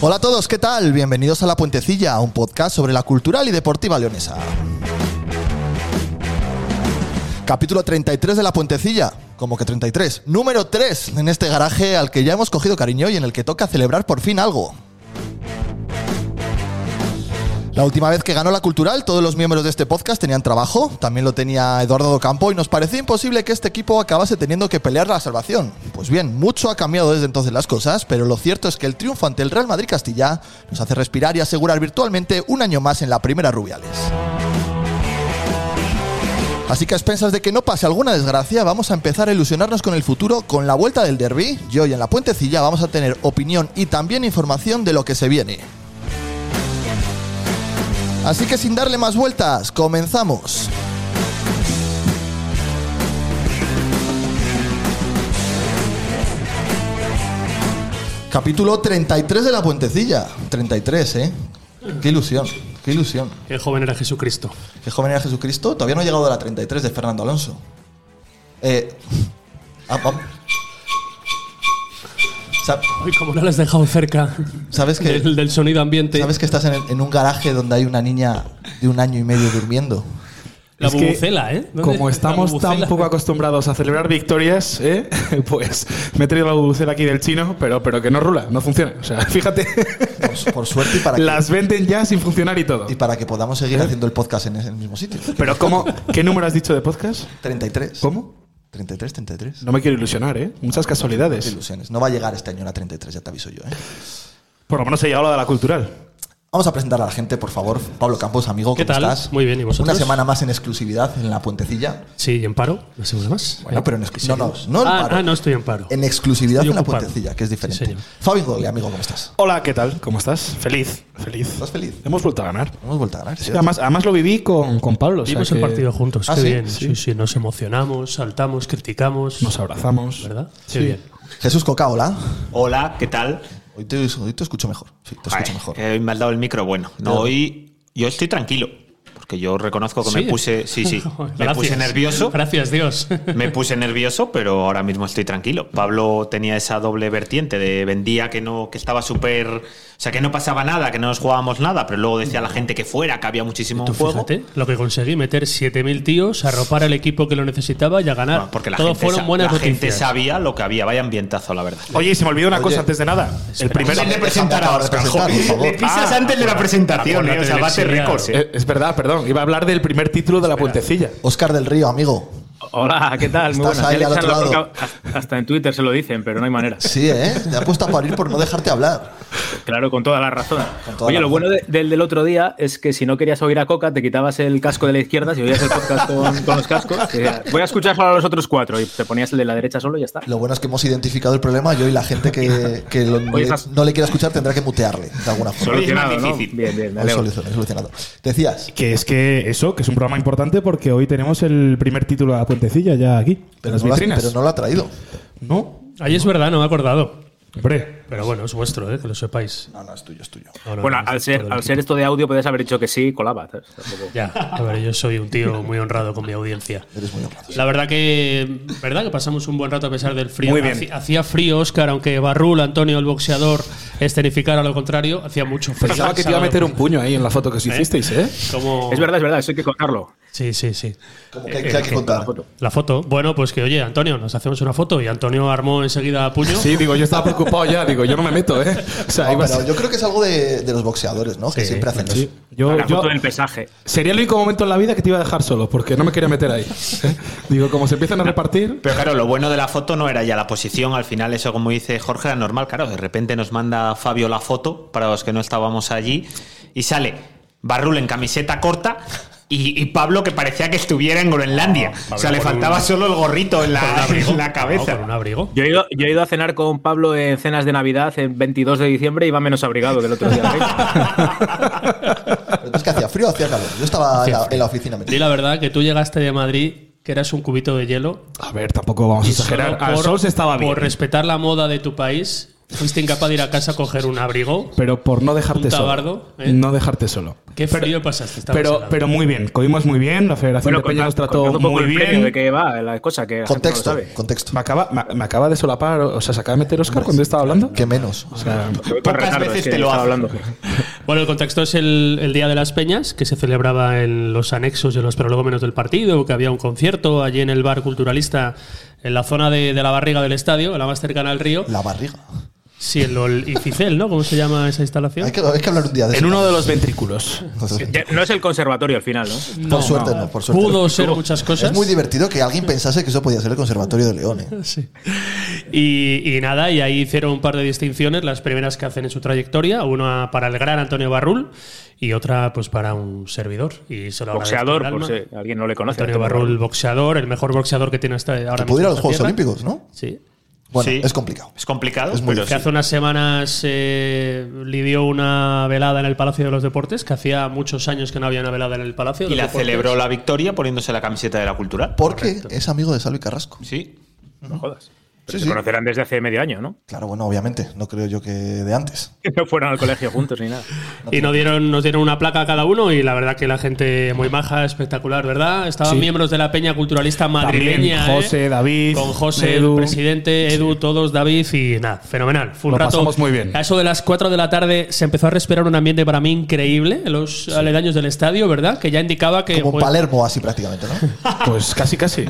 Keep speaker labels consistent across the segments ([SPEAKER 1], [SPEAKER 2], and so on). [SPEAKER 1] Hola a todos, ¿qué tal? Bienvenidos a La Puentecilla, un podcast sobre la cultural y deportiva leonesa. Capítulo 33 de La Puentecilla, como que 33, número 3 en este garaje al que ya hemos cogido cariño y en el que toca celebrar por fin algo. La última vez que ganó la cultural, todos los miembros de este podcast tenían trabajo, también lo tenía Eduardo Campo y nos parecía imposible que este equipo acabase teniendo que pelear la salvación. Pues bien, mucho ha cambiado desde entonces las cosas, pero lo cierto es que el triunfo ante el Real Madrid Castilla nos hace respirar y asegurar virtualmente un año más en la primera Rubiales. Así que a expensas de que no pase alguna desgracia, vamos a empezar a ilusionarnos con el futuro con la vuelta del derby y hoy en la puentecilla vamos a tener opinión y también información de lo que se viene. Así que sin darle más vueltas, comenzamos. Capítulo 33 de la puentecilla. 33, ¿eh? Qué ilusión, qué ilusión.
[SPEAKER 2] Qué joven era Jesucristo.
[SPEAKER 1] Qué joven era Jesucristo. Todavía no ha llegado a la 33 de Fernando Alonso. Eh, ah, vam- Sa-
[SPEAKER 2] Ay, como no les has dejado cerca
[SPEAKER 1] ¿Sabes que-
[SPEAKER 2] del, del sonido ambiente.
[SPEAKER 1] ¿Sabes que estás en, el- en un garaje donde hay una niña de un año y medio durmiendo?
[SPEAKER 2] La
[SPEAKER 3] Es que,
[SPEAKER 2] bubucela, ¿eh? ¿Dónde-
[SPEAKER 3] Como
[SPEAKER 2] la
[SPEAKER 3] estamos
[SPEAKER 2] bubucela?
[SPEAKER 3] tan poco acostumbrados a celebrar victorias, ¿eh? pues me he traído la bubucela aquí del chino, pero, pero que no rula, no funciona. O sea, fíjate,
[SPEAKER 1] Por, su- Pues, por suerte y para,
[SPEAKER 3] las venden ya sin funcionar y todo.
[SPEAKER 1] que, y para que podamos seguir haciendo el podcast en ese- en el mismo sitio.
[SPEAKER 3] Pero ¿cómo? ¿Qué número has dicho de podcast?
[SPEAKER 1] 33.
[SPEAKER 3] ¿Cómo?
[SPEAKER 1] 33, 33.
[SPEAKER 3] No me quiero ilusionar, ¿eh? Muchas
[SPEAKER 1] Qué
[SPEAKER 3] casualidades.
[SPEAKER 1] ilusiones. No va a llegar este año la 33, ya te aviso yo. ¿eh?
[SPEAKER 3] Por lo menos he llegado a la de la cultural.
[SPEAKER 1] Vamos a presentar a la gente, por favor. Pablo Campos, amigo, ¿cómo
[SPEAKER 2] ¿Qué tal?
[SPEAKER 1] estás?
[SPEAKER 2] Muy bien, ¿y vosotros?
[SPEAKER 1] Una semana más en exclusividad en la puentecilla.
[SPEAKER 2] Sí, y en paro, no sé más.
[SPEAKER 1] Bueno, pero en exclusividad. No, no, no en
[SPEAKER 2] ah,
[SPEAKER 1] paro.
[SPEAKER 2] ah, no estoy en paro.
[SPEAKER 1] En exclusividad
[SPEAKER 2] Estoy
[SPEAKER 1] en la
[SPEAKER 2] ocupado.
[SPEAKER 1] puentecilla, que es diferente.
[SPEAKER 2] Sí, señor.
[SPEAKER 1] Fabi Gogli, amigo, ¿cómo estás?
[SPEAKER 3] Hola, ¿qué tal? ¿Cómo estás? Feliz, feliz.
[SPEAKER 1] ¿Estás feliz?
[SPEAKER 3] Hemos vuelto a ganar.
[SPEAKER 1] Hemos vuelto a ganar.
[SPEAKER 3] Sí,
[SPEAKER 1] ¿sí?
[SPEAKER 3] además, además lo viví con, con Pablo. o sea
[SPEAKER 2] Vimos
[SPEAKER 3] que
[SPEAKER 2] el partido juntos,
[SPEAKER 1] Ah,
[SPEAKER 2] qué
[SPEAKER 1] ¿sí?
[SPEAKER 2] bien. Sí. sí, nos emocionamos, saltamos, criticamos.
[SPEAKER 3] Nos abrazamos.
[SPEAKER 2] ¿Verdad? Qué
[SPEAKER 3] Sí.
[SPEAKER 2] bien.
[SPEAKER 1] Jesús Coca, hola.
[SPEAKER 4] Hola, ¿qué tal?
[SPEAKER 1] Hoy te, hoy te escucho mejor. Sí, te escucho
[SPEAKER 4] Ay,
[SPEAKER 1] mejor.
[SPEAKER 4] eh, me has dado el micro bueno. No, hoy yo estoy tranquilo, porque yo reconozco que
[SPEAKER 2] ¿Sí?
[SPEAKER 4] me puse, sí, sí, me
[SPEAKER 2] Gracias.
[SPEAKER 4] puse nervioso.
[SPEAKER 2] Gracias, Dios.
[SPEAKER 4] Me puse nervioso, pero ahora mismo estoy tranquilo. Pablo tenía esa doble vertiente de vendía que no, que estaba súper, o sea, que no pasaba nada, que no nos jugábamos nada, pero luego decía a la gente que fuera, que había muchísimo
[SPEAKER 2] Tú
[SPEAKER 4] juego.
[SPEAKER 2] fíjate lo que conseguí, meter 7.000 tíos, arropar al equipo que lo necesitaba y a ganar.
[SPEAKER 4] Bueno, porque la,
[SPEAKER 2] Todo
[SPEAKER 4] gente,
[SPEAKER 2] fueron
[SPEAKER 4] sa-
[SPEAKER 2] buenas
[SPEAKER 4] la gente
[SPEAKER 2] noticias.
[SPEAKER 4] sabía lo que había. Vaya ambientazo, la verdad.
[SPEAKER 3] Oye, y se me olvidó una cosa antes de nada. El primer,
[SPEAKER 4] Antes de presentar a
[SPEAKER 1] acabar de
[SPEAKER 4] Oscar,
[SPEAKER 1] presentar,
[SPEAKER 4] joder,
[SPEAKER 1] por favor.
[SPEAKER 4] le pisas
[SPEAKER 3] Ah,
[SPEAKER 4] antes de la presentación, eh, o sea,
[SPEAKER 2] del
[SPEAKER 4] bate
[SPEAKER 2] exiliado.
[SPEAKER 4] récords. eh.
[SPEAKER 3] Eh, Es verdad, perdón. Iba a hablar del primer título de la puentecilla.
[SPEAKER 1] Oscar del Río, amigo.
[SPEAKER 5] Hola, ¿qué tal? Muy
[SPEAKER 1] Estás
[SPEAKER 5] buenas.
[SPEAKER 1] ahí
[SPEAKER 5] Ya le
[SPEAKER 1] al
[SPEAKER 5] echan
[SPEAKER 1] otro
[SPEAKER 5] la
[SPEAKER 1] lado.
[SPEAKER 5] bronca- hasta- Hasta en Twitter se lo dicen, pero no hay manera.
[SPEAKER 1] Sí, ¿eh? Te ha puesto a parir por no dejarte hablar.
[SPEAKER 5] Claro, con toda la razón.
[SPEAKER 1] toda
[SPEAKER 5] Oye,
[SPEAKER 1] la
[SPEAKER 5] lo
[SPEAKER 1] razón.
[SPEAKER 5] bueno de- del del otro día es que si no querías oír a Coca, te quitabas el casco de la izquierda, si oías el podcast con, con los cascos. que era, Voy a escuchar solo a los otros cuatro y te ponías el de la derecha solo y ya está.
[SPEAKER 1] Lo bueno es que hemos identificado el problema. Yo y la gente que, que lo-
[SPEAKER 5] Oye, estás-
[SPEAKER 1] no le quiera escuchar tendrá que mutearle de alguna forma.
[SPEAKER 4] Hoy es más
[SPEAKER 5] Solucionado, ¿no?
[SPEAKER 4] difícil.
[SPEAKER 5] Bien, bien, me
[SPEAKER 1] Hoy
[SPEAKER 5] alegro.
[SPEAKER 1] solucion- solucionado. Decías,
[SPEAKER 3] Que es que eso, que es un programa importante porque hoy tenemos el primer título a Puentecilla ya aquí. en
[SPEAKER 1] pero
[SPEAKER 3] las
[SPEAKER 1] no, lo has-
[SPEAKER 3] vitrinas.
[SPEAKER 1] pero no lo ha traído.
[SPEAKER 3] No,
[SPEAKER 2] Ahí es verdad, no me he acordado.
[SPEAKER 3] hombre.
[SPEAKER 2] Pero bueno, es vuestro, eh, que lo sepáis.
[SPEAKER 1] No, no, es tuyo, es tuyo.
[SPEAKER 2] No, no,
[SPEAKER 5] Bueno,
[SPEAKER 2] no,
[SPEAKER 5] al
[SPEAKER 2] es
[SPEAKER 5] ser,
[SPEAKER 2] todo el
[SPEAKER 5] al
[SPEAKER 2] equipo.
[SPEAKER 5] ser esto de audio, podías haber dicho que sí, colaba. ¿sabes? Tampoco-
[SPEAKER 2] Ya, a ver, yo soy un tío muy honrado con mi audiencia.
[SPEAKER 1] Eres muy honrado.
[SPEAKER 2] La verdad que, verdad que pasamos un buen rato a pesar del frío.
[SPEAKER 4] Muy bien.
[SPEAKER 2] Hacía- Hacía frío, Oscar, aunque Barrul, Antonio, el boxeador, escenificara lo contrario, hacía mucho frío.
[SPEAKER 3] Pensaba que te iba a meter un puño ahí en la foto que os hicisteis, ¿eh?
[SPEAKER 2] Como-
[SPEAKER 5] Es verdad, es verdad, eso hay que contarlo.
[SPEAKER 2] Sí, sí, sí.
[SPEAKER 1] Como que, que hay que contar.
[SPEAKER 2] La foto. Bueno, pues que, oye, Antonio, nos hacemos una foto y Antonio armó enseguida a puño.
[SPEAKER 3] Sí, digo, yo estaba preocupado ya, digo, yo no me meto, ¿eh? O sea,
[SPEAKER 1] No,
[SPEAKER 3] iba a
[SPEAKER 1] pero
[SPEAKER 3] ser-
[SPEAKER 1] yo creo que es algo de, de los boxeadores, ¿no? que
[SPEAKER 2] Sí,
[SPEAKER 1] siempre hacen
[SPEAKER 3] Sí,
[SPEAKER 1] eso.
[SPEAKER 3] yo-
[SPEAKER 5] la
[SPEAKER 3] yo-
[SPEAKER 5] foto del pesaje.
[SPEAKER 3] Sería el único momento en la vida que te iba a dejar solo, porque no me quería meter ahí. ¿eh? Digo, como se empiezan a repartir.
[SPEAKER 4] Pero claro, lo bueno de la foto no era ya la posición, al final eso como dice Jorge era normal, claro, de repente nos manda Fabio la foto, para los que no estábamos allí, y sale Barrul en camiseta corta y, y Pablo que parecía que estuviera en Groenlandia,
[SPEAKER 2] Pablo
[SPEAKER 4] o sea, le
[SPEAKER 2] con
[SPEAKER 4] faltaba
[SPEAKER 2] un-
[SPEAKER 4] solo el gorrito en
[SPEAKER 2] Con un
[SPEAKER 4] la,
[SPEAKER 2] abrigo.
[SPEAKER 4] en la cabeza.
[SPEAKER 2] No, con un abrigo.
[SPEAKER 5] Yo he, ido, yo he ido a cenar con Pablo en cenas de Navidad el 22 de diciembre y va menos abrigado que el otro día.
[SPEAKER 1] Pero es que hacía frío o hacía calor. Yo estaba en la, en la oficina
[SPEAKER 2] Di
[SPEAKER 1] metido.
[SPEAKER 2] la verdad que tú llegaste de Madrid, que eras un cubito de hielo.
[SPEAKER 3] A ver, tampoco vamos a
[SPEAKER 2] y solo
[SPEAKER 3] exagerar. Al sol se estaba bien. ¿eh?
[SPEAKER 2] Por respetar la moda de tu país, fuiste incapaz de ir a casa a coger un abrigo.
[SPEAKER 3] pero por no dejarte
[SPEAKER 2] Un
[SPEAKER 3] solo.
[SPEAKER 2] tabardo, ¿eh?
[SPEAKER 3] No dejarte solo.
[SPEAKER 2] Qué
[SPEAKER 3] Pero-
[SPEAKER 2] frío pasaste. estabas
[SPEAKER 3] Pero,
[SPEAKER 2] helado.
[SPEAKER 3] pero muy bien, comimos muy bien, la Federación de Peña nos trató muy bien.
[SPEAKER 5] de qué va la cosa que la gente no lo
[SPEAKER 1] Contexto,
[SPEAKER 5] sabe.
[SPEAKER 1] contexto.
[SPEAKER 3] Me acaba, me, me acaba de solapar, o sea, se acaba de meter Oscar cuando yo estaba hablando.
[SPEAKER 1] Que menos.
[SPEAKER 3] O sea,
[SPEAKER 5] Voy con
[SPEAKER 4] Pocas
[SPEAKER 5] retardo,
[SPEAKER 4] veces
[SPEAKER 5] es que
[SPEAKER 4] te lo
[SPEAKER 5] estaba
[SPEAKER 4] hace.
[SPEAKER 5] hablando.
[SPEAKER 2] Bueno, el contexto es el, el Día de las Peñas, que se celebraba en los anexos y en los prolegómenos del partido, que había un concierto allí en el bar culturalista, en la zona de, de la barriga del estadio, la más cercana al río.
[SPEAKER 1] La barriga.
[SPEAKER 2] Sí, en lo- el Ificel, ¿no? ¿Cómo se llama esa instalación?
[SPEAKER 1] Hay que, hay que hablar un día de eso.
[SPEAKER 3] en uno de los ventrículos.
[SPEAKER 5] Ya, No es el conservatorio al final, ¿no?
[SPEAKER 1] Por suerte no, por suerte.
[SPEAKER 2] Pudo
[SPEAKER 1] no.
[SPEAKER 2] ser muchas cosas.
[SPEAKER 1] Es muy divertido que alguien pensase que eso podía ser el Conservatorio de León. ¿eh?
[SPEAKER 2] Sí. Y, y nada, y ahí hicieron un par de distinciones, las primeras que hacen en su trayectoria, una para el gran Antonio Barrul y otra pues para un servidor. Y se lo agradezco
[SPEAKER 5] Boxeador,
[SPEAKER 2] del
[SPEAKER 5] por
[SPEAKER 2] alma.
[SPEAKER 5] si alguien no le conoce.
[SPEAKER 2] Antonio Barrul, boxeador, el mejor boxeador que tiene hasta ahora
[SPEAKER 1] Que
[SPEAKER 2] mismo
[SPEAKER 1] pudiera los
[SPEAKER 2] esta
[SPEAKER 1] Juegos
[SPEAKER 2] tierra.
[SPEAKER 1] Olímpicos, ¿no?
[SPEAKER 2] Sí.
[SPEAKER 1] Bueno,
[SPEAKER 4] Sí.
[SPEAKER 1] es complicado.
[SPEAKER 4] Es complicado,
[SPEAKER 1] Es muy
[SPEAKER 4] pero
[SPEAKER 2] Que hace
[SPEAKER 4] sí.
[SPEAKER 2] unas semanas eh, lidió una velada en el Palacio de los Deportes, que hacía muchos años que no había una velada en el Palacio. de
[SPEAKER 4] Y
[SPEAKER 2] los
[SPEAKER 4] la
[SPEAKER 2] Deportes.
[SPEAKER 4] celebró la victoria poniéndose la camiseta de la cultural.
[SPEAKER 1] Porque es amigo de Salvi Carrasco.
[SPEAKER 4] Sí.
[SPEAKER 5] No jodas. Pero
[SPEAKER 1] Sí,
[SPEAKER 5] se
[SPEAKER 1] sí.
[SPEAKER 5] conocerán desde hace medio año, ¿no?
[SPEAKER 1] Claro, bueno, obviamente. No creo yo que de antes.
[SPEAKER 5] Que no fueron al colegio juntos ni nada.
[SPEAKER 2] Y nos dieron, nos dieron una placa a cada uno y la verdad que la gente muy maja, espectacular, ¿verdad? Estaban
[SPEAKER 3] Sí.
[SPEAKER 2] miembros de la peña culturalista madrileña.
[SPEAKER 3] También José,
[SPEAKER 2] ¿eh?
[SPEAKER 3] David,
[SPEAKER 2] Con José,
[SPEAKER 3] Edu.
[SPEAKER 2] el presidente, Edu, todos, David y nada, fenomenal. Fue un
[SPEAKER 3] Lo
[SPEAKER 2] rato,
[SPEAKER 3] pasamos muy bien.
[SPEAKER 2] A eso de las 4 de la tarde se empezó a respirar un ambiente para mí increíble en los aledaños del estadio, ¿verdad? Que ya indicaba que...
[SPEAKER 1] Como un
[SPEAKER 2] pues,
[SPEAKER 1] Palermo así prácticamente, ¿no?
[SPEAKER 3] Pues casi, casi.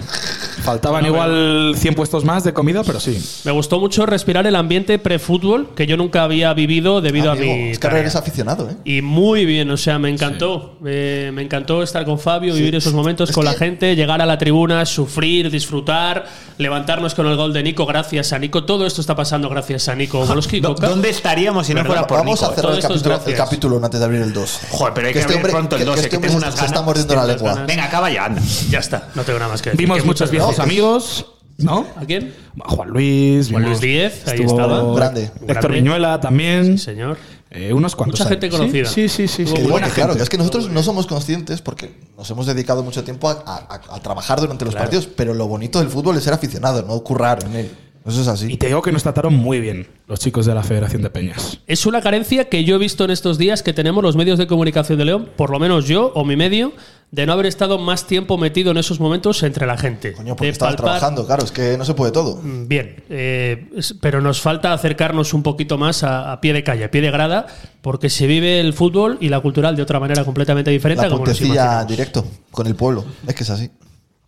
[SPEAKER 3] Faltaban igual 100 puestos más de comida, pero sí.
[SPEAKER 2] me gustó mucho respirar el ambiente pre-fútbol que yo nunca había vivido debido
[SPEAKER 1] Amigo,
[SPEAKER 2] a mi...
[SPEAKER 1] es que ahora
[SPEAKER 2] tarea.
[SPEAKER 1] eres aficionado, ¿eh?
[SPEAKER 2] Y muy bien, o sea, me encantó. Eh, me encantó estar con Fabio, vivir esos momentos
[SPEAKER 1] Es
[SPEAKER 2] con la
[SPEAKER 1] que-
[SPEAKER 2] gente, llegar a la tribuna, sufrir, disfrutar, levantarnos con el gol de Nico, gracias a Nico. Todo esto está pasando gracias a Nico Boloski y Coca.
[SPEAKER 4] ¿Dónde estaríamos si no
[SPEAKER 2] ¿Verdad?
[SPEAKER 4] fuera por
[SPEAKER 1] Vamos
[SPEAKER 4] Nico?
[SPEAKER 1] a cerrar
[SPEAKER 2] Todo
[SPEAKER 1] el
[SPEAKER 2] esto es
[SPEAKER 1] capítulo, el
[SPEAKER 2] gracias.
[SPEAKER 1] capítulo antes de abrir el 2.
[SPEAKER 4] Joder, pero hay que,
[SPEAKER 1] este
[SPEAKER 4] abrir
[SPEAKER 1] hombre-
[SPEAKER 4] pronto el
[SPEAKER 1] que-
[SPEAKER 4] 12,
[SPEAKER 1] que
[SPEAKER 4] que,
[SPEAKER 1] este
[SPEAKER 4] tengo
[SPEAKER 1] hombre
[SPEAKER 4] unas
[SPEAKER 1] se
[SPEAKER 4] ganas.
[SPEAKER 1] está mordiendo la
[SPEAKER 4] Tengo unas
[SPEAKER 1] lengua.
[SPEAKER 4] ganas. Venga, acaba ya, anda.
[SPEAKER 2] Ya está, no tengo nada más que decir.
[SPEAKER 3] Vimos
[SPEAKER 2] Que
[SPEAKER 3] muchos
[SPEAKER 2] muchas
[SPEAKER 3] viejos amigos, ¿no?
[SPEAKER 2] gracias. ¿A quién?
[SPEAKER 3] A Juan Luis,
[SPEAKER 2] Juan Luis
[SPEAKER 3] vimos-
[SPEAKER 2] Díez, ahí
[SPEAKER 3] estuvo
[SPEAKER 2] estaba.
[SPEAKER 1] Grande.
[SPEAKER 3] Héctor
[SPEAKER 2] Grande.
[SPEAKER 3] Viñuela también.
[SPEAKER 2] Señor.
[SPEAKER 3] Eh, unos cuantos.
[SPEAKER 2] Mucha gente
[SPEAKER 3] Sí,
[SPEAKER 2] conocida.
[SPEAKER 3] Sí, sí, sí. sí.
[SPEAKER 1] Que digo
[SPEAKER 3] Buena
[SPEAKER 1] que, claro,
[SPEAKER 3] gente.
[SPEAKER 1] que es que nosotros no somos conscientes porque nos hemos dedicado mucho tiempo a, a- a trabajar durante los partidos, pero lo bonito del fútbol es ser aficionado, no currar en él. Eso es
[SPEAKER 3] Y
[SPEAKER 1] así.
[SPEAKER 3] te digo que nos trataron muy bien los chicos de la Federación de Peñas.
[SPEAKER 2] Es una carencia que yo he visto en estos días que tenemos los medios de comunicación de León, por lo menos yo o mi medio, de no haber estado más tiempo metido en esos momentos entre la gente.
[SPEAKER 1] Coño, porque
[SPEAKER 2] De
[SPEAKER 1] estabas
[SPEAKER 2] palpar-
[SPEAKER 1] trabajando, claro, es que no se puede todo.
[SPEAKER 2] Bien, eh, es- pero nos falta acercarnos un poquito más a, a pie de calle, a pie de grada, porque se vive el fútbol y la cultural de otra manera completamente diferente. a
[SPEAKER 1] La
[SPEAKER 2] como nos
[SPEAKER 1] puntecilla en
[SPEAKER 2] imaginamos.
[SPEAKER 1] directo con el pueblo, es que es así.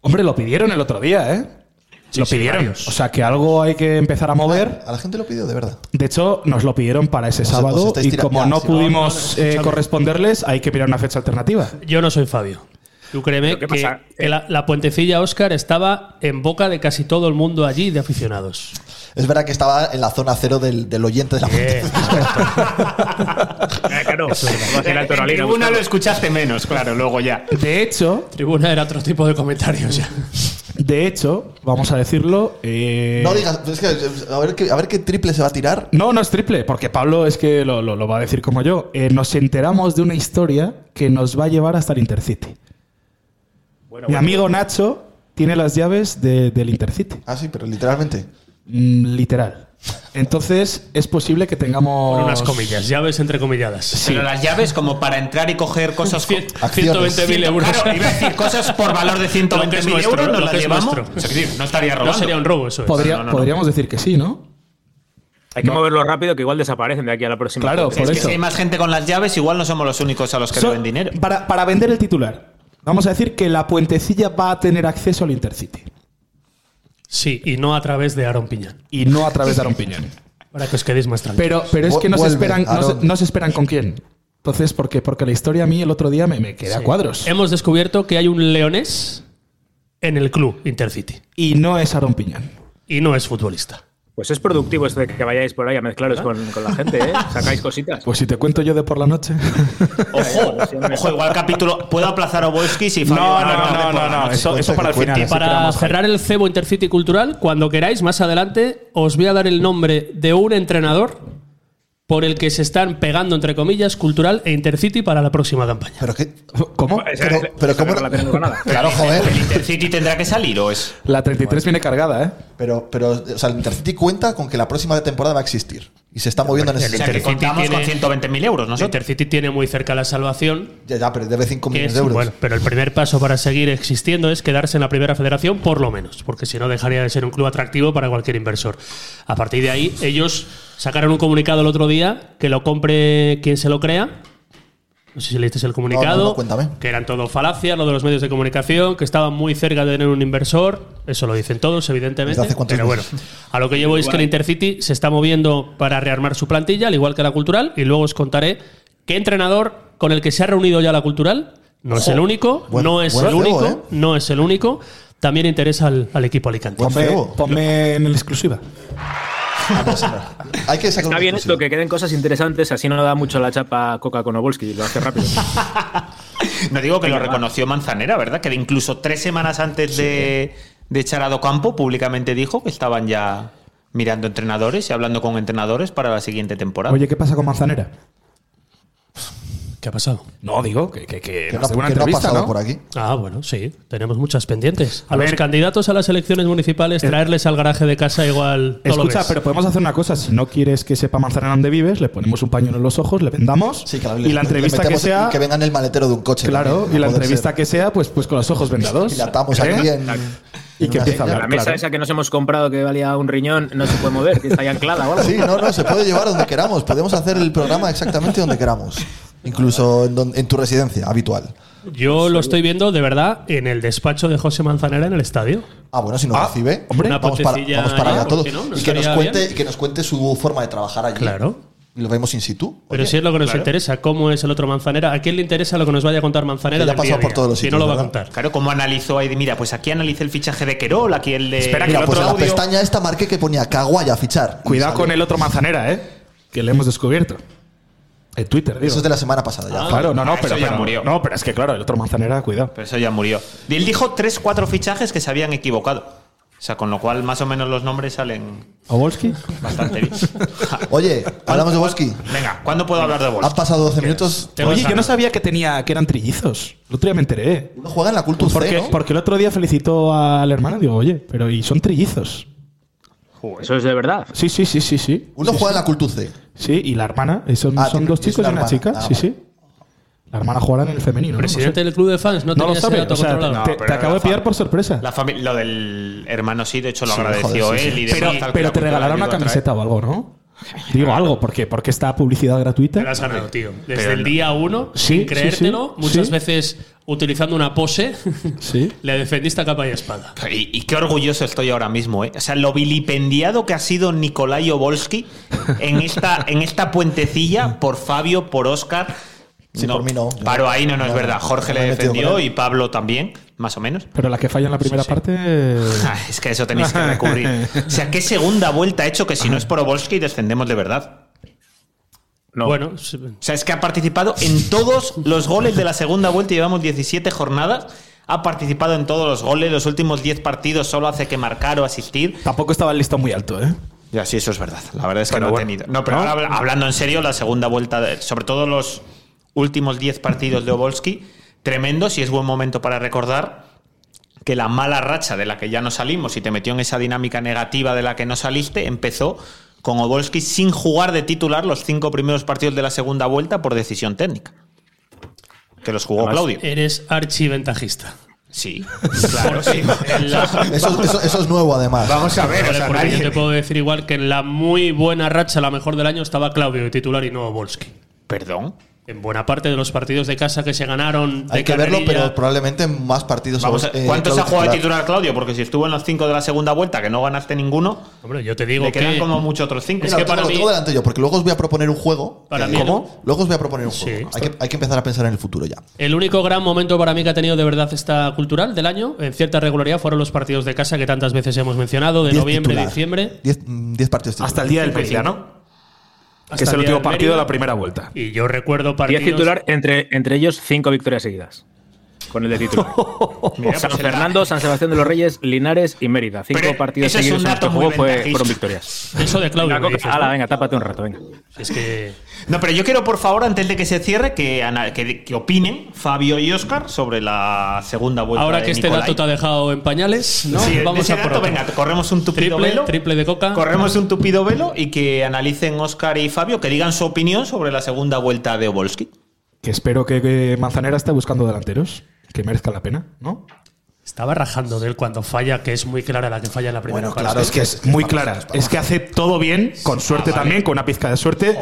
[SPEAKER 3] Hombre, lo pidieron el otro día, ¿eh?
[SPEAKER 2] Sí,
[SPEAKER 3] lo
[SPEAKER 2] sí,
[SPEAKER 3] pidieron.
[SPEAKER 2] varios.
[SPEAKER 3] o sea, que algo hay que empezar a mover.
[SPEAKER 1] A la gente lo pidió de verdad.
[SPEAKER 3] De hecho, nos lo pidieron para ese
[SPEAKER 1] Os- os
[SPEAKER 3] sábado
[SPEAKER 1] estáis
[SPEAKER 3] y
[SPEAKER 1] tirando-
[SPEAKER 3] como
[SPEAKER 1] ya,
[SPEAKER 3] no
[SPEAKER 1] sí,
[SPEAKER 3] pudimos
[SPEAKER 2] no, no,
[SPEAKER 3] eh,
[SPEAKER 2] escúchame.
[SPEAKER 3] corresponderles, hay que mirar una fecha alternativa.
[SPEAKER 2] Yo no soy Fabio. Tú créeme
[SPEAKER 5] Pero,
[SPEAKER 2] que
[SPEAKER 5] ¿qué pasa?
[SPEAKER 2] la, la puentecilla Oscar estaba en boca de casi todo el mundo allí de aficionados.
[SPEAKER 1] Es verdad que estaba en la zona cero del, del oyente de la
[SPEAKER 5] Eh, claro,
[SPEAKER 4] En tribuna lo escuchaste menos, claro, luego ya.
[SPEAKER 3] De hecho,
[SPEAKER 2] Tribuna era otro tipo de comentarios ya.
[SPEAKER 3] de hecho, vamos a decirlo. eh,
[SPEAKER 1] No digas, es que, a, ver qué, a ver qué triple se va a tirar.
[SPEAKER 3] No, no es triple, porque Pablo es que lo, lo- lo va a decir como yo. Eh, nos enteramos de una historia que nos va a llevar hasta el Intercity. Mi amigo Nacho tiene las llaves de- del Intercity.
[SPEAKER 1] Ah, sí, pero literalmente.
[SPEAKER 3] Mm, literal. Entonces, es posible que tengamos.
[SPEAKER 2] Con unas comillas, llaves entrecomilladas.
[SPEAKER 4] Pero las llaves, como para entrar y coger cosas.
[SPEAKER 2] Cien-
[SPEAKER 4] co-
[SPEAKER 1] Acciones.
[SPEAKER 2] 120.000 euros.
[SPEAKER 4] Claro, iba a decir cosas por valor de
[SPEAKER 2] Lo que es
[SPEAKER 4] 120.000
[SPEAKER 2] nuestro,
[SPEAKER 4] euros, nos
[SPEAKER 2] lo
[SPEAKER 4] las
[SPEAKER 2] que es
[SPEAKER 4] llevamos.
[SPEAKER 2] nuestro.
[SPEAKER 4] O sea, que, no estaría
[SPEAKER 2] No
[SPEAKER 4] robando.
[SPEAKER 2] sería un robo, eso es.
[SPEAKER 3] Podría-
[SPEAKER 4] No, no, no.
[SPEAKER 3] Podríamos decir que sí, ¿no?
[SPEAKER 5] Hay que moverlo rápido, que igual desaparecen de aquí a la próxima.
[SPEAKER 3] Claro,
[SPEAKER 5] Porque
[SPEAKER 3] por
[SPEAKER 4] Es que
[SPEAKER 3] eso.
[SPEAKER 4] si hay más gente con las llaves, igual no somos los únicos a los que
[SPEAKER 3] So-
[SPEAKER 4] deben dinero.
[SPEAKER 3] Para, para vender el titular. Vamos a decir que la puentecilla va a tener acceso al Intercity.
[SPEAKER 2] Sí, y no a través de Aaron Piñán.
[SPEAKER 3] Y no a través de Aaron Piñón.
[SPEAKER 2] Para que os quedéis más tranquilos.
[SPEAKER 3] Pero, pero es que no se,
[SPEAKER 1] Vuelve,
[SPEAKER 3] esperan, no, se,
[SPEAKER 1] Aarón.
[SPEAKER 3] no se esperan con quién. Entonces, ¿por qué? Porque la historia a mí el otro día me, me quedé a cuadros.
[SPEAKER 2] Hemos descubierto que hay un leonés en el club Intercity.
[SPEAKER 3] Y no es Aaron Piñón.
[SPEAKER 2] Y no es futbolista.
[SPEAKER 5] Pues es productivo esto de que vayáis por ahí a mezclaros con, con la gente, ¿eh? Sacáis cositas.
[SPEAKER 3] Pues si te cuento yo de por la noche.
[SPEAKER 4] Ojo, ojo, igual capítulo. Puedo aplazar a Wolski si Fabio
[SPEAKER 3] no,
[SPEAKER 4] gana
[SPEAKER 3] no,
[SPEAKER 4] tarde
[SPEAKER 3] no,
[SPEAKER 4] por la
[SPEAKER 3] no, no.
[SPEAKER 4] noche.
[SPEAKER 3] Eso,
[SPEAKER 1] Cuenta,
[SPEAKER 3] eso para el
[SPEAKER 1] cuenta.
[SPEAKER 3] final.
[SPEAKER 2] Y para cerrar el cebo Intercity Cultural, cuando queráis, más adelante, os voy a dar el nombre de un entrenador por el que se están pegando, entre comillas, Cultural e Intercity para la próxima campaña.
[SPEAKER 1] Pero qué.
[SPEAKER 3] ¿Cómo?
[SPEAKER 5] Pues
[SPEAKER 1] Pero, pero cómo.
[SPEAKER 5] no la tenemos nada.
[SPEAKER 1] Claro,
[SPEAKER 4] ¿El
[SPEAKER 1] joder.
[SPEAKER 4] Intercity tendrá que salir o es?
[SPEAKER 3] La 33 viene cargada, ¿eh?
[SPEAKER 1] Pero, pero, o sea, el Intercity cuenta con que la próxima temporada va a existir. Y se está moviendo en ese
[SPEAKER 4] O sea, que
[SPEAKER 1] sentido.
[SPEAKER 4] contamos con
[SPEAKER 2] tiene-
[SPEAKER 4] 120.000 euros
[SPEAKER 2] El
[SPEAKER 4] nosotros.
[SPEAKER 2] Intercity tiene muy cerca la salvación.
[SPEAKER 1] Ya, ya, pero debe 5
[SPEAKER 2] que
[SPEAKER 1] millones
[SPEAKER 2] es-
[SPEAKER 1] de euros.
[SPEAKER 2] bueno, pero el primer paso para seguir existiendo es quedarse en la primera federación, por lo menos, porque si no dejaría de ser un club atractivo para cualquier inversor. A partir de ahí, ellos sacaron un comunicado el otro día que lo compre quien se lo crea. No sé si leíste el comunicado.
[SPEAKER 1] No, no, no, cuéntame.
[SPEAKER 2] Que eran todo falacias, lo de los medios de comunicación, que estaban muy cerca de tener un inversor. Eso lo dicen todos, evidentemente.
[SPEAKER 1] Desde hace cuántos
[SPEAKER 2] pero bueno,
[SPEAKER 1] meses.
[SPEAKER 2] a lo que llevo es que el Intercity se está moviendo para rearmar su plantilla, al igual que la cultural, y luego os contaré qué entrenador con el que se ha reunido ya la cultural. No es el único,
[SPEAKER 1] Buen-
[SPEAKER 2] no es
[SPEAKER 1] buen
[SPEAKER 2] el
[SPEAKER 1] cebo,
[SPEAKER 2] único,
[SPEAKER 1] ¿eh?
[SPEAKER 2] no es el único. También interesa al, al equipo Alicante.
[SPEAKER 1] Buen Ah,
[SPEAKER 3] Ponme,
[SPEAKER 1] cebo.
[SPEAKER 3] ponme en el exclusiva.
[SPEAKER 1] Hay que sacar
[SPEAKER 5] Está
[SPEAKER 1] una
[SPEAKER 5] bien
[SPEAKER 1] conclusión.
[SPEAKER 5] esto, que queden cosas interesantes, así no da mucho la chapa Coca con Obolski, lo hace rápido.
[SPEAKER 4] No digo que lo reconoció Manzanera, ¿verdad? Que incluso tres semanas antes de, de echar a Docampo, públicamente dijo que estaban ya mirando entrenadores y hablando con entrenadores para la siguiente temporada.
[SPEAKER 3] Oye, ¿qué pasa con Manzanera?
[SPEAKER 2] ¿Qué ha pasado?
[SPEAKER 3] No, digo, que, que, que
[SPEAKER 1] Que
[SPEAKER 3] nos
[SPEAKER 1] no,
[SPEAKER 3] dé una
[SPEAKER 1] que no ha
[SPEAKER 3] entrevista,
[SPEAKER 1] pasado
[SPEAKER 3] ¿no?
[SPEAKER 1] por aquí.
[SPEAKER 2] Ah, bueno, sí, tenemos muchas pendientes. A,
[SPEAKER 3] A
[SPEAKER 2] los
[SPEAKER 3] ver. Eh.
[SPEAKER 2] candidatos a las elecciones municipales, traerles al garaje de casa igual. no lo
[SPEAKER 3] Escucha,
[SPEAKER 2] ves.
[SPEAKER 3] pero podemos hacer una cosa. Si no quieres que sepa Manzanera dónde vives, le ponemos un pañuelo en los ojos, le vendamos
[SPEAKER 1] Sí, claro,
[SPEAKER 3] y
[SPEAKER 1] le-
[SPEAKER 3] la
[SPEAKER 1] le
[SPEAKER 3] entrevista que
[SPEAKER 1] metemos-
[SPEAKER 3] sea...
[SPEAKER 1] Que venga en el maletero de un coche.
[SPEAKER 3] Claro, y la entrevista que sea, pues, pues con los ojos vendados.
[SPEAKER 1] Y la atamos
[SPEAKER 3] ¿Eh?
[SPEAKER 1] aquí en.
[SPEAKER 3] Y
[SPEAKER 1] en
[SPEAKER 3] que
[SPEAKER 1] una
[SPEAKER 3] empieza a
[SPEAKER 1] silla.
[SPEAKER 3] hablar.
[SPEAKER 5] La mesa
[SPEAKER 3] claro.
[SPEAKER 5] esa que nos hemos comprado que valía un riñón no se puede mover, que está ahí anclada o algo.
[SPEAKER 1] Sí, no, no, se puede llevar donde queramos. Podemos hacer el programa exactamente donde queramos. Incluso en, don- en tu residencia habitual.
[SPEAKER 2] Yo lo estoy viendo de verdad en el despacho de José Manzanera en el estadio.
[SPEAKER 1] Ah, bueno, si nos
[SPEAKER 3] Ah,
[SPEAKER 1] recibe,
[SPEAKER 3] hombre.
[SPEAKER 2] Una
[SPEAKER 1] vamos, para,
[SPEAKER 2] potecilla
[SPEAKER 1] vamos para
[SPEAKER 2] ahí,
[SPEAKER 1] allá
[SPEAKER 2] ¿por
[SPEAKER 1] todos.
[SPEAKER 2] qué no? ¿No
[SPEAKER 1] y que nos,
[SPEAKER 2] estaría
[SPEAKER 1] cuente,
[SPEAKER 2] bien?
[SPEAKER 1] y que nos cuente su forma de trabajar allí.
[SPEAKER 2] Claro.
[SPEAKER 1] Y lo vemos in situ.
[SPEAKER 2] Pero
[SPEAKER 1] Oye,
[SPEAKER 2] si es lo que nos interesa, cómo es el otro Manzanera, a quién le interesa lo que nos vaya a contar Manzanera.
[SPEAKER 1] Que ya
[SPEAKER 2] del
[SPEAKER 1] ha pasado
[SPEAKER 2] día a día?
[SPEAKER 1] por todos los
[SPEAKER 2] Si no
[SPEAKER 1] sitios,
[SPEAKER 2] lo va a
[SPEAKER 1] ¿verdad?
[SPEAKER 2] contar.
[SPEAKER 4] Claro, como analizó ahí, de, mira, pues aquí analice el fichaje de Querol, aquí el de...
[SPEAKER 3] Espera,
[SPEAKER 1] Mira,
[SPEAKER 3] el
[SPEAKER 1] pues
[SPEAKER 3] otro
[SPEAKER 1] en la
[SPEAKER 3] audio-
[SPEAKER 1] pestaña esta marqué que ponía Caguaya fichar. Y
[SPEAKER 3] Cuidado
[SPEAKER 1] sale.
[SPEAKER 3] con el otro Manzanera, ¿eh? Que le hemos descubierto. En Twitter, digo.
[SPEAKER 1] Eso es de la semana pasada ya.
[SPEAKER 3] Claro, no, no,
[SPEAKER 4] Ah,
[SPEAKER 3] pero,
[SPEAKER 4] eso ya
[SPEAKER 3] pero-
[SPEAKER 4] murió.
[SPEAKER 3] No, pero es que claro, el otro Manzanera, cuidado.
[SPEAKER 4] Pero eso ya murió. Y él dijo tres, cuatro fichajes que se habían equivocado. O sea, con lo cual más o menos los nombres salen
[SPEAKER 3] ¿Obolski?
[SPEAKER 4] bastante bien.
[SPEAKER 3] Ah.
[SPEAKER 1] Oye, hablamos de Boski.
[SPEAKER 4] Venga, ¿cuándo puedo hablar de Wolski?
[SPEAKER 1] Han pasado 12 minutos.
[SPEAKER 2] Tengo
[SPEAKER 3] Oye, yo no
[SPEAKER 2] ganas.
[SPEAKER 3] sabía que tenía que eran trillizos. El otro día me enteré.
[SPEAKER 1] Uno juega en la cultura
[SPEAKER 3] Porque, porque el otro día felicitó a la hermana. Digo, oye, pero ¿y son trillizos?
[SPEAKER 5] Eso es de verdad.
[SPEAKER 3] Sí, sí, sí, sí, sí.
[SPEAKER 1] Uno juega en la cultura C.
[SPEAKER 3] Sí, y la hermana. eh, Son,
[SPEAKER 1] Ah,
[SPEAKER 3] son
[SPEAKER 1] tiene-
[SPEAKER 3] dos
[SPEAKER 1] es
[SPEAKER 3] chicos y
[SPEAKER 1] una
[SPEAKER 3] una
[SPEAKER 1] hermana.
[SPEAKER 3] chica.
[SPEAKER 1] Ah,
[SPEAKER 3] sí,
[SPEAKER 1] vale.
[SPEAKER 3] sí. La hermana jugará en el femenino. ¿no? No sé.
[SPEAKER 2] Presidente del club de fans, no,
[SPEAKER 3] No lo
[SPEAKER 2] tenía ese
[SPEAKER 3] sabe.
[SPEAKER 2] dato
[SPEAKER 3] o sea,
[SPEAKER 2] controlado.
[SPEAKER 3] te, te
[SPEAKER 4] pero
[SPEAKER 3] acabo de
[SPEAKER 4] la
[SPEAKER 3] pillar
[SPEAKER 4] fa-
[SPEAKER 3] por sorpresa.
[SPEAKER 4] La fami- lo del hermano sí, de hecho lo
[SPEAKER 1] Sí,
[SPEAKER 4] agradeció
[SPEAKER 1] joder, sí,
[SPEAKER 4] él
[SPEAKER 1] sí.
[SPEAKER 4] y
[SPEAKER 3] Pero,
[SPEAKER 4] demás, al
[SPEAKER 3] pero
[SPEAKER 4] que
[SPEAKER 3] te
[SPEAKER 4] la
[SPEAKER 3] regalaron una
[SPEAKER 4] cultura ayudó a
[SPEAKER 3] camiseta o algo, ¿no? Digo algo, porque porque esta publicidad gratuita.
[SPEAKER 2] Te la has ganado, tío. Desde
[SPEAKER 4] Pero
[SPEAKER 2] el
[SPEAKER 4] no.
[SPEAKER 2] día uno,
[SPEAKER 3] Sí,
[SPEAKER 2] sin creértelo,
[SPEAKER 3] sí, sí.
[SPEAKER 2] muchas
[SPEAKER 3] Sí.
[SPEAKER 2] veces utilizando una pose,
[SPEAKER 3] Sí.
[SPEAKER 2] le defendiste a capa y espada.
[SPEAKER 4] traer. Y, y qué orgulloso estoy ahora mismo, ¿eh? O sea, lo vilipendiado que ha sido Nikolai Obolski en esta, en esta puentecilla por Fabio, por Oscar.
[SPEAKER 1] Sí, por mí no. Yo-
[SPEAKER 4] Paro ahí, no, no es
[SPEAKER 1] no,
[SPEAKER 4] verdad. Jorge le
[SPEAKER 1] no me he metido
[SPEAKER 4] defendió
[SPEAKER 1] con él.
[SPEAKER 4] y Pablo también, más o menos.
[SPEAKER 3] Pero la que falla en la primera parte.
[SPEAKER 4] Ah, es que a eso tenéis que recurrir. O sea, ¿qué segunda vuelta ha hecho que si no es por Obolsky descendemos de verdad?
[SPEAKER 5] No.
[SPEAKER 2] Bueno, sí,
[SPEAKER 4] O sea, es que ha participado en todos los goles de la segunda vuelta, llevamos 17 jornadas. Ha participado en todos los goles, los últimos 10 partidos solo hace que marcar o asistir.
[SPEAKER 3] Tampoco estaba el listón muy alto, ¿eh?
[SPEAKER 4] Ya, sí, eso es verdad. La verdad es que
[SPEAKER 3] Pero
[SPEAKER 4] no
[SPEAKER 3] bueno,
[SPEAKER 4] ha tenido. No, pero
[SPEAKER 3] ¿no?
[SPEAKER 4] ahora habla- hablando en serio, la segunda vuelta, de- sobre todo los últimos 10 partidos de Obolski, tremendos y es buen momento para recordar que la mala racha de la que ya no salimos y te metió en esa dinámica negativa de la que no saliste empezó con Obolski sin jugar de titular los cinco primeros partidos de la segunda vuelta por decisión técnica. Que los jugó
[SPEAKER 5] Además,
[SPEAKER 6] eh,
[SPEAKER 4] Claudio.
[SPEAKER 2] eres archiventajista.
[SPEAKER 4] Sí, claro, sí.
[SPEAKER 1] Eso, eso- eso es nuevo, además.
[SPEAKER 6] Vamos a ver, o
[SPEAKER 2] Vale,
[SPEAKER 6] sea,
[SPEAKER 2] porque
[SPEAKER 6] nadie-
[SPEAKER 2] yo te puedo decir igual que en la muy buena racha, la mejor del año, estaba Claudio de titular y no Volsky.
[SPEAKER 4] Perdón.
[SPEAKER 2] En buena parte de los partidos de casa que se ganaron. de
[SPEAKER 1] Hay que verlo,
[SPEAKER 2] carrerilla,
[SPEAKER 1] pero probablemente más partidos.
[SPEAKER 4] Vamos a-
[SPEAKER 1] eh,
[SPEAKER 4] ¿Cuántos ha
[SPEAKER 1] Claudio
[SPEAKER 4] jugado de titular Claudio? Porque si estuvo en los cinco de la segunda vuelta, que no ganaste ninguno,
[SPEAKER 2] Hombre, yo te digo
[SPEAKER 4] le quedan
[SPEAKER 2] que.
[SPEAKER 4] como mucho otros cinco.
[SPEAKER 2] Es
[SPEAKER 1] Mira,
[SPEAKER 2] que
[SPEAKER 1] lo tengo-
[SPEAKER 2] para
[SPEAKER 1] lo
[SPEAKER 2] mí-
[SPEAKER 1] tengo delante yo, porque luego os voy a proponer un juego.
[SPEAKER 2] Para
[SPEAKER 1] Eh,
[SPEAKER 2] mí-
[SPEAKER 1] ¿Cómo? Luego os voy a proponer un
[SPEAKER 2] Sí,
[SPEAKER 1] juego.
[SPEAKER 2] esto-
[SPEAKER 1] Hay que, hay que empezar a pensar en el futuro ya.
[SPEAKER 2] El único gran momento para mí que ha tenido de verdad esta cultural del año, en cierta regularidad, fueron los partidos de casa que tantas veces hemos mencionado, de
[SPEAKER 1] Diez
[SPEAKER 2] noviembre,
[SPEAKER 1] titular.
[SPEAKER 2] diciembre.
[SPEAKER 1] Diez, mm, diez partidos
[SPEAKER 3] Hasta
[SPEAKER 1] titular.
[SPEAKER 3] el día del Mérida, ¿no?
[SPEAKER 2] hasta
[SPEAKER 3] Que es
[SPEAKER 2] día
[SPEAKER 3] el último
[SPEAKER 2] del
[SPEAKER 3] partido de
[SPEAKER 2] Mérida.
[SPEAKER 3] la primera vuelta.
[SPEAKER 2] Y yo recuerdo
[SPEAKER 5] Y es
[SPEAKER 2] partidos.
[SPEAKER 5] titular, entre, entre ellos, cinco victorias seguidas. Con el de titular.
[SPEAKER 4] Mira,
[SPEAKER 5] San
[SPEAKER 4] pues el-
[SPEAKER 5] Fernando, San Sebastián de los Reyes, Linares y Mérida. Cinco
[SPEAKER 4] Pero
[SPEAKER 5] partidos
[SPEAKER 4] ese es
[SPEAKER 5] seguidos
[SPEAKER 4] un
[SPEAKER 5] en los que
[SPEAKER 4] dato muy
[SPEAKER 5] jugó fue,
[SPEAKER 4] ventajista.
[SPEAKER 5] fueron victorias.
[SPEAKER 2] Eso de Claudio.
[SPEAKER 5] La
[SPEAKER 2] me
[SPEAKER 5] coca-
[SPEAKER 2] dices, ¿no?
[SPEAKER 5] ala, venga, tápate un rato, venga.
[SPEAKER 2] Es que.
[SPEAKER 4] No, pero yo quiero, por favor, antes de que se cierre, que, ana- que, que opinen Fabio y Oscar sobre Pues la segunda vuelta.
[SPEAKER 2] Ahora
[SPEAKER 4] de
[SPEAKER 2] que este
[SPEAKER 4] Nicolai.
[SPEAKER 2] dato te ha dejado en pañales, ¿no?
[SPEAKER 4] Sí,
[SPEAKER 2] Vamos
[SPEAKER 4] ese
[SPEAKER 2] a por
[SPEAKER 4] dato,
[SPEAKER 2] otro.
[SPEAKER 4] venga, corremos un tupido
[SPEAKER 2] Triple,
[SPEAKER 4] velo.
[SPEAKER 2] triple de coca.
[SPEAKER 4] Corremos un tupido velo y que analicen Oscar y Fabio, que digan su opinión sobre la segunda vuelta de Obolski.
[SPEAKER 3] Que espero que, que Manzanera esté buscando delanteros. Que merezca la pena, ¿no?
[SPEAKER 2] Estaba rajando de él cuando falla, que es muy clara la que falla en la primera
[SPEAKER 1] Bueno,
[SPEAKER 2] parte.
[SPEAKER 1] claro, es que es
[SPEAKER 3] Muy clara. Es que hace todo bien, con suerte también, con una pizca de suerte.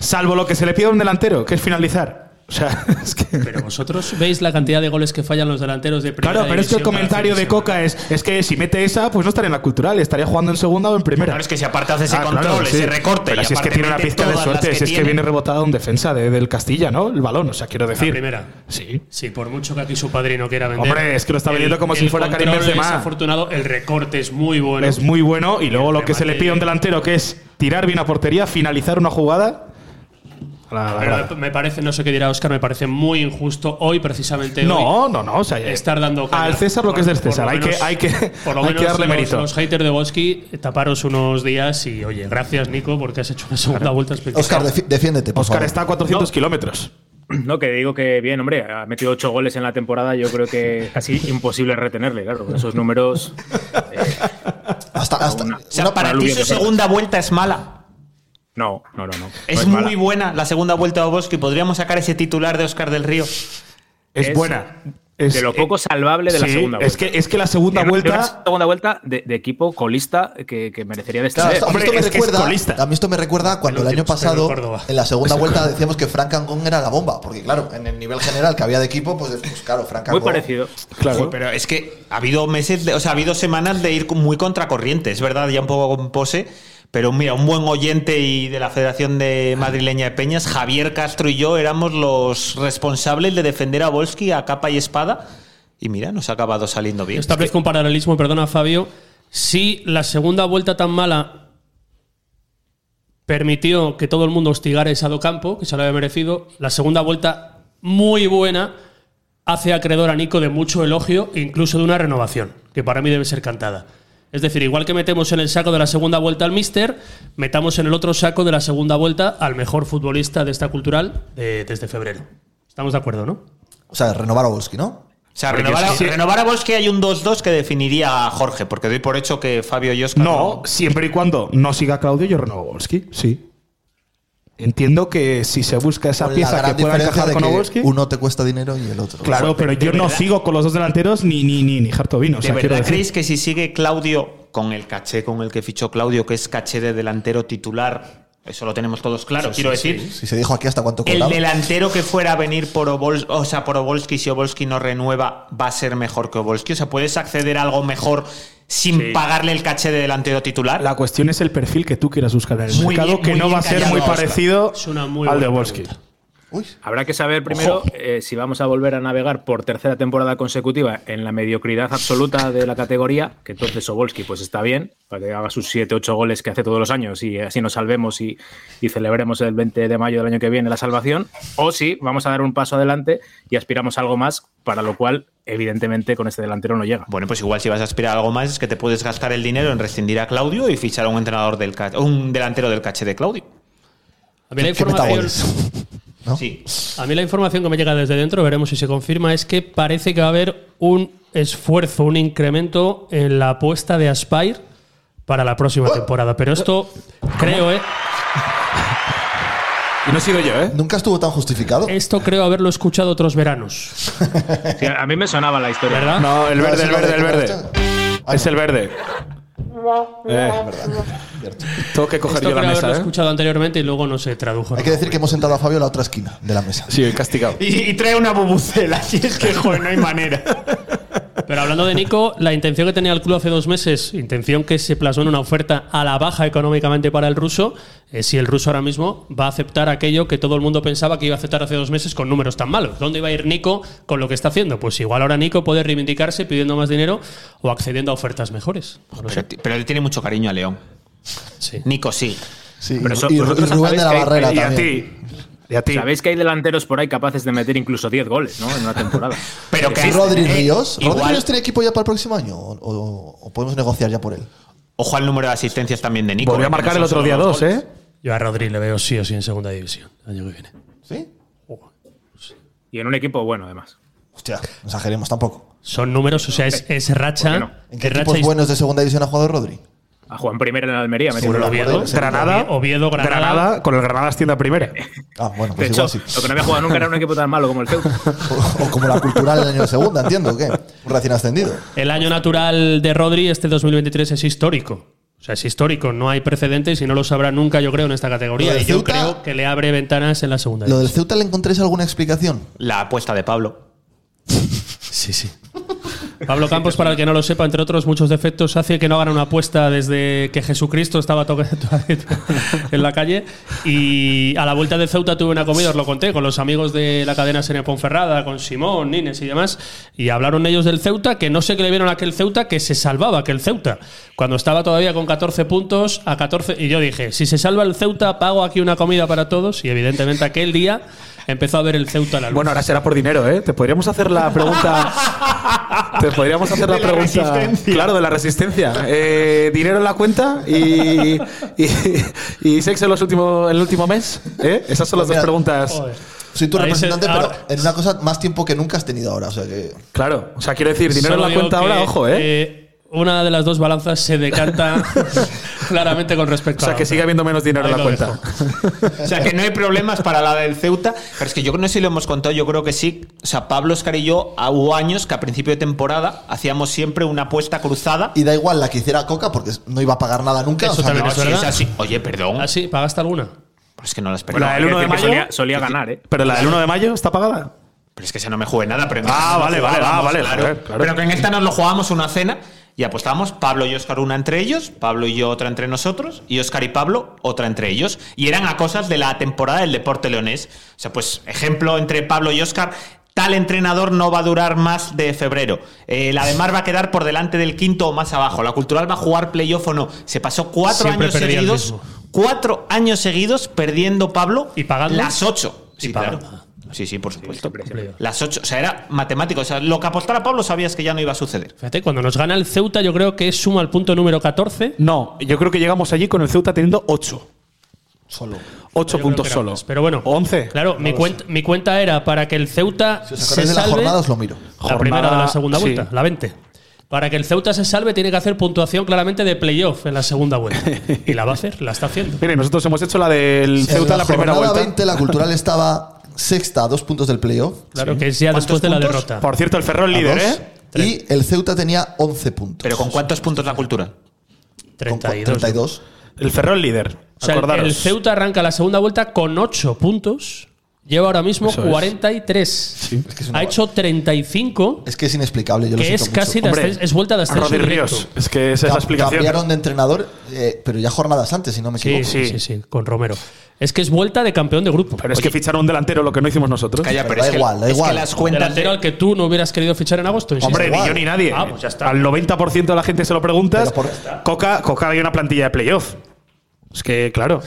[SPEAKER 3] Salvo lo que se le pide a un delantero, que es finalizar. O sea, es que.
[SPEAKER 2] Pero vosotros veis la cantidad de goles que fallan los delanteros de primera
[SPEAKER 3] Claro, pero es que el
[SPEAKER 2] división
[SPEAKER 3] comentario
[SPEAKER 2] para hacer
[SPEAKER 3] de
[SPEAKER 2] eso.
[SPEAKER 3] Coca es, es que si mete esa, pues no estaría en la cultural, estaría jugando en segunda o en primera.
[SPEAKER 4] Claro, es que si aparte hace ese
[SPEAKER 3] Ah, claro,
[SPEAKER 4] control,
[SPEAKER 3] sí.
[SPEAKER 4] ese recorte.
[SPEAKER 3] Pero
[SPEAKER 4] y
[SPEAKER 3] si es que
[SPEAKER 4] aparte
[SPEAKER 3] tiene una
[SPEAKER 4] mete
[SPEAKER 3] pizca de
[SPEAKER 4] todas las
[SPEAKER 3] suerte, si es que
[SPEAKER 4] tiene.
[SPEAKER 3] viene rebotado un defensa de- del Castilla, ¿no? El balón, o sea, quiero
[SPEAKER 2] La
[SPEAKER 3] decir.
[SPEAKER 2] primera.
[SPEAKER 3] Sí.
[SPEAKER 2] Sí, por mucho que aquí su padrino quiera vender.
[SPEAKER 3] Hombre, es que lo está vendiendo como si fuera Karim
[SPEAKER 2] control
[SPEAKER 3] Benzema.
[SPEAKER 2] Es afortunado, el recorte es muy bueno.
[SPEAKER 3] Es muy bueno y luego lo que se le
[SPEAKER 2] remate-
[SPEAKER 3] pide a un delantero que es tirar bien a portería, finalizar una jugada. a la- a la grada.
[SPEAKER 2] Pero me parece, no sé qué dirá Oscar, me parece muy injusto hoy precisamente. hoy,
[SPEAKER 3] No, no, no. O sea, eh,
[SPEAKER 2] estar dando caña.
[SPEAKER 3] al César lo que es del
[SPEAKER 2] Por- por
[SPEAKER 3] César.
[SPEAKER 2] lo
[SPEAKER 3] Hay que,
[SPEAKER 2] menos-
[SPEAKER 3] hay que,
[SPEAKER 2] por lo
[SPEAKER 3] hay
[SPEAKER 2] menos
[SPEAKER 3] que darle
[SPEAKER 2] los,
[SPEAKER 3] mérito.
[SPEAKER 2] Los haters de Bosky, taparos unos días y oye, gracias Nico porque has hecho una segunda vuelta
[SPEAKER 1] Oscar,
[SPEAKER 2] espectacular.
[SPEAKER 1] defi- defiéndete, por
[SPEAKER 3] Oscar
[SPEAKER 1] favor.
[SPEAKER 3] está a 400 kilómetros.
[SPEAKER 5] No, que digo que bien, hombre, ha metido ocho goles en la temporada. Yo creo que casi imposible retenerle, claro, con esos números.
[SPEAKER 1] Hasta, hasta-
[SPEAKER 4] O sea, para ti
[SPEAKER 5] Alubia
[SPEAKER 4] su
[SPEAKER 5] que falta.
[SPEAKER 4] segunda vuelta es mala.
[SPEAKER 5] No, no, no. no.
[SPEAKER 4] Es,
[SPEAKER 3] Pues
[SPEAKER 5] No
[SPEAKER 4] muy
[SPEAKER 5] mala.
[SPEAKER 4] buena la segunda vuelta de Oboski. Podríamos sacar ese titular de Oscar del Río.
[SPEAKER 3] Es,
[SPEAKER 5] Es
[SPEAKER 3] buena. eh,
[SPEAKER 5] de lo poco salvable de la
[SPEAKER 3] sí,
[SPEAKER 5] segunda vuelta.
[SPEAKER 3] Es que, es que la segunda
[SPEAKER 5] Era-
[SPEAKER 3] vuelta.
[SPEAKER 5] era una segunda vuelta de, de equipo colista que, que merecería de estar. ¿eh?
[SPEAKER 1] Claro, esto- a, mí
[SPEAKER 3] hombre,
[SPEAKER 1] esto me
[SPEAKER 3] es que es
[SPEAKER 1] recuerda,
[SPEAKER 3] colista.
[SPEAKER 1] a mí esto me recuerda cuando el
[SPEAKER 2] Los
[SPEAKER 1] año
[SPEAKER 2] tiempos de Pedro
[SPEAKER 1] pasado,
[SPEAKER 2] Córdoba.
[SPEAKER 1] en la segunda vuelta, decíamos que Frank Angón era la bomba. Porque, claro, en el nivel general que había de equipo, pues, pues, claro, Frank
[SPEAKER 5] muy
[SPEAKER 1] Angón-
[SPEAKER 5] parecido.
[SPEAKER 3] Claro.
[SPEAKER 4] Pero es que ha habido meses, de- o sea, ha habido semanas de ir muy contracorriente, es verdad, ya un poco con pose. Pero mira, un buen oyente y de la Federación de Madrileña de Peñas, Javier Castro y yo éramos los responsables de defender a Obolski a capa y espada. Y mira, nos ha acabado saliendo bien.
[SPEAKER 2] Establezco un paralelismo, perdona Fabio. Si la segunda vuelta tan mala permitió que todo el mundo hostigara a Sado Campo, que se lo había merecido, la segunda vuelta muy buena hace acreedor a Nico de mucho elogio, e incluso de una renovación, que para mí debe ser cantada. Es decir, igual que metemos en el saco de la segunda vuelta al Mister, metamos en el otro saco de la segunda vuelta al mejor futbolista de esta cultural de- desde febrero. Estamos de acuerdo, ¿no?
[SPEAKER 1] O sea, renovar a Wolski, ¿no?
[SPEAKER 4] O sea, renovar a,
[SPEAKER 3] sí.
[SPEAKER 4] renovar a Obolski hay un 2-2 que definiría a Jorge, porque doy por hecho que Fabio y Oscar
[SPEAKER 3] No, siempre y cuando no siga Claudio, yo renuevo a Obolski. Sí. Entiendo que si se busca esa
[SPEAKER 1] Con Pues la
[SPEAKER 3] pieza que
[SPEAKER 1] gran
[SPEAKER 3] pueda
[SPEAKER 1] diferencia
[SPEAKER 3] encajar
[SPEAKER 1] de
[SPEAKER 3] con
[SPEAKER 1] que
[SPEAKER 3] Obolski.
[SPEAKER 1] uno te cuesta dinero y el otro.
[SPEAKER 3] Claro, pero yo no
[SPEAKER 4] verdad.
[SPEAKER 3] sigo con los dos delanteros ni ni ni ni harto vino. O sea,
[SPEAKER 4] ¿De
[SPEAKER 3] quiero
[SPEAKER 4] verdad
[SPEAKER 3] decir-
[SPEAKER 4] creéis que si sigue Claudio con el caché con el que fichó Claudio, que es caché de delantero titular, eso lo tenemos todos claro, quiero decir,
[SPEAKER 1] Si se dijo aquí hasta cuánto
[SPEAKER 4] el
[SPEAKER 1] cobraba.
[SPEAKER 4] delantero que fuera a venir por Obolski, o sea, por Obolski, si Obolski no renueva, va a ser mejor que Obolski? O sea, ¿puedes acceder a algo mejor sin pagarle el caché de delantero titular?
[SPEAKER 3] La cuestión es el perfil que tú quieras buscar en el
[SPEAKER 4] Muy
[SPEAKER 3] mercado,
[SPEAKER 4] bien,
[SPEAKER 3] que
[SPEAKER 4] muy
[SPEAKER 3] no
[SPEAKER 4] bien
[SPEAKER 3] va a ser
[SPEAKER 4] callado,
[SPEAKER 3] muy
[SPEAKER 4] Oscar.
[SPEAKER 3] parecido
[SPEAKER 2] Es una muy
[SPEAKER 3] Oh. al de
[SPEAKER 2] buena
[SPEAKER 3] Obolski.
[SPEAKER 2] pregunta.
[SPEAKER 1] Uy.
[SPEAKER 5] Habrá que saber primero eh, si vamos a volver a navegar por tercera temporada consecutiva en la mediocridad absoluta de la categoría, que entonces Sobolski pues está bien, para que haga sus 7, 8 goles que hace todos los años y así nos salvemos y, y celebremos el 20 de mayo del año que viene la salvación, o si vamos a dar un paso adelante y aspiramos a algo más, para lo cual evidentemente con este delantero no llega.
[SPEAKER 4] Bueno, pues igual si vas a aspirar a algo más es que te puedes gastar el dinero en rescindir a Claudio y fichar a un entrenador del ca- un delantero del caché de Claudio.
[SPEAKER 2] A mí la
[SPEAKER 1] Que meta
[SPEAKER 2] información,
[SPEAKER 1] goles. ¿No?
[SPEAKER 4] Sí.
[SPEAKER 2] a mí la información que me llega desde dentro, veremos si se confirma, es que parece que va a haber un esfuerzo, un incremento en la apuesta de Aspire para la próxima temporada. Pero esto, creo, ¿eh?
[SPEAKER 3] Y no he sido yo, ¿eh?
[SPEAKER 1] Nunca estuvo tan justificado.
[SPEAKER 2] Esto creo haberlo escuchado otros veranos,
[SPEAKER 5] Sí, a mí me sonaba la historia.
[SPEAKER 2] ¿verdad?
[SPEAKER 3] No, el
[SPEAKER 1] No,
[SPEAKER 3] verde,
[SPEAKER 1] es
[SPEAKER 3] el verde, el
[SPEAKER 1] verde.
[SPEAKER 3] verde. Es el verde. Eh, Tengo que coger
[SPEAKER 2] Esto creo
[SPEAKER 3] yo la
[SPEAKER 2] haberlo
[SPEAKER 3] mesa, ¿eh?
[SPEAKER 2] escuchado anteriormente y luego no se tradujo.
[SPEAKER 1] Hay que decir que hemos sentado a Fabio en la otra esquina de la mesa.
[SPEAKER 3] Sí, castigado.
[SPEAKER 4] Y, y trae una bubucela, si es que, joder, no hay manera.
[SPEAKER 2] Pero hablando de Nico, la intención que tenía el club hace dos meses, intención que se plasmó en una oferta a la baja económicamente para el ruso, es si el ruso ahora mismo va a aceptar aquello que todo el mundo pensaba que iba a aceptar hace dos meses con números tan malos. ¿Dónde iba a ir Nico con lo que está haciendo? Pues igual ahora Nico puede reivindicarse pidiendo más dinero o accediendo a ofertas mejores. No lo
[SPEAKER 4] Pero,
[SPEAKER 2] sé.
[SPEAKER 4] ti- pero le tiene mucho cariño a León.
[SPEAKER 2] Sí.
[SPEAKER 4] Nico sí.
[SPEAKER 1] Sí,
[SPEAKER 5] Pero
[SPEAKER 1] y-
[SPEAKER 5] eso-
[SPEAKER 1] y,
[SPEAKER 5] vosotros
[SPEAKER 1] Rubén de
[SPEAKER 5] sabéis
[SPEAKER 1] la
[SPEAKER 5] que hay-
[SPEAKER 1] Barrera
[SPEAKER 3] Y a
[SPEAKER 1] también.
[SPEAKER 3] ti. Y a ti.
[SPEAKER 5] Sabéis que hay delanteros por ahí capaces de meter incluso 10 goles, ¿no? En una temporada.
[SPEAKER 4] Pero que
[SPEAKER 1] ¿Y Rodri Ríos?
[SPEAKER 4] Igual-
[SPEAKER 1] ¿Rodri Ríos tiene equipo ya para el próximo año? ¿O, o- o podemos negociar ya por él?
[SPEAKER 4] Ojo al número de asistencias también de Nico. eh,
[SPEAKER 3] Volvió a
[SPEAKER 4] que
[SPEAKER 3] marcar
[SPEAKER 4] no
[SPEAKER 3] el
[SPEAKER 4] son
[SPEAKER 3] otro
[SPEAKER 4] solo
[SPEAKER 3] día
[SPEAKER 4] los
[SPEAKER 3] dos,
[SPEAKER 4] goles.
[SPEAKER 3] ¿eh?
[SPEAKER 2] Yo a Rodri le veo sí o sí en segunda división el año que viene.
[SPEAKER 1] ¿Sí?
[SPEAKER 5] Y en un equipo bueno, además.
[SPEAKER 1] Hostia, no exageremos tampoco.
[SPEAKER 2] Son números, o sea, es, es racha.
[SPEAKER 5] ¿Por qué
[SPEAKER 1] ¿En qué
[SPEAKER 2] es racha
[SPEAKER 1] equipos
[SPEAKER 2] hist-
[SPEAKER 1] buenos de segunda división ha jugado Rodri?
[SPEAKER 5] A Juan Primera en Almería, metió
[SPEAKER 1] Seguro
[SPEAKER 5] un
[SPEAKER 1] lo
[SPEAKER 5] gol.
[SPEAKER 1] había.
[SPEAKER 2] Oviedo,
[SPEAKER 3] Granada.
[SPEAKER 2] Oviedo, Granada.
[SPEAKER 3] Granada, con el Granada asciende a primera.
[SPEAKER 1] Ah, bueno,
[SPEAKER 5] De
[SPEAKER 1] pues
[SPEAKER 5] hecho,
[SPEAKER 1] igual sí.
[SPEAKER 5] lo que no había jugado nunca era un equipo tan malo como el Ceuta.
[SPEAKER 1] O, o como la cultural del año de segunda, entiendo, ¿o ¿qué? Un recién ascendido.
[SPEAKER 2] El año natural de Rodri este 2023 es histórico. O sea, es histórico, no hay precedentes y no lo sabrá nunca, yo creo, en esta
[SPEAKER 1] Lo
[SPEAKER 2] categoría.
[SPEAKER 1] del
[SPEAKER 2] Y yo
[SPEAKER 1] Ceuta-
[SPEAKER 2] creo que le abre ventanas en la segunda.
[SPEAKER 1] ¿Lo del Ceuta le encontréis alguna explicación?
[SPEAKER 4] La apuesta de Pablo.
[SPEAKER 2] Sí, sí. Pablo Campos, para el que no lo sepa, entre otros muchos defectos, hace que no hagan una apuesta desde que Jesucristo estaba to- en la calle. Y a la vuelta de Ceuta tuve una comida, os lo conté, con los amigos de la cadena Sene Ponferrada, con Simón, Nines y demás. Y hablaron ellos del Ceuta, que no sé qué le vieron a aquel Ceuta, que se salvaba aquel Ceuta. Cuando estaba todavía con 14 puntos, a 14. Y yo dije, si se salva el Ceuta, pago aquí una comida para todos. Y evidentemente aquel día empezó a ver el Ceuta a la luz.
[SPEAKER 3] Bueno, ahora será por dinero, ¿eh? Te podríamos hacer la pregunta. Te podríamos hacer la
[SPEAKER 4] De la
[SPEAKER 3] pregunta.
[SPEAKER 4] resistencia.
[SPEAKER 3] claro, de la resistencia. Eh, dinero en la cuenta y, y, y sexo en los último, el último mes. ¿eh? Esas son las dos
[SPEAKER 1] Mira.
[SPEAKER 3] preguntas.
[SPEAKER 2] Joder.
[SPEAKER 1] Soy tu
[SPEAKER 2] Ahí se-
[SPEAKER 1] representante, pero
[SPEAKER 2] ahora-
[SPEAKER 1] en una cosa más tiempo que nunca has tenido ahora. O sea que.
[SPEAKER 3] Claro, o sea, quiero decir, dinero
[SPEAKER 2] Solo
[SPEAKER 3] en la
[SPEAKER 2] digo
[SPEAKER 3] cuenta ahora,
[SPEAKER 2] que,
[SPEAKER 3] ojo, ¿eh?
[SPEAKER 2] eh, una de las dos balanzas se decanta claramente con
[SPEAKER 3] o
[SPEAKER 2] respecto a.
[SPEAKER 3] sea,
[SPEAKER 2] la
[SPEAKER 3] que
[SPEAKER 2] otra.
[SPEAKER 3] sigue habiendo menos dinero
[SPEAKER 2] Ahí
[SPEAKER 3] en
[SPEAKER 2] lo
[SPEAKER 3] la cuenta.
[SPEAKER 4] O sea, que no hay problemas para la del Ceuta. Pero es que yo no sé si lo hemos contado, yo creo que sí. O sea, Pablo Oscar y yo ah, hubo años que a principio de temporada hacíamos siempre una apuesta cruzada.
[SPEAKER 1] Y da igual la que hiciera Coca porque no iba a pagar nada nunca.
[SPEAKER 2] Eso
[SPEAKER 1] o sea,
[SPEAKER 2] también
[SPEAKER 1] que-
[SPEAKER 4] No,
[SPEAKER 2] es
[SPEAKER 4] si
[SPEAKER 2] verdad.
[SPEAKER 4] así. Oye, perdón.
[SPEAKER 2] ¿Ah, sí? ¿Pagaste alguna?
[SPEAKER 4] Pero es que no las perdí.
[SPEAKER 3] Bueno, la del
[SPEAKER 5] Hay que
[SPEAKER 3] 1 de
[SPEAKER 5] decir que
[SPEAKER 3] mayo.
[SPEAKER 5] Solía, solía ganar, ¿eh?
[SPEAKER 4] pues
[SPEAKER 3] Pero la del 1 de mayo está pagada.
[SPEAKER 4] Pero es que se no me jugué nada. Pero en
[SPEAKER 3] Ah,
[SPEAKER 4] esta
[SPEAKER 3] vale,
[SPEAKER 4] nos
[SPEAKER 3] vale,
[SPEAKER 4] jugábamos,
[SPEAKER 3] ah, vale, joder, claro.
[SPEAKER 4] Pero que en esta nos lo jugábamos una cena y apostábamos Pablo y Óscar una entre ellos, Pablo y yo otra entre nosotros, y Óscar y Pablo otra entre ellos. Y eran a cosas de la temporada del deporte leonés. O sea, pues ejemplo entre Pablo y Óscar. Tal entrenador no va a durar más de febrero. Eh, la de Mar va a quedar por delante del quinto o más abajo. La Cultural va a jugar playoff o no. Se pasó cuatro
[SPEAKER 2] Siempre
[SPEAKER 4] años
[SPEAKER 2] perdía el
[SPEAKER 4] seguidos.
[SPEAKER 2] mismo.
[SPEAKER 4] Cuatro años seguidos perdiendo Pablo.
[SPEAKER 2] ¿Y pagando?
[SPEAKER 4] Las ocho.
[SPEAKER 2] ¿Y
[SPEAKER 4] Sí,
[SPEAKER 2] pagando?
[SPEAKER 4] claro. Sí, sí, por supuesto.
[SPEAKER 2] siempre.
[SPEAKER 4] Las 8, o sea, era matemático. O sea, lo que apostara Pablo sabías que ya no iba a suceder.
[SPEAKER 2] Fíjate, cuando nos gana el Ceuta, yo creo que suma al punto número 14.
[SPEAKER 3] No, yo creo que llegamos allí con el Ceuta teniendo 8.
[SPEAKER 1] Solo.
[SPEAKER 3] 8
[SPEAKER 2] Yo creo que
[SPEAKER 3] puntos
[SPEAKER 2] era
[SPEAKER 3] solo.
[SPEAKER 2] más, Pero bueno.
[SPEAKER 3] 11.
[SPEAKER 2] Claro, mi, cuenta, mi cuenta era para que el Ceuta
[SPEAKER 1] Si os
[SPEAKER 2] se
[SPEAKER 1] acordáis de la
[SPEAKER 2] salve.
[SPEAKER 1] jornada, os lo miro.
[SPEAKER 2] La primera de la
[SPEAKER 3] Jornada-
[SPEAKER 2] segunda
[SPEAKER 3] sí.
[SPEAKER 2] vuelta, la 20. Para que el Ceuta se salve, tiene que hacer puntuación claramente de playoff en la segunda vuelta. Y la va a hacer, la está haciendo.
[SPEAKER 3] Mire, nosotros hemos hecho la del
[SPEAKER 1] En
[SPEAKER 3] Ceuta la, primera
[SPEAKER 1] jornada
[SPEAKER 3] vuelta.
[SPEAKER 1] 20, la cultural estaba sexta a dos puntos del playoff.
[SPEAKER 2] Claro que es ya después de la
[SPEAKER 4] puntos?
[SPEAKER 2] derrota.
[SPEAKER 3] Por cierto, el Ferrol
[SPEAKER 1] a
[SPEAKER 3] líder,
[SPEAKER 1] dos,
[SPEAKER 3] ¿eh?
[SPEAKER 1] Y el Ceuta tenía 11 puntos.
[SPEAKER 4] Pero ¿con cuántos puntos la cultura?
[SPEAKER 1] Con cu-
[SPEAKER 2] 32.
[SPEAKER 1] 32.
[SPEAKER 3] El Ferrol líder.
[SPEAKER 2] O sea, el-
[SPEAKER 3] acordaros.
[SPEAKER 2] el Ceuta arranca la segunda vuelta con 8 puntos Lleva ahora mismo
[SPEAKER 3] Eso es.
[SPEAKER 2] 43.
[SPEAKER 1] Es que es una
[SPEAKER 2] ha
[SPEAKER 1] guarra.
[SPEAKER 2] hecho 35,
[SPEAKER 1] Es que es inexplicable, yo lo
[SPEAKER 2] que
[SPEAKER 1] siento
[SPEAKER 2] es casi
[SPEAKER 1] mucho.
[SPEAKER 2] de
[SPEAKER 6] Hombre,
[SPEAKER 2] ascenso- es vuelta de ascenso
[SPEAKER 6] Rodri
[SPEAKER 2] directo.
[SPEAKER 6] Ríos. Es que esa es la
[SPEAKER 1] Cam-
[SPEAKER 6] explicación.
[SPEAKER 1] Cambiaron de entrenador, eh, pero ya jornadas antes, si no me
[SPEAKER 2] Sí,
[SPEAKER 1] equivoco.
[SPEAKER 2] sí, sí, sí, con Romero. Es que es vuelta de campeón de grupo.
[SPEAKER 6] Pero es que fichar un delantero, lo que no hicimos nosotros.
[SPEAKER 4] Calla,
[SPEAKER 1] Pero
[SPEAKER 4] pero
[SPEAKER 1] da
[SPEAKER 4] es que-
[SPEAKER 1] igual, da
[SPEAKER 4] es que
[SPEAKER 1] igual.
[SPEAKER 4] las cuentas de-
[SPEAKER 2] delantero al que tú no hubieras querido fichar en agosto. insisto.
[SPEAKER 6] Hombre, ni
[SPEAKER 1] igual.
[SPEAKER 6] yo ni nadie.
[SPEAKER 2] Ah, pues ya está.
[SPEAKER 6] Al 90% de la gente se lo preguntas.
[SPEAKER 1] Pero
[SPEAKER 6] Coca, Coca hay una plantilla de playoff. Es que, claro.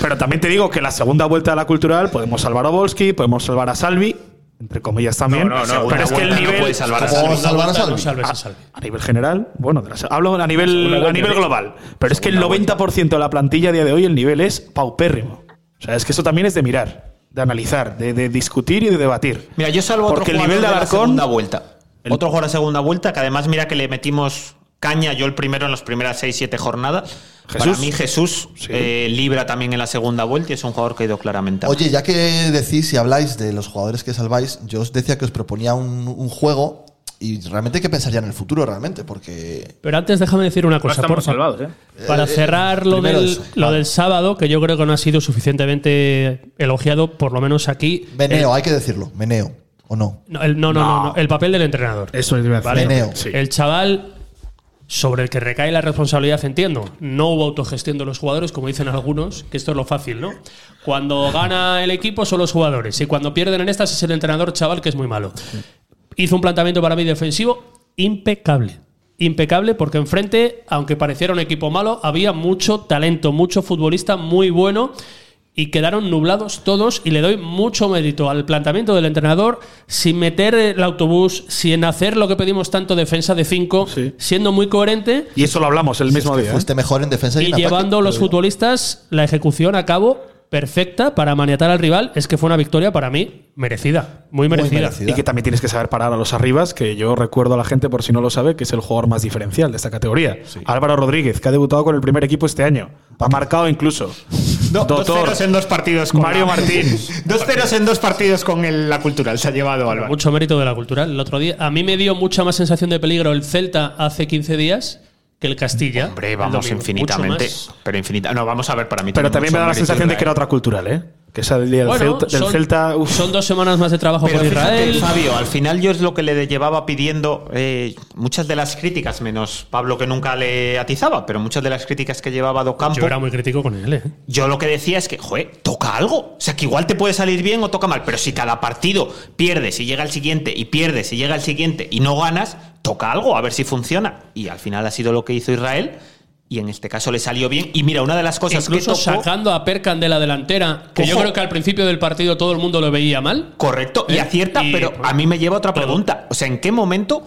[SPEAKER 6] Pero también te digo que la segunda vuelta de la cultural podemos salvar a Volsky, podemos salvar a Salvi, entre comillas también.
[SPEAKER 4] No, no, no,
[SPEAKER 6] pero es que el
[SPEAKER 4] no
[SPEAKER 6] nivel.
[SPEAKER 4] puede salvar a
[SPEAKER 1] ¿Cómo
[SPEAKER 4] Salvi.
[SPEAKER 1] vamos a salvar a
[SPEAKER 2] No
[SPEAKER 1] Salvi?
[SPEAKER 2] salves a Salvi.
[SPEAKER 6] a nivel general, bueno, de las- hablo a nivel,
[SPEAKER 5] vuelta,
[SPEAKER 6] a nivel
[SPEAKER 5] sí.
[SPEAKER 6] global. Pero es que el 90% de la plantilla a día de hoy el nivel es paupérrimo. O sea, es que eso también es de mirar, de analizar, de, de discutir y de debatir.
[SPEAKER 4] Mira, yo salvo a otro
[SPEAKER 6] Porque el
[SPEAKER 4] jugador
[SPEAKER 6] nivel de
[SPEAKER 4] la
[SPEAKER 6] Alarcón-
[SPEAKER 4] segunda vuelta. Otro jugador de segunda vuelta, que además mira que le metimos caña, yo el primero en las primeras 6-7 jornadas. Para
[SPEAKER 6] Jesús.
[SPEAKER 4] mí Jesús
[SPEAKER 6] Sí.
[SPEAKER 4] eh, libra también en la segunda vuelta y es un jugador que ha ido claramente. abajo.
[SPEAKER 1] Oye, ya que decís y habláis de los jugadores que salváis, yo os decía que os proponía un, un juego y realmente hay que pensar ya en el futuro, realmente, porque.
[SPEAKER 2] Pero antes déjame decir una
[SPEAKER 5] No
[SPEAKER 2] cosa.
[SPEAKER 5] estamos
[SPEAKER 2] porfa.
[SPEAKER 5] salvados, ¿eh?
[SPEAKER 2] Para cerrar lo,
[SPEAKER 1] primero
[SPEAKER 2] del,
[SPEAKER 1] eso.
[SPEAKER 2] lo
[SPEAKER 1] Vale.
[SPEAKER 2] del sábado, que yo creo que no ha sido suficientemente elogiado, por lo menos aquí.
[SPEAKER 1] Meneo, hay que decirlo, meneo, ¿o no?
[SPEAKER 2] No, el, no, no, no, no, el papel del entrenador.
[SPEAKER 3] Eso es lo que iba a decir.
[SPEAKER 1] Meneo.
[SPEAKER 3] Sí.
[SPEAKER 2] El chaval sobre el que recae la responsabilidad, entiendo. No hubo autogestión de los jugadores, como dicen algunos, que esto es lo fácil, ¿no? Cuando gana el equipo son los jugadores y cuando pierden en estas es el entrenador chaval que es muy malo. Hizo un planteamiento para mí defensivo impecable. Impecable porque enfrente, aunque pareciera un equipo malo, había mucho talento, mucho futbolista muy bueno y quedaron nublados todos y le doy mucho mérito al planteamiento del entrenador sin meter el autobús, sin hacer lo que pedimos tanto defensa de 5,
[SPEAKER 3] Sí.
[SPEAKER 2] siendo muy coherente
[SPEAKER 6] Y eso lo hablamos el mismo día. ¿eh?
[SPEAKER 1] Fuiste mejor en defensa y,
[SPEAKER 2] y
[SPEAKER 1] en ataque,
[SPEAKER 2] llevando los
[SPEAKER 1] pero-
[SPEAKER 2] futbolistas la ejecución a cabo perfecta para maniatar al rival. Es que fue una victoria para mí merecida, muy merecida.
[SPEAKER 1] merecida.
[SPEAKER 6] Y que también tienes que saber parar a los arribas, que yo recuerdo a la gente, por si no lo sabe, que es el jugador más diferencial de esta categoría. Álvaro Rodríguez, que ha debutado con el primer equipo este año. Ha marcado incluso.
[SPEAKER 4] Do- dos
[SPEAKER 6] Doctor
[SPEAKER 4] ceros en dos partidos con
[SPEAKER 6] Mario
[SPEAKER 4] la-
[SPEAKER 6] Martín.
[SPEAKER 4] dos ceros en dos partidos con el- la cultural se ha llevado Álvaro.
[SPEAKER 2] Mucho mérito de la cultural el otro día. A mí me dio mucha más sensación de peligro el Celta hace 15 días que el Castilla.
[SPEAKER 4] Hombre,
[SPEAKER 2] el
[SPEAKER 4] vamos
[SPEAKER 2] domingo.
[SPEAKER 4] infinitamente.
[SPEAKER 2] Mucho más.
[SPEAKER 4] Pero infinita. No, vamos a ver para mí.
[SPEAKER 6] Pero
[SPEAKER 4] tiene
[SPEAKER 6] también
[SPEAKER 4] mucho
[SPEAKER 6] me da la
[SPEAKER 4] mérito
[SPEAKER 6] sensación de que era
[SPEAKER 4] Israel.
[SPEAKER 6] otra cultural, ¿eh? Que esa del día del
[SPEAKER 2] Bueno,
[SPEAKER 6] Ceuta. del
[SPEAKER 2] son,
[SPEAKER 6] Celta, uf.
[SPEAKER 2] son dos semanas más de trabajo
[SPEAKER 4] Pero
[SPEAKER 2] por
[SPEAKER 4] fíjate,
[SPEAKER 2] Israel.
[SPEAKER 4] Fabio, al final yo es lo que le llevaba pidiendo eh, muchas de las críticas, menos Pablo que nunca le atizaba, pero muchas de las críticas que llevaba Do Campo.
[SPEAKER 2] Yo era muy crítico con él. ¿eh?
[SPEAKER 4] Yo lo que decía es que, joder, toca algo. O sea, que igual te puede salir bien o toca mal. Pero si cada partido pierdes y llega el siguiente y pierdes y llega el siguiente y no ganas, toca algo, a ver si funciona. Y al final ha sido lo que hizo Israel. Y en este caso le salió bien. Y mira, una de las cosas
[SPEAKER 2] Incluso
[SPEAKER 4] que tocó.
[SPEAKER 2] sacando a Perkan de la delantera, que yo
[SPEAKER 4] Ojo.
[SPEAKER 2] creo que al principio del partido todo el mundo lo veía mal.
[SPEAKER 4] Correcto, y
[SPEAKER 2] Eh,
[SPEAKER 4] acierta,
[SPEAKER 2] y-
[SPEAKER 4] pero a mí me lleva a otra
[SPEAKER 2] Todo.
[SPEAKER 4] pregunta. O sea, ¿en qué momento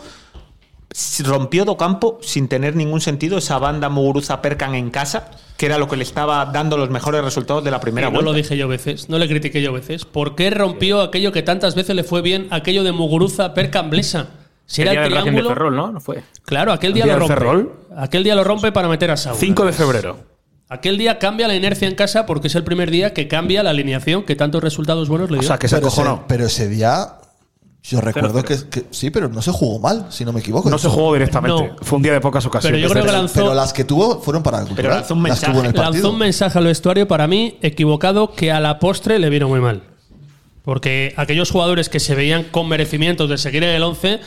[SPEAKER 4] s- rompió Docampo sin tener ningún sentido esa banda Muguruza Percan en casa, que era lo que le estaba dando los mejores resultados de la primera
[SPEAKER 2] Y no
[SPEAKER 4] vuelta?
[SPEAKER 2] lo dije yo veces, no le critiqué yo veces. ¿Por qué rompió aquello que tantas veces le fue bien, aquello de Muguruza Percamblesa? Si era
[SPEAKER 5] El día
[SPEAKER 2] el
[SPEAKER 5] del Racing de
[SPEAKER 2] triángulo.
[SPEAKER 5] Ferrol, ¿no? No fue.
[SPEAKER 2] claro, aquel día,
[SPEAKER 6] día
[SPEAKER 2] lo
[SPEAKER 6] del
[SPEAKER 2] rompe.
[SPEAKER 6] Ferrol.
[SPEAKER 2] Aquel día lo rompe para meter a Saúl.
[SPEAKER 6] 5 de febrero.
[SPEAKER 2] Aquel día cambia la inercia en casa porque es el primer día que cambia la alineación que tantos resultados buenos le
[SPEAKER 6] O
[SPEAKER 2] dio.
[SPEAKER 6] sea, que se
[SPEAKER 1] pero, ese,
[SPEAKER 6] acojonó.
[SPEAKER 1] pero ese día, yo recuerdo que, que- Sí, pero no se jugó mal, si no me equivoco.
[SPEAKER 6] No se jugó directamente.
[SPEAKER 2] No.
[SPEAKER 6] Fue un día de pocas ocasiones.
[SPEAKER 2] Pero yo creo que lanzó-
[SPEAKER 1] Pero las que tuvo fueron para el Cultural.
[SPEAKER 4] lanzó un
[SPEAKER 1] las
[SPEAKER 4] mensaje.
[SPEAKER 1] tuvo en el partido.
[SPEAKER 2] Lanzó un mensaje al vestuario para mí equivocado que a la postre le vino muy mal. Porque aquellos jugadores que se veían con merecimientos de seguir en el 11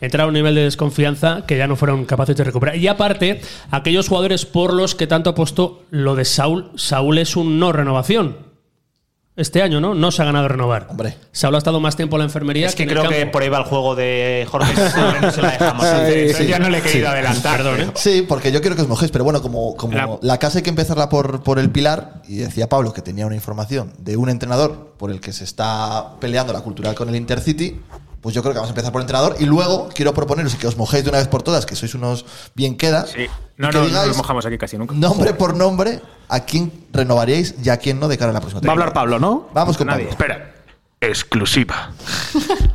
[SPEAKER 2] entraron a un nivel de desconfianza que ya no fueron capaces de recuperar. Y aparte, aquellos jugadores por los que tanto apostó lo de Saúl, Saúl es un no renovación. Este año, ¿no? No se ha ganado renovar.
[SPEAKER 1] Hombre.
[SPEAKER 2] Saúl ha estado más tiempo en la enfermería.
[SPEAKER 4] Es que
[SPEAKER 2] en el
[SPEAKER 4] creo que
[SPEAKER 2] campo.
[SPEAKER 4] por ahí va el juego de Jorge. no se la dejamos.
[SPEAKER 1] sí.
[SPEAKER 4] Ya no le he querido adelantar. Perdón, ¿eh?
[SPEAKER 1] Sí, porque yo quiero que os mojéis, pero bueno, como, como la,
[SPEAKER 5] La-
[SPEAKER 1] casa hay que empezarla por, por el pilar, y decía Pablo que tenía una información de un entrenador por el que se está peleando la cultural con el Intercity, pues yo creo que vamos a empezar por el entrenador y luego quiero proponeros que os mojéis de una vez por todas, que sois unos bien queda.
[SPEAKER 5] Sí.
[SPEAKER 1] y
[SPEAKER 5] No,
[SPEAKER 1] que
[SPEAKER 5] no, no
[SPEAKER 1] digáis
[SPEAKER 5] lo mojamos aquí casi nunca.
[SPEAKER 1] Nombre por nombre, a quién renovaríais y a quién no de cara a la
[SPEAKER 6] Va
[SPEAKER 1] próxima
[SPEAKER 6] a
[SPEAKER 1] temporada.
[SPEAKER 6] hablar Pablo, ¿no?
[SPEAKER 1] Vamos con
[SPEAKER 6] Nadie.
[SPEAKER 1] Pablo.
[SPEAKER 6] Espera. Exclusiva.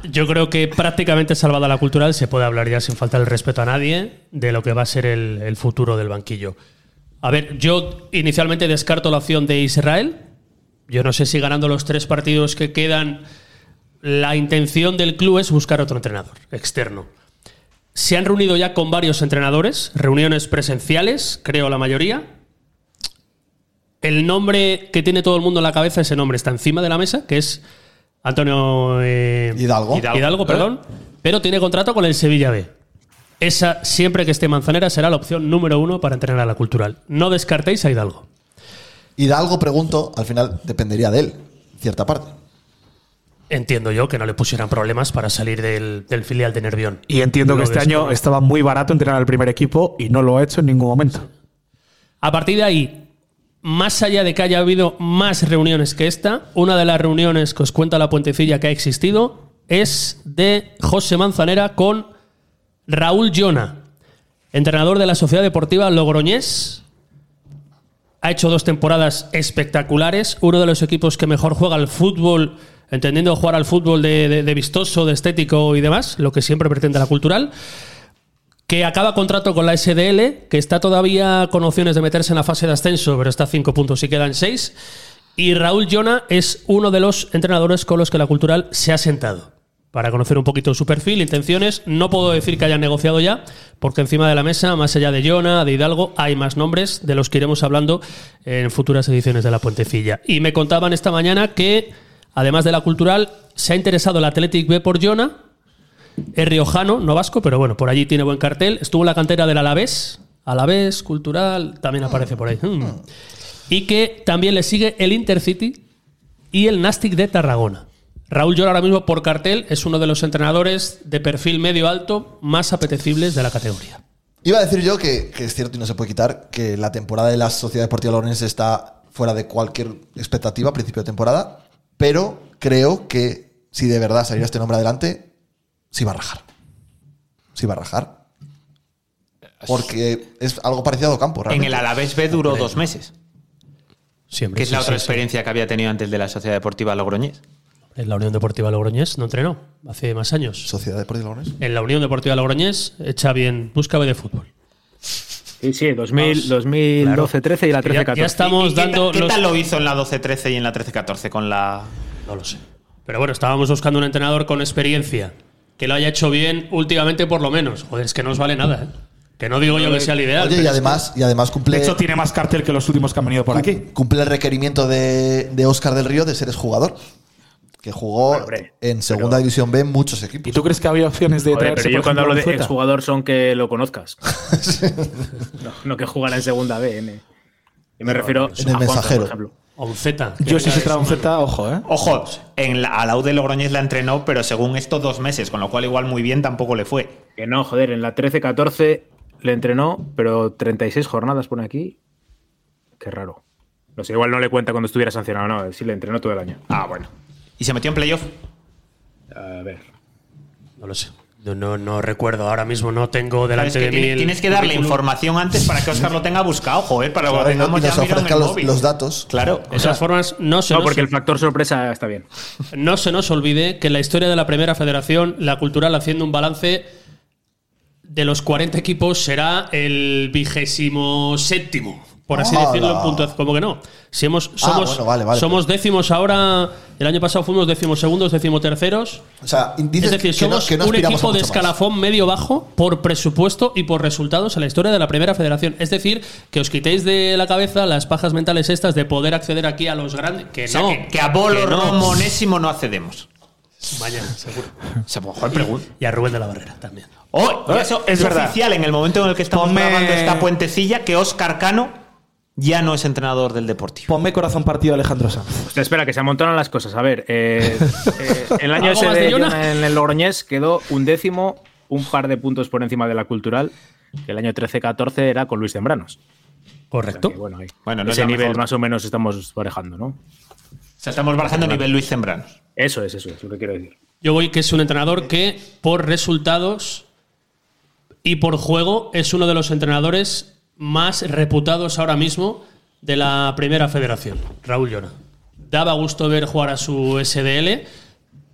[SPEAKER 2] Yo creo que prácticamente salvada la cultural se puede hablar ya sin faltar el respeto a nadie de lo que va a ser el, el futuro del banquillo. A ver, yo inicialmente descarto la opción de Israel. Yo no sé si ganando los tres partidos que quedan, la intención del club es buscar otro entrenador externo. Se han reunido ya con varios entrenadores, reuniones presenciales, creo la mayoría. El nombre que tiene todo el mundo en la cabeza, ese nombre está encima de la mesa, que es Antonio eh,
[SPEAKER 1] Hidalgo.
[SPEAKER 2] Hidalgo, perdón, pero tiene contrato con el Sevilla B. Esa, siempre que esté Manzanera, será la opción número uno para entrenar a la cultural. No descartéis a Hidalgo.
[SPEAKER 1] Hidalgo, pregunto, al final dependería de él, cierta parte.
[SPEAKER 2] Entiendo yo que no le pusieran problemas para salir del, del filial de Nervión.
[SPEAKER 6] Y entiendo
[SPEAKER 2] Lo
[SPEAKER 6] que este año
[SPEAKER 2] desconozco.
[SPEAKER 6] estaba muy barato entrenar al primer equipo y no lo ha hecho en ningún momento.
[SPEAKER 2] A partir de ahí, más allá de que haya habido más reuniones que esta, una de las reuniones que os cuenta la puentecilla que ha existido es de José Manzanera con Raúl Llona, entrenador de la Sociedad Deportiva Logroñés. Ha hecho dos temporadas espectaculares, uno de los equipos que mejor juega al fútbol, entendiendo jugar al fútbol de, de- de vistoso, de estético y demás, lo que siempre pretende la cultural que acaba contrato con la SDL, que está todavía con opciones de meterse en la fase de ascenso, pero está a 5 puntos y quedan 6. Y Raúl Llona es uno de los entrenadores con los que la Cultural se ha sentado. Para conocer un poquito su perfil, intenciones, no puedo decir que hayan negociado ya, porque encima de la mesa, más allá de Llona, de Hidalgo, hay más nombres de los que iremos hablando en futuras ediciones de La Puentecilla. Y me contaban esta mañana que, además de la Cultural, se ha interesado el Athletic B por Llona, es riojano, no vasco, pero bueno, por allí tiene buen cartel. Estuvo en la cantera del Alavés, Alavés, Cultural, también aparece por ahí. Hmm. Y que también le sigue el Intercity y el Nastic de Tarragona. Raúl Llor ahora mismo por cartel es uno de los entrenadores de perfil medio-alto más apetecibles de la categoría.
[SPEAKER 1] Iba a decir yo que, que es cierto y no se puede quitar que la temporada de la Sociedad Deportiva Lorense está fuera de cualquier expectativa a principio de temporada, pero creo que si de verdad saliera este nombre adelante, sí va a rajar. Sí va a rajar. Porque es algo parecido a Ocampo.
[SPEAKER 4] En
[SPEAKER 1] realmente.
[SPEAKER 4] el Alavés B duró dos meses,
[SPEAKER 2] Siempre.
[SPEAKER 4] que es la otra experiencia que había tenido antes de la Sociedad Deportiva Logroñés.
[SPEAKER 2] En la Unión Deportiva Logroñés no entrenó hace más años.
[SPEAKER 1] Sociedad Deportiva Lorense.
[SPEAKER 2] En la Unión Deportiva Logroñés echa bien, busca B de fútbol.
[SPEAKER 5] Sí, sí, 2000, 2012, 13 y la
[SPEAKER 2] Ya-
[SPEAKER 5] 13,
[SPEAKER 2] ya
[SPEAKER 5] 14.
[SPEAKER 2] estamos
[SPEAKER 4] ¿Y qué, ta-
[SPEAKER 2] dando
[SPEAKER 4] qué
[SPEAKER 2] los-
[SPEAKER 4] tal lo hizo en la 12-13 y en la 13-14 con la.
[SPEAKER 2] No lo sé. Pero bueno, estábamos buscando un entrenador con experiencia. Que lo haya hecho bien últimamente, por lo menos. Joder, es que no os vale nada, ¿eh? Que no digo yo que sea el ideal.
[SPEAKER 1] Oye, y
[SPEAKER 2] pero
[SPEAKER 1] además, y además
[SPEAKER 6] De
[SPEAKER 1] cumple,
[SPEAKER 6] hecho, tiene más cartel que los últimos que han venido por aquí.
[SPEAKER 1] cumple el requerimiento de, de Oscar del Río de ser exjugador. Que jugó
[SPEAKER 5] hombre,
[SPEAKER 1] en Segunda División B en muchos
[SPEAKER 6] ¿Y
[SPEAKER 1] equipos.
[SPEAKER 6] tú crees que había opciones de
[SPEAKER 5] Joder,
[SPEAKER 6] traerse,
[SPEAKER 5] pero yo
[SPEAKER 6] por
[SPEAKER 5] cuando
[SPEAKER 6] ejemplo,
[SPEAKER 5] hablo de
[SPEAKER 6] a Unzueta?
[SPEAKER 5] exjugador son que lo conozcas. no, no que jugara en segunda B. N. Y me refiero
[SPEAKER 1] en
[SPEAKER 5] a
[SPEAKER 1] el
[SPEAKER 5] Juanfran,
[SPEAKER 1] mensajero.
[SPEAKER 5] por ejemplo.
[SPEAKER 2] Onzeta.
[SPEAKER 6] Yo si se trae un Z, ojo, ¿eh?
[SPEAKER 4] Ojo, en la, a la U de Logroñés la entrenó, pero según esto, dos meses, con lo cual igual muy bien tampoco le fue.
[SPEAKER 5] Que no, joder, en la 13-14 le entrenó, pero 36 jornadas pone aquí. Qué raro. No sé, igual no le cuenta cuando estuviera sancionado, no, sí le entrenó todo el año.
[SPEAKER 4] Ah, bueno. ¿Y se metió en playoff?
[SPEAKER 5] A ver.
[SPEAKER 2] No lo sé. No, no, no recuerdo. Ahora mismo no tengo
[SPEAKER 4] Sabes
[SPEAKER 2] delante
[SPEAKER 4] que
[SPEAKER 2] de mí.
[SPEAKER 4] tiene-
[SPEAKER 2] el
[SPEAKER 4] tienes que darle
[SPEAKER 2] currículum.
[SPEAKER 4] información antes para que Oscar lo tenga buscado, joder, para que lo
[SPEAKER 1] Claro, y no-
[SPEAKER 4] tengamos
[SPEAKER 1] y nos
[SPEAKER 4] ya mirado en
[SPEAKER 1] ofrezca
[SPEAKER 4] el
[SPEAKER 1] los-
[SPEAKER 4] móvil.
[SPEAKER 1] los datos.
[SPEAKER 4] Claro.
[SPEAKER 2] De todas formas, no se,
[SPEAKER 5] No,
[SPEAKER 2] nos-
[SPEAKER 5] porque el factor sorpresa está bien.
[SPEAKER 2] no se nos olvide que en la historia de la Primera Federación, la Cultural haciendo un balance de los 40 equipos será el vigésimo séptimo, por así
[SPEAKER 1] Hola.
[SPEAKER 2] decirlo, en punto. Como que no. Si hemos, somos,
[SPEAKER 1] Ah, bueno, vale, vale. pues.
[SPEAKER 2] somos décimos ahora. El año pasado fuimos décimos segundos, décimo terceros.
[SPEAKER 1] O sea,
[SPEAKER 2] Es
[SPEAKER 1] dices
[SPEAKER 2] decir,
[SPEAKER 1] que no-
[SPEAKER 2] somos
[SPEAKER 1] que no
[SPEAKER 2] un
[SPEAKER 1] aspiramos a
[SPEAKER 2] equipo de
[SPEAKER 1] mucho más.
[SPEAKER 2] escalafón medio-bajo por presupuesto y por resultados en la historia de la Primera Federación. Es decir, que os quitéis de la cabeza las pajas mentales estas de poder acceder aquí a los grandes. Que
[SPEAKER 4] O sea,
[SPEAKER 2] no.
[SPEAKER 4] que, que a Bolo
[SPEAKER 2] que no.
[SPEAKER 4] Romo Onésimo no accedemos.
[SPEAKER 2] Mañana, seguro.
[SPEAKER 4] Se mejor pregunta.
[SPEAKER 2] Y a Rubén de la Barrera también.
[SPEAKER 4] Oh,
[SPEAKER 2] Eh,
[SPEAKER 4] y eso
[SPEAKER 6] Es
[SPEAKER 4] es,
[SPEAKER 6] verdad.
[SPEAKER 4] oficial en el momento en el que estamos
[SPEAKER 6] Ponme-
[SPEAKER 4] grabando esta puentecilla que Oscar Cano ya no es entrenador del Deportivo.
[SPEAKER 6] Ponme corazón partido a Alejandro Sanz.
[SPEAKER 5] Usted espera, que se amontonan las cosas. A ver, eh, eh, el año
[SPEAKER 2] ¿Algo
[SPEAKER 5] ese
[SPEAKER 2] más de
[SPEAKER 5] de
[SPEAKER 2] Jona?
[SPEAKER 5] Jona en el Logroñés quedó un décimo, un par de puntos por encima de la cultural. que El año 13-14 era con Luis Tembranos.
[SPEAKER 2] Correcto.
[SPEAKER 5] Que, bueno, ahí.
[SPEAKER 4] Bueno, no es
[SPEAKER 5] ese
[SPEAKER 4] la
[SPEAKER 5] nivel
[SPEAKER 4] mejor.
[SPEAKER 5] más o menos estamos barajando, ¿no?
[SPEAKER 4] O sea, estamos barajando a nivel Luis Zembrano.
[SPEAKER 5] Eso es, eso es lo que quiero decir.
[SPEAKER 2] Yo voy que es un entrenador que por resultados y por juego es uno de los entrenadores más reputados ahora mismo de la Primera Federación, Raúl Llona. Daba gusto ver jugar a su SDL,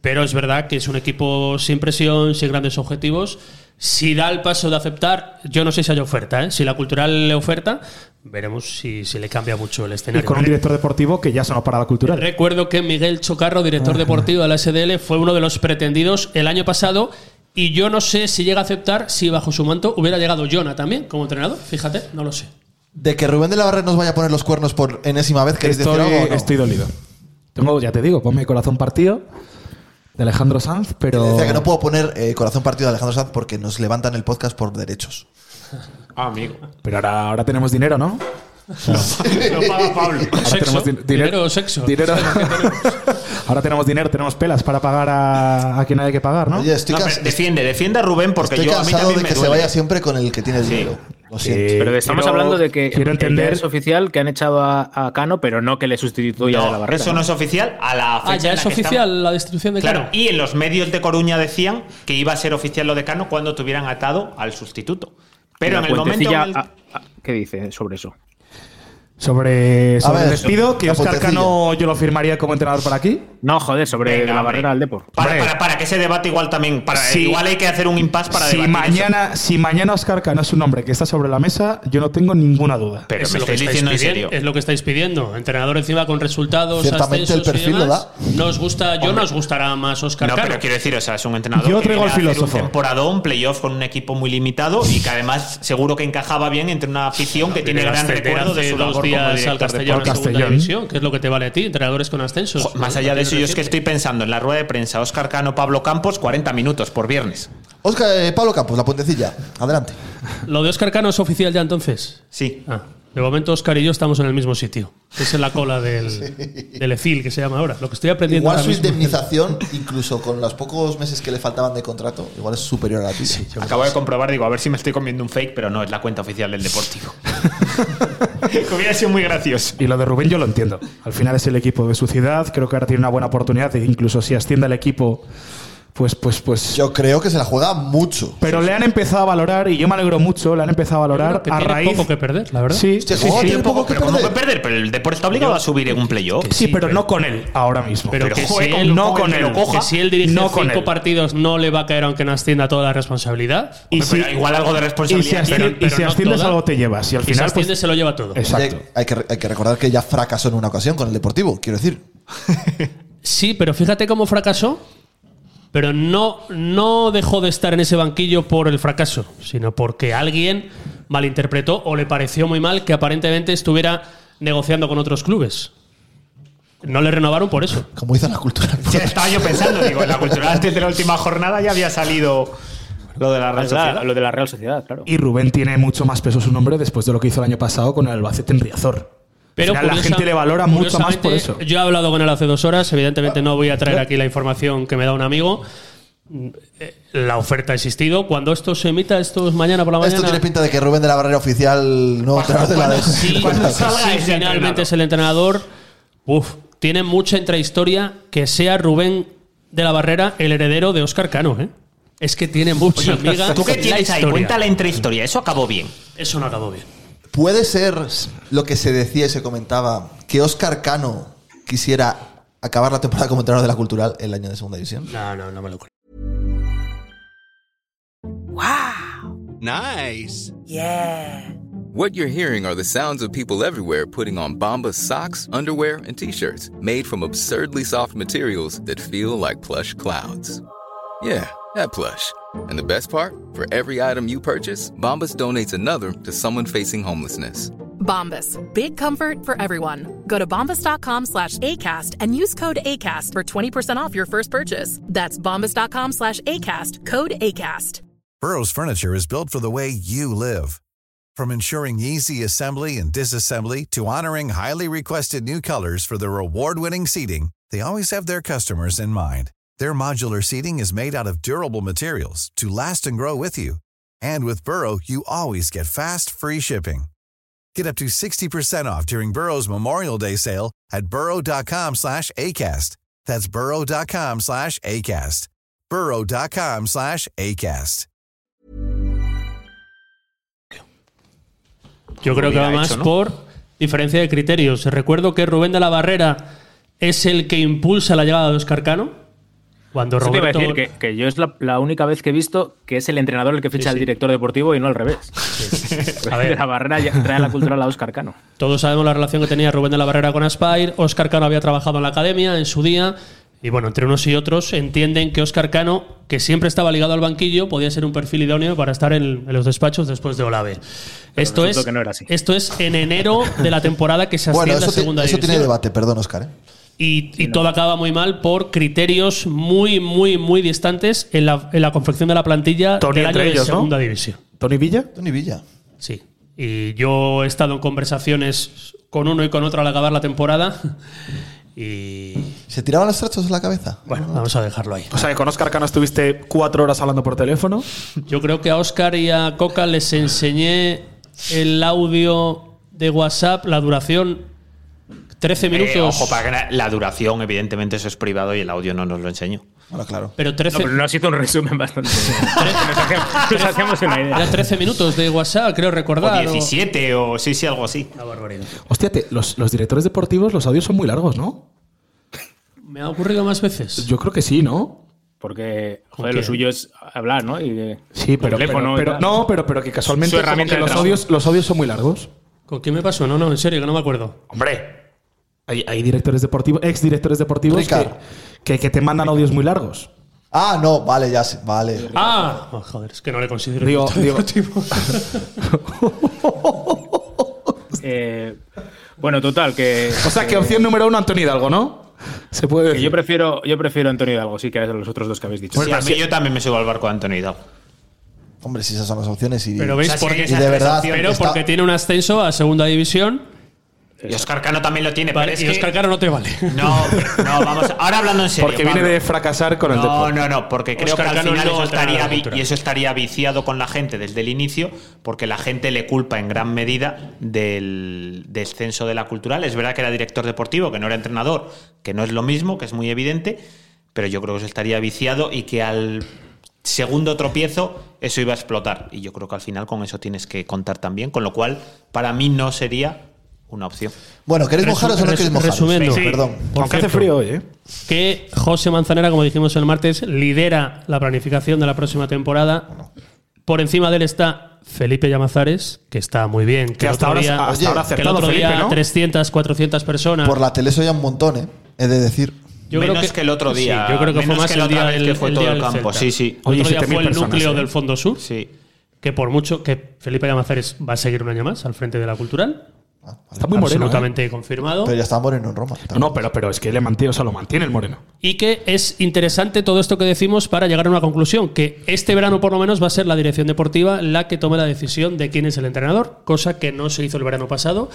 [SPEAKER 2] pero es verdad que es un equipo sin presión, sin grandes objetivos. Si da el paso de aceptar, yo no sé si hay oferta, ¿eh? si la cultural le oferta, veremos si, si le cambia mucho el
[SPEAKER 6] Y
[SPEAKER 2] escenario.
[SPEAKER 6] con un director deportivo que ya se nos para la cultural.
[SPEAKER 2] Recuerdo que Miguel Chocarro,
[SPEAKER 1] Ah,
[SPEAKER 2] director deportivo de la SDL, fue uno de los pretendidos el año pasado. Y yo no sé si llega a aceptar si bajo su manto hubiera llegado Jonah también como entrenador. Fíjate, no lo sé.
[SPEAKER 1] De que Rubén de la Barrera nos vaya a poner los cuernos por enésima vez, ¿queréis decir
[SPEAKER 6] Estoy,
[SPEAKER 1] algo? o no?
[SPEAKER 6] estoy dolido. Tengo, ya te digo, ponme corazón partido.
[SPEAKER 3] de Alejandro Sanz, pero.
[SPEAKER 1] Le decía que no puedo poner eh, corazón partido de Alejandro Sanz porque nos levantan el podcast por derechos.
[SPEAKER 4] Ah, amigo.
[SPEAKER 3] Pero ahora, ahora tenemos dinero, ¿no?
[SPEAKER 2] Lo paga Pablo.
[SPEAKER 3] Ahora
[SPEAKER 2] Sexo,
[SPEAKER 3] tenemos di-
[SPEAKER 2] dinero o sexo.
[SPEAKER 3] Dinero. ahora tenemos dinero, tenemos pelas para pagar a, a quien hay que pagar, ¿no?
[SPEAKER 1] Oye, estoy,
[SPEAKER 4] No,
[SPEAKER 1] cas-
[SPEAKER 4] pero defiende, defiende a Rubén porque
[SPEAKER 1] estoy
[SPEAKER 4] yo a mí
[SPEAKER 1] cansado
[SPEAKER 4] también
[SPEAKER 1] de
[SPEAKER 4] me
[SPEAKER 1] que se
[SPEAKER 4] duele.
[SPEAKER 1] vaya siempre con el que tiene el dinero. Lo siento.
[SPEAKER 3] Eh,
[SPEAKER 5] Pero estamos
[SPEAKER 3] quiero-
[SPEAKER 5] hablando de que
[SPEAKER 3] Quiero
[SPEAKER 5] que ya
[SPEAKER 3] entender.
[SPEAKER 5] es oficial que han echado a, a Cano, pero no que le sustituya
[SPEAKER 4] No,
[SPEAKER 5] de la barrera.
[SPEAKER 4] eso no es oficial a la fecha.
[SPEAKER 2] Ah,
[SPEAKER 4] en
[SPEAKER 2] ya
[SPEAKER 4] la
[SPEAKER 2] es
[SPEAKER 4] que
[SPEAKER 2] oficial
[SPEAKER 4] estamos.
[SPEAKER 2] la destrucción de
[SPEAKER 4] Claro,
[SPEAKER 2] Cano.
[SPEAKER 4] y en los medios de Coruña decían que iba a ser oficial lo de Cano cuando tuvieran atado al sustituto. Pero en
[SPEAKER 5] La
[SPEAKER 4] el momento. en
[SPEAKER 5] puentecilla, ah,
[SPEAKER 4] el-
[SPEAKER 5] a- a- ¿Qué dice sobre eso?
[SPEAKER 3] Sobre, sobre
[SPEAKER 1] ver,
[SPEAKER 3] el despido, que
[SPEAKER 1] la
[SPEAKER 3] Oscar
[SPEAKER 1] puentecilla.
[SPEAKER 3] Cano yo lo firmaría como entrenador para aquí.
[SPEAKER 5] No, joder, sobre
[SPEAKER 4] Venga,
[SPEAKER 5] la
[SPEAKER 4] hombre.
[SPEAKER 5] barrera al Depor.
[SPEAKER 4] Para,
[SPEAKER 3] Hombre.
[SPEAKER 4] para, para que se debate igual también. Para,
[SPEAKER 3] Sí.
[SPEAKER 4] Igual hay que hacer un impasse para
[SPEAKER 3] si,
[SPEAKER 4] debatir
[SPEAKER 3] mañana, si mañana Oscar Cano es un nombre que está sobre la mesa, yo no tengo ninguna duda.
[SPEAKER 4] eso. Pero
[SPEAKER 2] Es
[SPEAKER 4] me
[SPEAKER 2] lo que
[SPEAKER 4] estáis
[SPEAKER 2] estáis
[SPEAKER 4] diciendo en
[SPEAKER 2] pidiendo-
[SPEAKER 4] serio.
[SPEAKER 2] Es lo que estáis pidiendo. Entrenador encima con resultados,
[SPEAKER 1] Ciertamente
[SPEAKER 2] ascensos
[SPEAKER 1] el perfil
[SPEAKER 2] y
[SPEAKER 1] lo
[SPEAKER 2] demás. Nos gusta, yo
[SPEAKER 4] Hombre.
[SPEAKER 2] nos gustará más Oscar
[SPEAKER 4] No,
[SPEAKER 2] Cano.
[SPEAKER 4] pero quiero decir, o sea, es un entrenador.
[SPEAKER 3] Yo
[SPEAKER 4] que
[SPEAKER 3] traigo
[SPEAKER 4] viene
[SPEAKER 3] al
[SPEAKER 4] a hacer
[SPEAKER 3] filósofo.
[SPEAKER 4] Un temporadón, playoff con un equipo muy limitado y que además seguro que encajaba bien entre una afición que tiene
[SPEAKER 2] Tiene
[SPEAKER 4] gran
[SPEAKER 2] ascender
[SPEAKER 4] recuerdo de
[SPEAKER 2] hace
[SPEAKER 4] su
[SPEAKER 2] dos
[SPEAKER 4] labor como
[SPEAKER 2] días al
[SPEAKER 4] director de
[SPEAKER 2] Castellón,
[SPEAKER 4] deporte.
[SPEAKER 2] en segunda
[SPEAKER 3] Castellón.
[SPEAKER 2] división, que es lo que te vale a ti, entrenadores con ascensos.
[SPEAKER 4] Jo, Más allá de eso, yo es que estoy pensando en la rueda de prensa Oscar Cano, Pablo Campos, 40 minutos por viernes.
[SPEAKER 1] Oscar, eh, Pablo Campos, la puentecilla. Adelante.
[SPEAKER 2] Lo de Oscar Cano es oficial ya entonces.
[SPEAKER 4] Sí.
[SPEAKER 2] Ah, de momento Oscar y yo estamos en el mismo sitio. que Es en la cola del, del EFIL que se llama ahora. Lo que estoy aprendiendo
[SPEAKER 1] Igual
[SPEAKER 2] ahora
[SPEAKER 1] su
[SPEAKER 2] mismo.
[SPEAKER 1] indemnización, incluso con los pocos meses que le faltaban de contrato, igual es superior a la tuya.
[SPEAKER 4] Acabo de comprobar, digo, a ver si me estoy comiendo un fake, pero no, es la cuenta oficial del Deportivo. Que Hubiera sido muy gracioso.
[SPEAKER 3] Y lo de Rubén yo lo entiendo. Al final es el equipo de su ciudad, creo que ahora tiene una buena oportunidad, e incluso si asciende el equipo, pues, pues, pues.
[SPEAKER 1] Yo creo que se la juega mucho.
[SPEAKER 3] pero le han empezado a valorar, y yo me alegro mucho, le han empezado a valorar
[SPEAKER 2] Creo que
[SPEAKER 3] a
[SPEAKER 2] tiene
[SPEAKER 3] raíz.
[SPEAKER 2] poco que perder, la verdad.
[SPEAKER 3] Sí,
[SPEAKER 1] Hostia,
[SPEAKER 3] sí,
[SPEAKER 1] ¿cómo
[SPEAKER 3] sí.
[SPEAKER 1] Oh, tiene poco que
[SPEAKER 4] pero ¿cómo
[SPEAKER 1] perder?
[SPEAKER 4] puede perder? Pero el Deportivo está obligado a subir en un playoff.
[SPEAKER 3] Sí, pero, no con él ahora mismo.
[SPEAKER 2] Pero, que,
[SPEAKER 4] joder,
[SPEAKER 2] si
[SPEAKER 4] con-
[SPEAKER 2] él,
[SPEAKER 3] no
[SPEAKER 4] con
[SPEAKER 3] con
[SPEAKER 4] el que lo
[SPEAKER 3] él.
[SPEAKER 4] coja,
[SPEAKER 2] que si él dirige
[SPEAKER 3] no con
[SPEAKER 2] cinco
[SPEAKER 3] él.
[SPEAKER 2] partidos no le va a caer aunque no ascienda toda la responsabilidad.
[SPEAKER 3] Y
[SPEAKER 4] Hombre,
[SPEAKER 3] si,
[SPEAKER 4] pero igual algo de
[SPEAKER 3] y si
[SPEAKER 4] responsabilidad.
[SPEAKER 3] asciende-
[SPEAKER 4] tiene.
[SPEAKER 3] y
[SPEAKER 2] pero
[SPEAKER 3] si
[SPEAKER 2] no
[SPEAKER 3] asciendes
[SPEAKER 2] toda.
[SPEAKER 3] algo te llevas. Y al
[SPEAKER 2] Y si
[SPEAKER 3] final,
[SPEAKER 2] asciende
[SPEAKER 3] pues.
[SPEAKER 2] se lo lleva todo.
[SPEAKER 3] Exacto.
[SPEAKER 1] Eh, hay, que, hay que recordar que ya fracasó en una ocasión con el Deportivo, quiero decir.
[SPEAKER 2] Sí, pero fíjate cómo fracasó. Pero no, no dejó de estar en ese banquillo por el fracaso, sino porque alguien malinterpretó o le pareció muy mal que aparentemente estuviera negociando con otros clubes. No le renovaron por eso.
[SPEAKER 1] Como hizo en la cultura.
[SPEAKER 4] Sí, estaba yo pensando, digo, en la cultural antes de la última jornada ya había salido lo de la Real Sociedad.
[SPEAKER 5] lo de la Real Sociedad, claro.
[SPEAKER 3] Y Rubén tiene mucho más peso su nombre después de lo que hizo el año pasado con el Albacete en Riazor.
[SPEAKER 2] Pero
[SPEAKER 3] Al final la
[SPEAKER 2] curiosa-
[SPEAKER 3] gente le valora mucho más por
[SPEAKER 2] curiosamente,
[SPEAKER 3] eso.
[SPEAKER 2] Yo he hablado con él hace dos horas. Evidentemente no voy a traer aquí la información que me da un amigo. Mm, eh, La oferta ha existido. Cuando esto se emita, esto es mañana por la mañana.
[SPEAKER 1] Esto tiene pinta de que Rubén de la Barrera oficial no entrenador de la
[SPEAKER 4] cuando-
[SPEAKER 1] de-
[SPEAKER 2] Sí,
[SPEAKER 4] Cuando
[SPEAKER 2] sí,
[SPEAKER 4] salga ese
[SPEAKER 2] finalmente
[SPEAKER 4] entrenador.
[SPEAKER 2] es el entrenador. Uf, tiene mucha intrahistoria que sea Rubén de la Barrera el heredero de Oscar Cano, ¿eh? Es que tiene mucha amiga.
[SPEAKER 4] ¿Tú qué
[SPEAKER 2] la
[SPEAKER 4] tienes ahí?
[SPEAKER 2] historia.
[SPEAKER 4] Cuenta la intrahistoria. Eso acabó bien.
[SPEAKER 2] Eso no acabó bien.
[SPEAKER 1] ¿Puede ser lo que se decía y se comentaba que Oscar Cano quisiera acabar la temporada como entrenador de la cultural el año de segunda división?
[SPEAKER 2] No, no, no me lo creo.
[SPEAKER 7] Wow.
[SPEAKER 8] Nice.
[SPEAKER 7] Yeah.
[SPEAKER 8] What you're hearing are the sounds of people everywhere putting on Bombas socks, underwear, and t-shirts made from absurdly soft materials that feel like plush clouds. Yeah, that plush. And the best part? For every item you purchase, Bombas donates another to someone facing homelessness.
[SPEAKER 9] Bombas. Big comfort for everyone. Go to bombas.com slash ACAST and use code ACAST for 20% off your first purchase. That's bombas.com slash ACAST. Code ACAST.
[SPEAKER 10] Burrow's furniture is built for the way you live. From ensuring easy assembly and disassembly to honoring highly requested new colors for their award-winning seating, they always have their customers in mind. Their modular seating is made out of durable materials to last and grow with you. And with Burrow, you always get fast, free shipping. Get up to 60% off during Burrow's Memorial Day sale at burrow.com slash ACAST. That's burrow.com slash ACAST. burrow.com slash ACAST.
[SPEAKER 2] Yo creo que va
[SPEAKER 4] hubiera
[SPEAKER 2] más
[SPEAKER 4] hecho, ¿no?
[SPEAKER 2] por diferencia de criterios. Recuerdo que Rubén de la Barrera es el que impulsa la llegada de Oscar Cano. Cuando
[SPEAKER 5] Eso te iba a
[SPEAKER 2] Roberto.
[SPEAKER 5] decir que, que yo es la, la única vez que he visto que es el entrenador el que ficha al director deportivo y no al revés.
[SPEAKER 2] A ver.
[SPEAKER 5] la barrera ya trae a la cultural a Oscar Cano.
[SPEAKER 2] Todos sabemos la relación que tenía Rubén de la Barrera con Aspire. Oscar Cano había trabajado en la academia en su día. Y bueno, entre unos y otros entienden que Oscar Cano, que siempre estaba ligado al banquillo, podía ser un perfil idóneo para estar en, en los despachos después de Olave. Esto
[SPEAKER 5] resultó
[SPEAKER 2] es,
[SPEAKER 5] que no era así.
[SPEAKER 2] esto es en enero de la temporada que se
[SPEAKER 1] Bueno,
[SPEAKER 2] asciende
[SPEAKER 1] eso,
[SPEAKER 2] a
[SPEAKER 1] ti-
[SPEAKER 2] segunda
[SPEAKER 1] eso tiene
[SPEAKER 2] división.
[SPEAKER 1] debate, perdón, Oscar. ¿eh?
[SPEAKER 2] Y, y todo acaba muy mal por criterios muy, muy, muy distantes en la, en la confección de la plantilla
[SPEAKER 3] Tony
[SPEAKER 2] del año
[SPEAKER 3] entre
[SPEAKER 2] de
[SPEAKER 3] ellos, ¿no?
[SPEAKER 2] segunda división.
[SPEAKER 3] ¿Tony Villa?
[SPEAKER 1] Tony Villa.
[SPEAKER 2] Sí. Y yo he estado en conversaciones con uno y con otro al acabar la temporada. Y
[SPEAKER 1] ¿Se tiraban los trachos en la cabeza?
[SPEAKER 2] bueno, vamos a dejarlo ahí.
[SPEAKER 3] O sea, que con Oscar Cano estuviste cuatro horas hablando por teléfono.
[SPEAKER 2] Yo creo que a Oscar y a Coca les enseñé el audio de WhatsApp, la duración 13 minutos.
[SPEAKER 4] Eh, ojo, para que la- la duración, evidentemente, eso es privado y el audio no nos lo enseño.
[SPEAKER 1] Bueno, claro.
[SPEAKER 2] pero 13,
[SPEAKER 5] pero no has hecho un resumen bastante. nos, hacíamos, nos hacíamos una
[SPEAKER 2] era
[SPEAKER 5] idea.
[SPEAKER 2] 13 minutos de WhatsApp, creo
[SPEAKER 4] O
[SPEAKER 2] recordar. o-
[SPEAKER 4] 17 o sí, sí, algo así.
[SPEAKER 2] Una barbaridad.
[SPEAKER 3] Hostia, te- los, los directores deportivos, los audios son muy largos, ¿no?
[SPEAKER 2] Me ha ocurrido más veces.
[SPEAKER 3] Yo creo que sí, ¿no?
[SPEAKER 5] Porque,
[SPEAKER 2] ¿Con qué?
[SPEAKER 5] joder, lo suyo es hablar, ¿no? Y, eh,
[SPEAKER 3] Sí, pero.
[SPEAKER 5] teléfono y
[SPEAKER 3] pero-
[SPEAKER 5] tal.
[SPEAKER 3] no, pero, pero que casualmente
[SPEAKER 5] Su
[SPEAKER 3] como
[SPEAKER 5] herramienta
[SPEAKER 3] que
[SPEAKER 5] de
[SPEAKER 3] los,
[SPEAKER 5] trabajo.
[SPEAKER 3] audios, los audios son muy largos.
[SPEAKER 2] ¿Con quién me pasó? No, no, en serio, que no me acuerdo.
[SPEAKER 3] Hombre. Hay, hay directores deportivos, ex directores deportivos que,
[SPEAKER 1] Ricard.
[SPEAKER 3] que, que te mandan audios muy largos.
[SPEAKER 1] Ah, no, vale, ya sé, vale.
[SPEAKER 2] Ah, Oh, joder, es que no le considero.
[SPEAKER 3] Digo, digo,
[SPEAKER 5] eh, bueno, total, que.
[SPEAKER 3] o sea, que opción número uno, Antonio Hidalgo, ¿no? Se puede
[SPEAKER 5] que
[SPEAKER 3] decir.
[SPEAKER 5] yo prefiero, yo prefiero a Antonio Hidalgo, sí, que a los otros dos que habéis dicho.
[SPEAKER 4] Sí, a mí yo también me subo al barco de Antonio Hidalgo.
[SPEAKER 1] Hombre, si esas son las opciones y.
[SPEAKER 2] Pero veis
[SPEAKER 4] O sea,
[SPEAKER 2] por
[SPEAKER 4] sí,
[SPEAKER 2] qué.
[SPEAKER 4] sí,
[SPEAKER 1] y de verdad.
[SPEAKER 2] Pero
[SPEAKER 1] está-
[SPEAKER 2] porque tiene un ascenso a segunda división.
[SPEAKER 4] Y Oscar Cano también lo tiene,
[SPEAKER 2] Vale,
[SPEAKER 4] pero es
[SPEAKER 2] y
[SPEAKER 4] que-
[SPEAKER 2] Oscar Caro no te vale.
[SPEAKER 4] No, no, vamos. Ahora hablando en serio.
[SPEAKER 3] Porque viene
[SPEAKER 4] Pablo.
[SPEAKER 3] de fracasar con el
[SPEAKER 4] No,
[SPEAKER 3] deporte.
[SPEAKER 4] no, no, porque creo
[SPEAKER 2] Óscar
[SPEAKER 4] que al
[SPEAKER 2] Cano
[SPEAKER 4] final
[SPEAKER 2] no
[SPEAKER 4] eso
[SPEAKER 2] altera la
[SPEAKER 4] estaría vi-
[SPEAKER 2] cultura.
[SPEAKER 4] y eso estaría viciado con la gente desde el inicio, porque la gente le culpa en gran medida del descenso de la cultural. Es verdad que era director deportivo, que no era entrenador, que no es lo mismo, que es muy evidente, pero yo creo que eso estaría viciado y que al segundo tropiezo eso iba a explotar. Y yo creo que al final con eso tienes que contar también, con lo cual para mí no sería una opción.
[SPEAKER 1] Bueno, ¿queréis
[SPEAKER 2] Resu-
[SPEAKER 1] mojaros o no
[SPEAKER 2] resu-
[SPEAKER 1] queréis mojaros?
[SPEAKER 2] resumiendo.
[SPEAKER 1] Sí. Perdón.
[SPEAKER 2] Por
[SPEAKER 3] Aunque hace
[SPEAKER 2] cierto,
[SPEAKER 3] frío hoy, ¿eh?
[SPEAKER 2] Que José Manzanera, como dijimos el martes, lidera la planificación de la próxima temporada. Por encima de él está Felipe Llamazares, que está muy bien. Que,
[SPEAKER 3] Que
[SPEAKER 2] el
[SPEAKER 3] hasta
[SPEAKER 2] otro
[SPEAKER 3] ahora,
[SPEAKER 2] día,
[SPEAKER 3] hasta ahora ha
[SPEAKER 2] que el
[SPEAKER 3] acertado
[SPEAKER 2] otro día
[SPEAKER 3] Felipe, ¿no?
[SPEAKER 2] 300, 400 personas.
[SPEAKER 1] Por la tele soy un montón, ¿eh? He de decir.
[SPEAKER 4] Menos que el otro día,
[SPEAKER 2] Sí, yo creo que fue
[SPEAKER 4] menos
[SPEAKER 2] más
[SPEAKER 4] que la
[SPEAKER 2] el
[SPEAKER 4] otra
[SPEAKER 2] día
[SPEAKER 4] vez
[SPEAKER 2] del,
[SPEAKER 4] que fue
[SPEAKER 2] el
[SPEAKER 4] todo
[SPEAKER 2] día
[SPEAKER 4] el
[SPEAKER 2] del
[SPEAKER 4] campo.
[SPEAKER 2] Celta.
[SPEAKER 4] Sí, sí.
[SPEAKER 2] El
[SPEAKER 3] Oye,
[SPEAKER 2] otro día
[SPEAKER 3] 7.000
[SPEAKER 2] fue el
[SPEAKER 3] personas,
[SPEAKER 2] núcleo
[SPEAKER 3] ¿eh?
[SPEAKER 2] del Fondo Sur,
[SPEAKER 4] Sí.
[SPEAKER 2] que por mucho que Felipe Llamazares va a seguir un año más al frente de la cultural.
[SPEAKER 3] Está muy moreno. ¿eh?
[SPEAKER 2] absolutamente confirmado.
[SPEAKER 1] Pero ya está moreno en Roma.
[SPEAKER 3] No, pero, pero es que le mantiene, o sea, lo mantiene el moreno.
[SPEAKER 2] Y que es interesante todo esto que decimos para llegar a una conclusión, que este verano por lo menos va a ser la dirección deportiva la que tome la decisión de quién es el entrenador, cosa que no se hizo el verano pasado,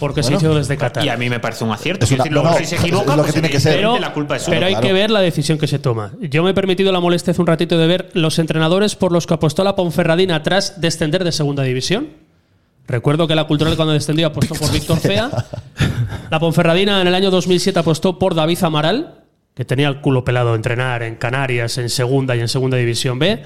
[SPEAKER 2] porque se hizo desde Qatar.
[SPEAKER 4] Y a mí me parece un acierto.
[SPEAKER 1] Es una-
[SPEAKER 4] Quiero decir, luego
[SPEAKER 1] no, no,
[SPEAKER 4] si se
[SPEAKER 1] es lo
[SPEAKER 4] equivoca,
[SPEAKER 1] que
[SPEAKER 4] pues
[SPEAKER 1] tiene que ser.
[SPEAKER 4] evidentemente
[SPEAKER 2] Pero,
[SPEAKER 4] la culpa es suya.
[SPEAKER 2] pero hay
[SPEAKER 1] claro.
[SPEAKER 2] que ver la decisión que se toma. Yo me he permitido la molestia hace un ratito de ver los entrenadores por los que apostó la Ponferradina tras descender de segunda división. Recuerdo que la Cultural cuando descendió apostó por Víctor Fea. La Ponferradina en el año 2007 apostó por David Amaral, que tenía el culo pelado a entrenar en Canarias, en segunda y en segunda división B.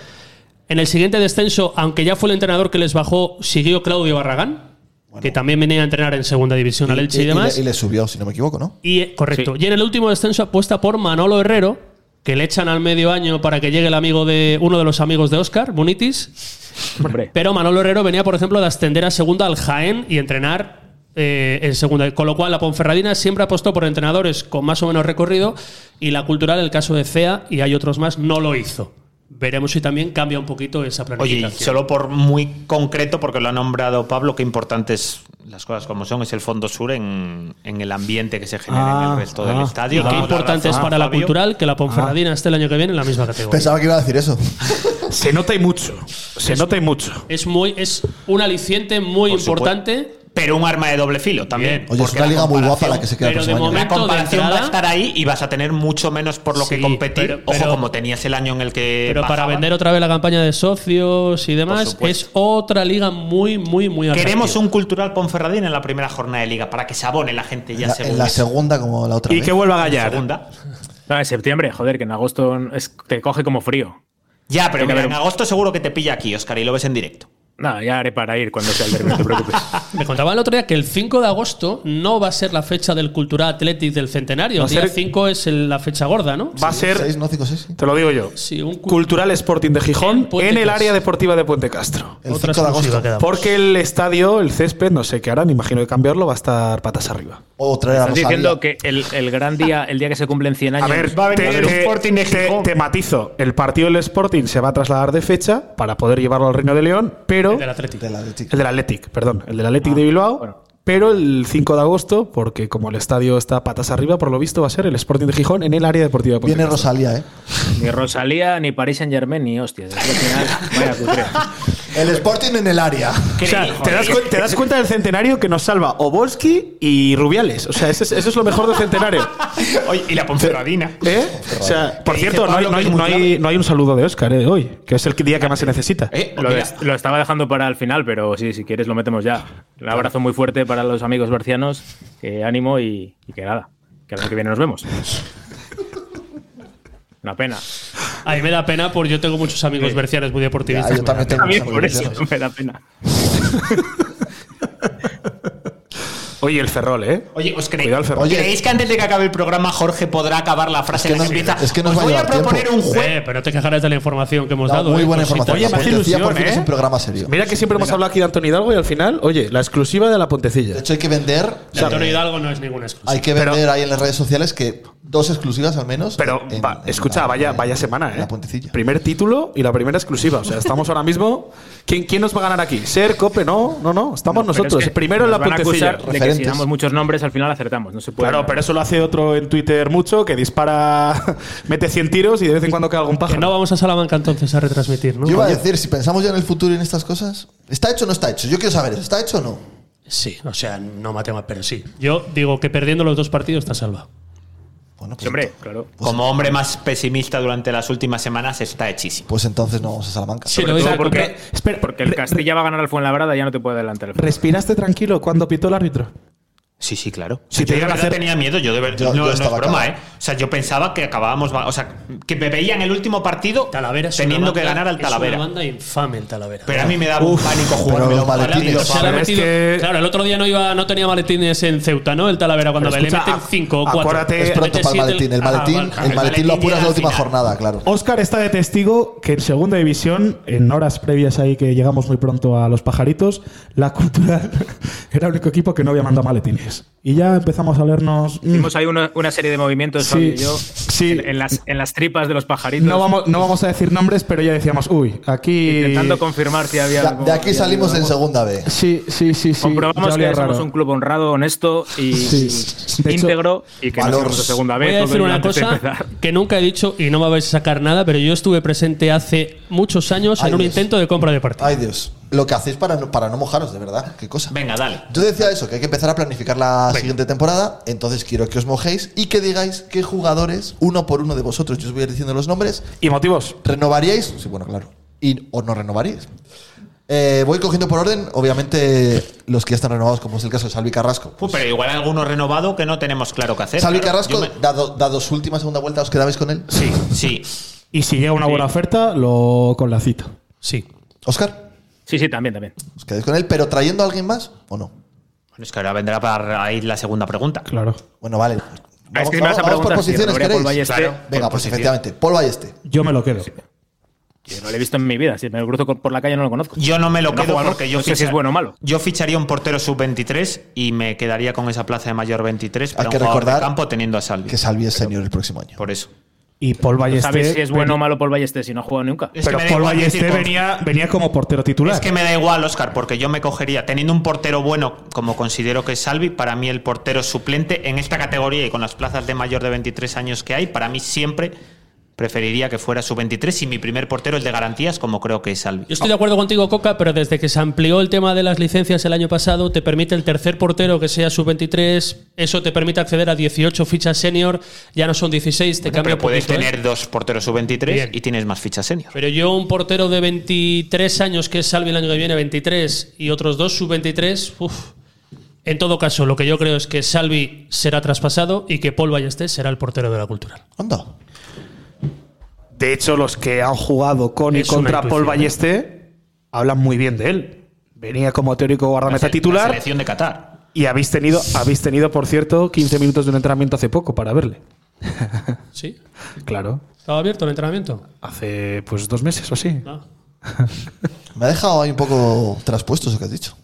[SPEAKER 2] En el siguiente descenso, aunque ya fue el entrenador que les bajó, siguió Claudio Barragán, que también venía a entrenar en segunda división al Elche y,
[SPEAKER 1] y,
[SPEAKER 2] demás.
[SPEAKER 1] le, y le subió, si no me equivoco, ¿no?
[SPEAKER 2] Y, eh, correcto. Y en el último descenso apuesta por Manolo Herrero, que le echan al medio año para que llegue el amigo de uno de los amigos de Oscar, Bonitis.
[SPEAKER 5] Hombre,
[SPEAKER 2] Pero Manolo Herrero venía, por ejemplo, de ascender a segunda al Jaén y entrenar eh, en segunda. Con lo cual, la Ponferradina siempre apostó por entrenadores con más o menos recorrido y la cultural, el caso de CEA y hay otros más, no lo hizo. Veremos si también cambia un poquito esa
[SPEAKER 4] Oye, y
[SPEAKER 2] planificación.
[SPEAKER 4] solo por muy concreto, porque lo ha nombrado Pablo, qué importantes las cosas como son, es el Fondo Sur en, en el ambiente que se genera en
[SPEAKER 3] Ah,
[SPEAKER 4] el resto del
[SPEAKER 3] ah,
[SPEAKER 4] estadio.
[SPEAKER 3] ah,
[SPEAKER 2] Qué
[SPEAKER 4] Damos la
[SPEAKER 2] importante es
[SPEAKER 4] razón a
[SPEAKER 2] para la
[SPEAKER 4] Fabio. Ah.
[SPEAKER 2] cultural que la Ponferradina esté el año que viene en la misma categoría.
[SPEAKER 1] Pensaba que iba a decir eso.
[SPEAKER 3] Se nota y mucho. Se nota y mucho.
[SPEAKER 2] Es, muy, es un aliciente muy
[SPEAKER 4] Por supuesto.
[SPEAKER 2] importante.
[SPEAKER 4] Pero un arma de doble filo también.
[SPEAKER 1] Oye, es
[SPEAKER 4] porque
[SPEAKER 1] una
[SPEAKER 4] la
[SPEAKER 1] liga muy guapa
[SPEAKER 4] comparación-
[SPEAKER 1] la que se queda el
[SPEAKER 2] pero de
[SPEAKER 1] próximo año.
[SPEAKER 4] La
[SPEAKER 2] Momento de
[SPEAKER 4] comparación va a
[SPEAKER 2] entrada-
[SPEAKER 4] estar ahí y vas a tener mucho menos por lo que
[SPEAKER 2] Sí,
[SPEAKER 4] competir.
[SPEAKER 2] pero-
[SPEAKER 4] Ojo,
[SPEAKER 2] pero-
[SPEAKER 4] como tenías el año en el que.
[SPEAKER 2] Pero para
[SPEAKER 4] bajaban.
[SPEAKER 2] vender otra vez la campaña de socios y demás,
[SPEAKER 4] supuesto.
[SPEAKER 2] es otra liga muy, muy, muy
[SPEAKER 4] Queremos
[SPEAKER 2] atractiva.
[SPEAKER 4] un cultural Ponferradina en la primera jornada de liga para que se abone la gente ya
[SPEAKER 1] La-
[SPEAKER 4] se
[SPEAKER 1] en la
[SPEAKER 4] une.
[SPEAKER 1] segunda como la otra
[SPEAKER 3] Y
[SPEAKER 1] vez.
[SPEAKER 3] que vuelva a
[SPEAKER 4] En
[SPEAKER 3] gallar.
[SPEAKER 4] segunda.
[SPEAKER 5] no, en septiembre, joder, que en agosto es- te coge como frío.
[SPEAKER 4] Ya, pero
[SPEAKER 5] Hay que
[SPEAKER 4] mira,
[SPEAKER 5] ver
[SPEAKER 4] en
[SPEAKER 5] un-
[SPEAKER 4] agosto seguro que te pilla aquí, Oscar, y lo ves en directo.
[SPEAKER 5] Nada, ya haré para ir cuando sea el derbi, no te preocupes.
[SPEAKER 2] Me contaba el otro día que el 5 de agosto no va a ser la fecha del Cultural Athletic del Centenario.
[SPEAKER 3] Va a
[SPEAKER 2] El día
[SPEAKER 3] ser-
[SPEAKER 2] 5 es el- la fecha gorda, ¿no?
[SPEAKER 3] Va a ser,
[SPEAKER 1] Seis, no, cinco, seis, sí.
[SPEAKER 3] te lo digo yo,
[SPEAKER 2] Sí, un cul-
[SPEAKER 3] Cultural Sporting de
[SPEAKER 2] En
[SPEAKER 3] Gijón
[SPEAKER 2] Puente
[SPEAKER 3] en el
[SPEAKER 2] Castro.
[SPEAKER 3] área deportiva de Puente Castro.
[SPEAKER 1] El
[SPEAKER 2] otra
[SPEAKER 1] 5
[SPEAKER 2] exclusiva
[SPEAKER 1] de agosto.
[SPEAKER 2] que damos.
[SPEAKER 3] Porque el estadio, el césped, no sé qué harán, imagino que cambiarlo va a estar patas arriba.
[SPEAKER 1] O traer a
[SPEAKER 5] Estás
[SPEAKER 1] Rosalía.
[SPEAKER 5] diciendo que el, el gran día, el día que se cumplen 100
[SPEAKER 3] A
[SPEAKER 5] años.
[SPEAKER 3] ver,
[SPEAKER 5] va a
[SPEAKER 3] te,
[SPEAKER 5] venir un
[SPEAKER 3] te-
[SPEAKER 5] Sporting de
[SPEAKER 3] te-
[SPEAKER 5] Gijón.
[SPEAKER 3] te matizo. El partido del Sporting se va a trasladar de fecha para poder llevarlo al Reino de León, pero
[SPEAKER 2] del Athletic. Ah,
[SPEAKER 1] del Athletic.
[SPEAKER 3] el del Athletic, perdón, el del Athletic de Bilbao,
[SPEAKER 5] bueno.
[SPEAKER 3] Pero el 5 de agosto, porque como el estadio está patas arriba, por lo visto va a ser el Sporting de Gijón en el área deportiva de
[SPEAKER 1] Viene
[SPEAKER 3] Pontevedra.
[SPEAKER 1] Rosalía, ¿eh?
[SPEAKER 5] Ni Rosalía, ni Paris Saint Germain, ni hostias. Es que al final, vaya cutre.
[SPEAKER 1] El Sporting en el área.
[SPEAKER 3] O sea, te das, cuen- te das cuenta del centenario que nos salva Obolski y Rubiales. O sea, ese es- eso es lo mejor del centenario.
[SPEAKER 4] Oye, y la Ponferradina.
[SPEAKER 3] ¿Eh? O sea, por
[SPEAKER 4] Dice
[SPEAKER 3] cierto, no hay,
[SPEAKER 4] Pablo
[SPEAKER 3] no
[SPEAKER 4] que
[SPEAKER 3] hay-
[SPEAKER 4] es muy
[SPEAKER 3] no hay-
[SPEAKER 4] clave.
[SPEAKER 3] no hay un saludo de Oscar hoy, que es el día que más se necesita.
[SPEAKER 4] Eh,
[SPEAKER 5] Lo,
[SPEAKER 4] mira,
[SPEAKER 5] des- lo estaba dejando para el final, pero sí, si quieres lo metemos ya. Un abrazo muy fuerte para los amigos bercianos. que ánimo y, y que nada. Que el año que viene nos vemos. Una pena.
[SPEAKER 2] A mí me da pena porque yo tengo muchos amigos bercianos muy deportivistas.
[SPEAKER 1] Ya, yo también tengo
[SPEAKER 5] También
[SPEAKER 1] muchos
[SPEAKER 5] por
[SPEAKER 1] amigos
[SPEAKER 5] eso
[SPEAKER 1] bercianos.
[SPEAKER 5] me da pena.
[SPEAKER 3] Oye, el Ferrol, ¿eh?
[SPEAKER 4] Oye, ¿os cre-
[SPEAKER 3] Cuidado al Ferrol.
[SPEAKER 1] Oye.
[SPEAKER 4] creéis que antes de que acabe el programa Jorge podrá acabar la frase
[SPEAKER 1] que
[SPEAKER 4] en la
[SPEAKER 1] no-
[SPEAKER 4] que empieza?
[SPEAKER 1] es que nos
[SPEAKER 4] Os
[SPEAKER 1] va a
[SPEAKER 4] voy a
[SPEAKER 1] llevar tiempo".
[SPEAKER 4] proponer un juego.
[SPEAKER 2] Eh, pero no te quejarás de la información que hemos
[SPEAKER 1] No,
[SPEAKER 2] dado.
[SPEAKER 1] muy
[SPEAKER 2] eh,
[SPEAKER 1] buena
[SPEAKER 2] cosita.
[SPEAKER 1] información.
[SPEAKER 3] Oye, me hace
[SPEAKER 1] Decía, por
[SPEAKER 3] ilusión,
[SPEAKER 1] fin es
[SPEAKER 3] ¿eh?
[SPEAKER 1] un programa serio.
[SPEAKER 3] Mira que siempre hemos hablado aquí de Antonio Hidalgo y al final, oye, la exclusiva de la
[SPEAKER 1] De
[SPEAKER 3] Pontecilla.
[SPEAKER 1] hecho, hay que vender.
[SPEAKER 2] De Antonio Hidalgo no es ninguna excusa.
[SPEAKER 1] Hay que
[SPEAKER 3] Pero-
[SPEAKER 1] vender ahí en las redes sociales que dos exclusivas al menos.
[SPEAKER 3] Pero,
[SPEAKER 1] en-
[SPEAKER 3] va,
[SPEAKER 1] en
[SPEAKER 3] escucha,
[SPEAKER 1] la-
[SPEAKER 3] vaya,
[SPEAKER 1] en
[SPEAKER 3] vaya semana, ¿eh?
[SPEAKER 1] La puentecilla.
[SPEAKER 3] Primer título y la primera exclusiva. O sea, estamos ahora mismo. ¿Quién, quién nos va a ganar aquí? ¿Ser, Cope? No, no, no. Estamos
[SPEAKER 5] Pero
[SPEAKER 3] nosotros.
[SPEAKER 5] es que
[SPEAKER 3] Primero en
[SPEAKER 5] nos
[SPEAKER 3] la
[SPEAKER 5] van a
[SPEAKER 3] Pontecilla.
[SPEAKER 5] acusar de que si
[SPEAKER 1] Referentes.
[SPEAKER 5] damos muchos nombres, al final acertamos. No se puede.
[SPEAKER 3] Claro, pero eso lo hace otro en Twitter mucho, que dispara, mete 100 tiros y de vez en cuando cae algún
[SPEAKER 2] Que
[SPEAKER 3] pájaro.
[SPEAKER 2] no vamos a Salamanca entonces a retransmitir, ¿no?
[SPEAKER 1] Yo iba a decir, si pensamos ya en el futuro y en estas cosas, ¿está hecho o no está hecho? Yo quiero saber, eso, ¿está hecho o no?
[SPEAKER 11] Sí, o sea, no matemáticas, pero sí.
[SPEAKER 2] ah, Yo digo que perdiendo los dos partidos está salvado.
[SPEAKER 1] Bueno, pues,
[SPEAKER 5] Sí, hombre, claro.
[SPEAKER 4] Como hombre más pesimista durante las últimas semanas está hechísimo.
[SPEAKER 1] pues entonces no vamos a Salamanca.
[SPEAKER 2] Sí,
[SPEAKER 5] Sobre
[SPEAKER 2] lo
[SPEAKER 5] todo
[SPEAKER 2] digo.
[SPEAKER 5] porque,
[SPEAKER 3] espera,
[SPEAKER 5] porque el
[SPEAKER 3] re-
[SPEAKER 5] Castilla va a ganar al Fuenlabrada y ya no te puede adelantar el
[SPEAKER 3] ¿Respiraste tranquilo cuando pitó el árbitro?
[SPEAKER 4] Sí, sí, claro.
[SPEAKER 3] Si
[SPEAKER 4] Si
[SPEAKER 3] te
[SPEAKER 4] te yo de
[SPEAKER 3] llegan a
[SPEAKER 4] verdad
[SPEAKER 3] hacer-
[SPEAKER 4] tenía miedo, yo de verdad.
[SPEAKER 1] Yo- yo
[SPEAKER 4] no, no es
[SPEAKER 1] estaba
[SPEAKER 4] broma,
[SPEAKER 1] cagado.
[SPEAKER 4] ¿eh? O sea, yo pensaba que acabábamos. va- O sea, que me veía en el último partipartido
[SPEAKER 11] Talavera es
[SPEAKER 4] teniendo
[SPEAKER 11] una banda-
[SPEAKER 4] que ganar al
[SPEAKER 11] Es una
[SPEAKER 4] Talavera.
[SPEAKER 11] banda infame el Talavera.
[SPEAKER 4] Pero a mí me daba un pánico
[SPEAKER 1] pero
[SPEAKER 4] jugar
[SPEAKER 1] los maletines.
[SPEAKER 2] O sea, le ha
[SPEAKER 3] Pero es
[SPEAKER 2] metido-
[SPEAKER 3] que-
[SPEAKER 2] Claro, el otro día no iba, no tenía maletines en Ceuta, ¿no? El Talavera cuando
[SPEAKER 3] Pero
[SPEAKER 2] le
[SPEAKER 3] escucha,
[SPEAKER 2] meten
[SPEAKER 3] ac-
[SPEAKER 2] 5 o 4.
[SPEAKER 3] acuérdate-
[SPEAKER 1] Es
[SPEAKER 3] eh,
[SPEAKER 1] pronto
[SPEAKER 2] mete
[SPEAKER 1] para el
[SPEAKER 2] siete-
[SPEAKER 1] maletín. El
[SPEAKER 2] Ah,
[SPEAKER 1] maletín,
[SPEAKER 2] vale,
[SPEAKER 1] el
[SPEAKER 4] el
[SPEAKER 1] maletín
[SPEAKER 4] maletín
[SPEAKER 1] lo apuras
[SPEAKER 4] llega
[SPEAKER 1] la
[SPEAKER 4] al
[SPEAKER 1] última
[SPEAKER 4] final.
[SPEAKER 1] jornada, claro.
[SPEAKER 3] Óscar está de testigo que en segunda división, en horas previas ahí que llegamos muy pronto a los pajaritos, la cultural era el único equipo que no había mandado maletines. Y ya empezamos a leernos. mm,
[SPEAKER 5] Hicimos ahí una, una serie de movimientos,
[SPEAKER 3] Sí,
[SPEAKER 5] Fabio y yo,
[SPEAKER 3] sí.
[SPEAKER 5] en, en las, en las tripas de los pajaritos,
[SPEAKER 3] no, vamos, no vamos a decir nombres, pero ya decíamos, uy, aquí.
[SPEAKER 5] intentando confirmar si había
[SPEAKER 1] Ya,
[SPEAKER 5] algo-
[SPEAKER 1] de aquí
[SPEAKER 5] había
[SPEAKER 1] salimos
[SPEAKER 5] algo.
[SPEAKER 1] en segunda B.
[SPEAKER 3] Sí, sí, sí, sí. ya
[SPEAKER 5] Comprobamos
[SPEAKER 3] olía
[SPEAKER 5] que somos
[SPEAKER 3] raro.
[SPEAKER 5] un club honrado, honesto y
[SPEAKER 3] Sí. De hecho,
[SPEAKER 5] íntegro y que
[SPEAKER 1] valor.
[SPEAKER 5] no somos de segunda vez. todo
[SPEAKER 2] Voy a decir
[SPEAKER 5] ello
[SPEAKER 2] una
[SPEAKER 5] antes de
[SPEAKER 2] cosa
[SPEAKER 5] empezar.
[SPEAKER 2] que nunca he dicho y no me vais a sacar nada, pero yo estuve presente hace muchos años
[SPEAKER 1] Ay,
[SPEAKER 2] en un
[SPEAKER 1] Dios.
[SPEAKER 2] intento de compra de partido.
[SPEAKER 1] Ay, Dios. Lo que hacéis para no, para no mojaros, de verdad. Qué cosa.
[SPEAKER 4] Venga, dale.
[SPEAKER 1] Yo decía eso, que hay que empezar a planificar la siguiente temporada. Entonces quiero que os mojéis y que digáis qué jugadores, uno por uno de vosotros, yo os voy a ir diciendo los nombres,
[SPEAKER 3] ¿Y motivos?
[SPEAKER 1] ¿Renovaríais? Sí, bueno, claro. Y, ¿O no renovaríais? Eh, voy cogiendo por orden, obviamente, los que ya están renovados, como es el caso de Salvi Carrasco.
[SPEAKER 4] Uy, pero igual alguno renovado que no tenemos claro qué hacer.
[SPEAKER 1] Salvi
[SPEAKER 4] Claro,
[SPEAKER 1] Carrasco,
[SPEAKER 4] yo me-
[SPEAKER 1] dado, dado su última segunda vuelta, ¿os quedabais con él?
[SPEAKER 4] Sí, sí.
[SPEAKER 3] Y si llega una buena oferta, lo con la cita.
[SPEAKER 2] Sí.
[SPEAKER 1] Oscar,
[SPEAKER 5] Sí, sí, también, también.
[SPEAKER 1] ¿os quedáis con él? ¿Pero trayendo a alguien más o no?
[SPEAKER 4] Bueno, es que ahora vendrá para ahí la segunda pregunta.
[SPEAKER 3] Claro.
[SPEAKER 1] Bueno, vale.
[SPEAKER 5] Es que me vas a
[SPEAKER 1] por
[SPEAKER 5] preguntar si
[SPEAKER 1] posiciones,
[SPEAKER 5] renovaría
[SPEAKER 1] ¿queréis?
[SPEAKER 5] Paul Ballester. Claro,
[SPEAKER 1] Venga,
[SPEAKER 5] por
[SPEAKER 1] pues
[SPEAKER 5] posición.
[SPEAKER 1] efectivamente. Paul Balleste.
[SPEAKER 3] Yo me lo quedo.
[SPEAKER 5] Yo no lo he visto en mi vida. Si me lo cruzo por la calle no lo conozco.
[SPEAKER 4] Yo no me lo
[SPEAKER 5] No
[SPEAKER 4] quedo
[SPEAKER 5] jugador,
[SPEAKER 4] porque yo
[SPEAKER 5] no sé si
[SPEAKER 4] fichar-
[SPEAKER 5] es bueno o malo.
[SPEAKER 4] Yo ficharía un portero sub-23 y me quedaría con esa plaza de mayor 23 para
[SPEAKER 1] que
[SPEAKER 4] un jugador de
[SPEAKER 1] recordar
[SPEAKER 4] campo teniendo a Salvi.
[SPEAKER 1] Que Salvi es senior el próximo año.
[SPEAKER 4] Por eso.
[SPEAKER 3] Y Paul Ballester.
[SPEAKER 5] ¿Sabes si es bueno o
[SPEAKER 3] pero-
[SPEAKER 5] malo Paul Ballester si no ha jugado nunca?
[SPEAKER 4] Es que
[SPEAKER 3] Pero
[SPEAKER 4] me da
[SPEAKER 3] Paul
[SPEAKER 4] igual, es
[SPEAKER 3] Ballester
[SPEAKER 4] decir,
[SPEAKER 3] venía, venía como portero titular.
[SPEAKER 4] Es que me da igual, Oscar, porque yo me cogería, teniendo un portero bueno, como considero que es Salvi, para mí el portero suplente en esta categoría y con las plazas de mayor de 23 años que hay, para mí siempre preferiría que fuera su 23 y mi primer portero el de garantías, como creo que es Salvi.
[SPEAKER 2] Yo estoy de acuerdo contigo, Coca, pero desde que se amplió el tema de las licencias el año pasado, te permite el tercer portero que sea sub-23, eso te permite acceder a 18 fichas senior, ya no son 16, te cambia
[SPEAKER 4] Pero puedes
[SPEAKER 2] poquito, ¿eh?
[SPEAKER 4] tener dos porteros sub-23
[SPEAKER 2] Bien.
[SPEAKER 4] y tienes más fichas senior.
[SPEAKER 2] Pero yo, un portero de 23 años, que es Salvi el año que viene, 23, y otros dos sub-23, uff. En todo caso, lo que yo creo es que Salvi será traspasado y que Paul Ballestés será el portero de la cultural.
[SPEAKER 1] Anda.
[SPEAKER 3] De hecho, los que han jugado con y
[SPEAKER 2] Es una
[SPEAKER 3] contra Paul
[SPEAKER 2] intuición,
[SPEAKER 3] Ballester hablan muy bien de él. Venía como teórico guardameta
[SPEAKER 4] La
[SPEAKER 3] titular
[SPEAKER 4] selección de Qatar.
[SPEAKER 3] y habéis tenido, habéis tenido, por cierto, 15 minutos de un entrenamiento hace poco para verle.
[SPEAKER 2] ¿Sí?
[SPEAKER 3] Claro.
[SPEAKER 2] ¿Estaba abierto el entrenamiento?
[SPEAKER 3] Hace pues dos meses o así.
[SPEAKER 2] No.
[SPEAKER 1] Me ha dejado ahí un poco traspuesto eso que has dicho.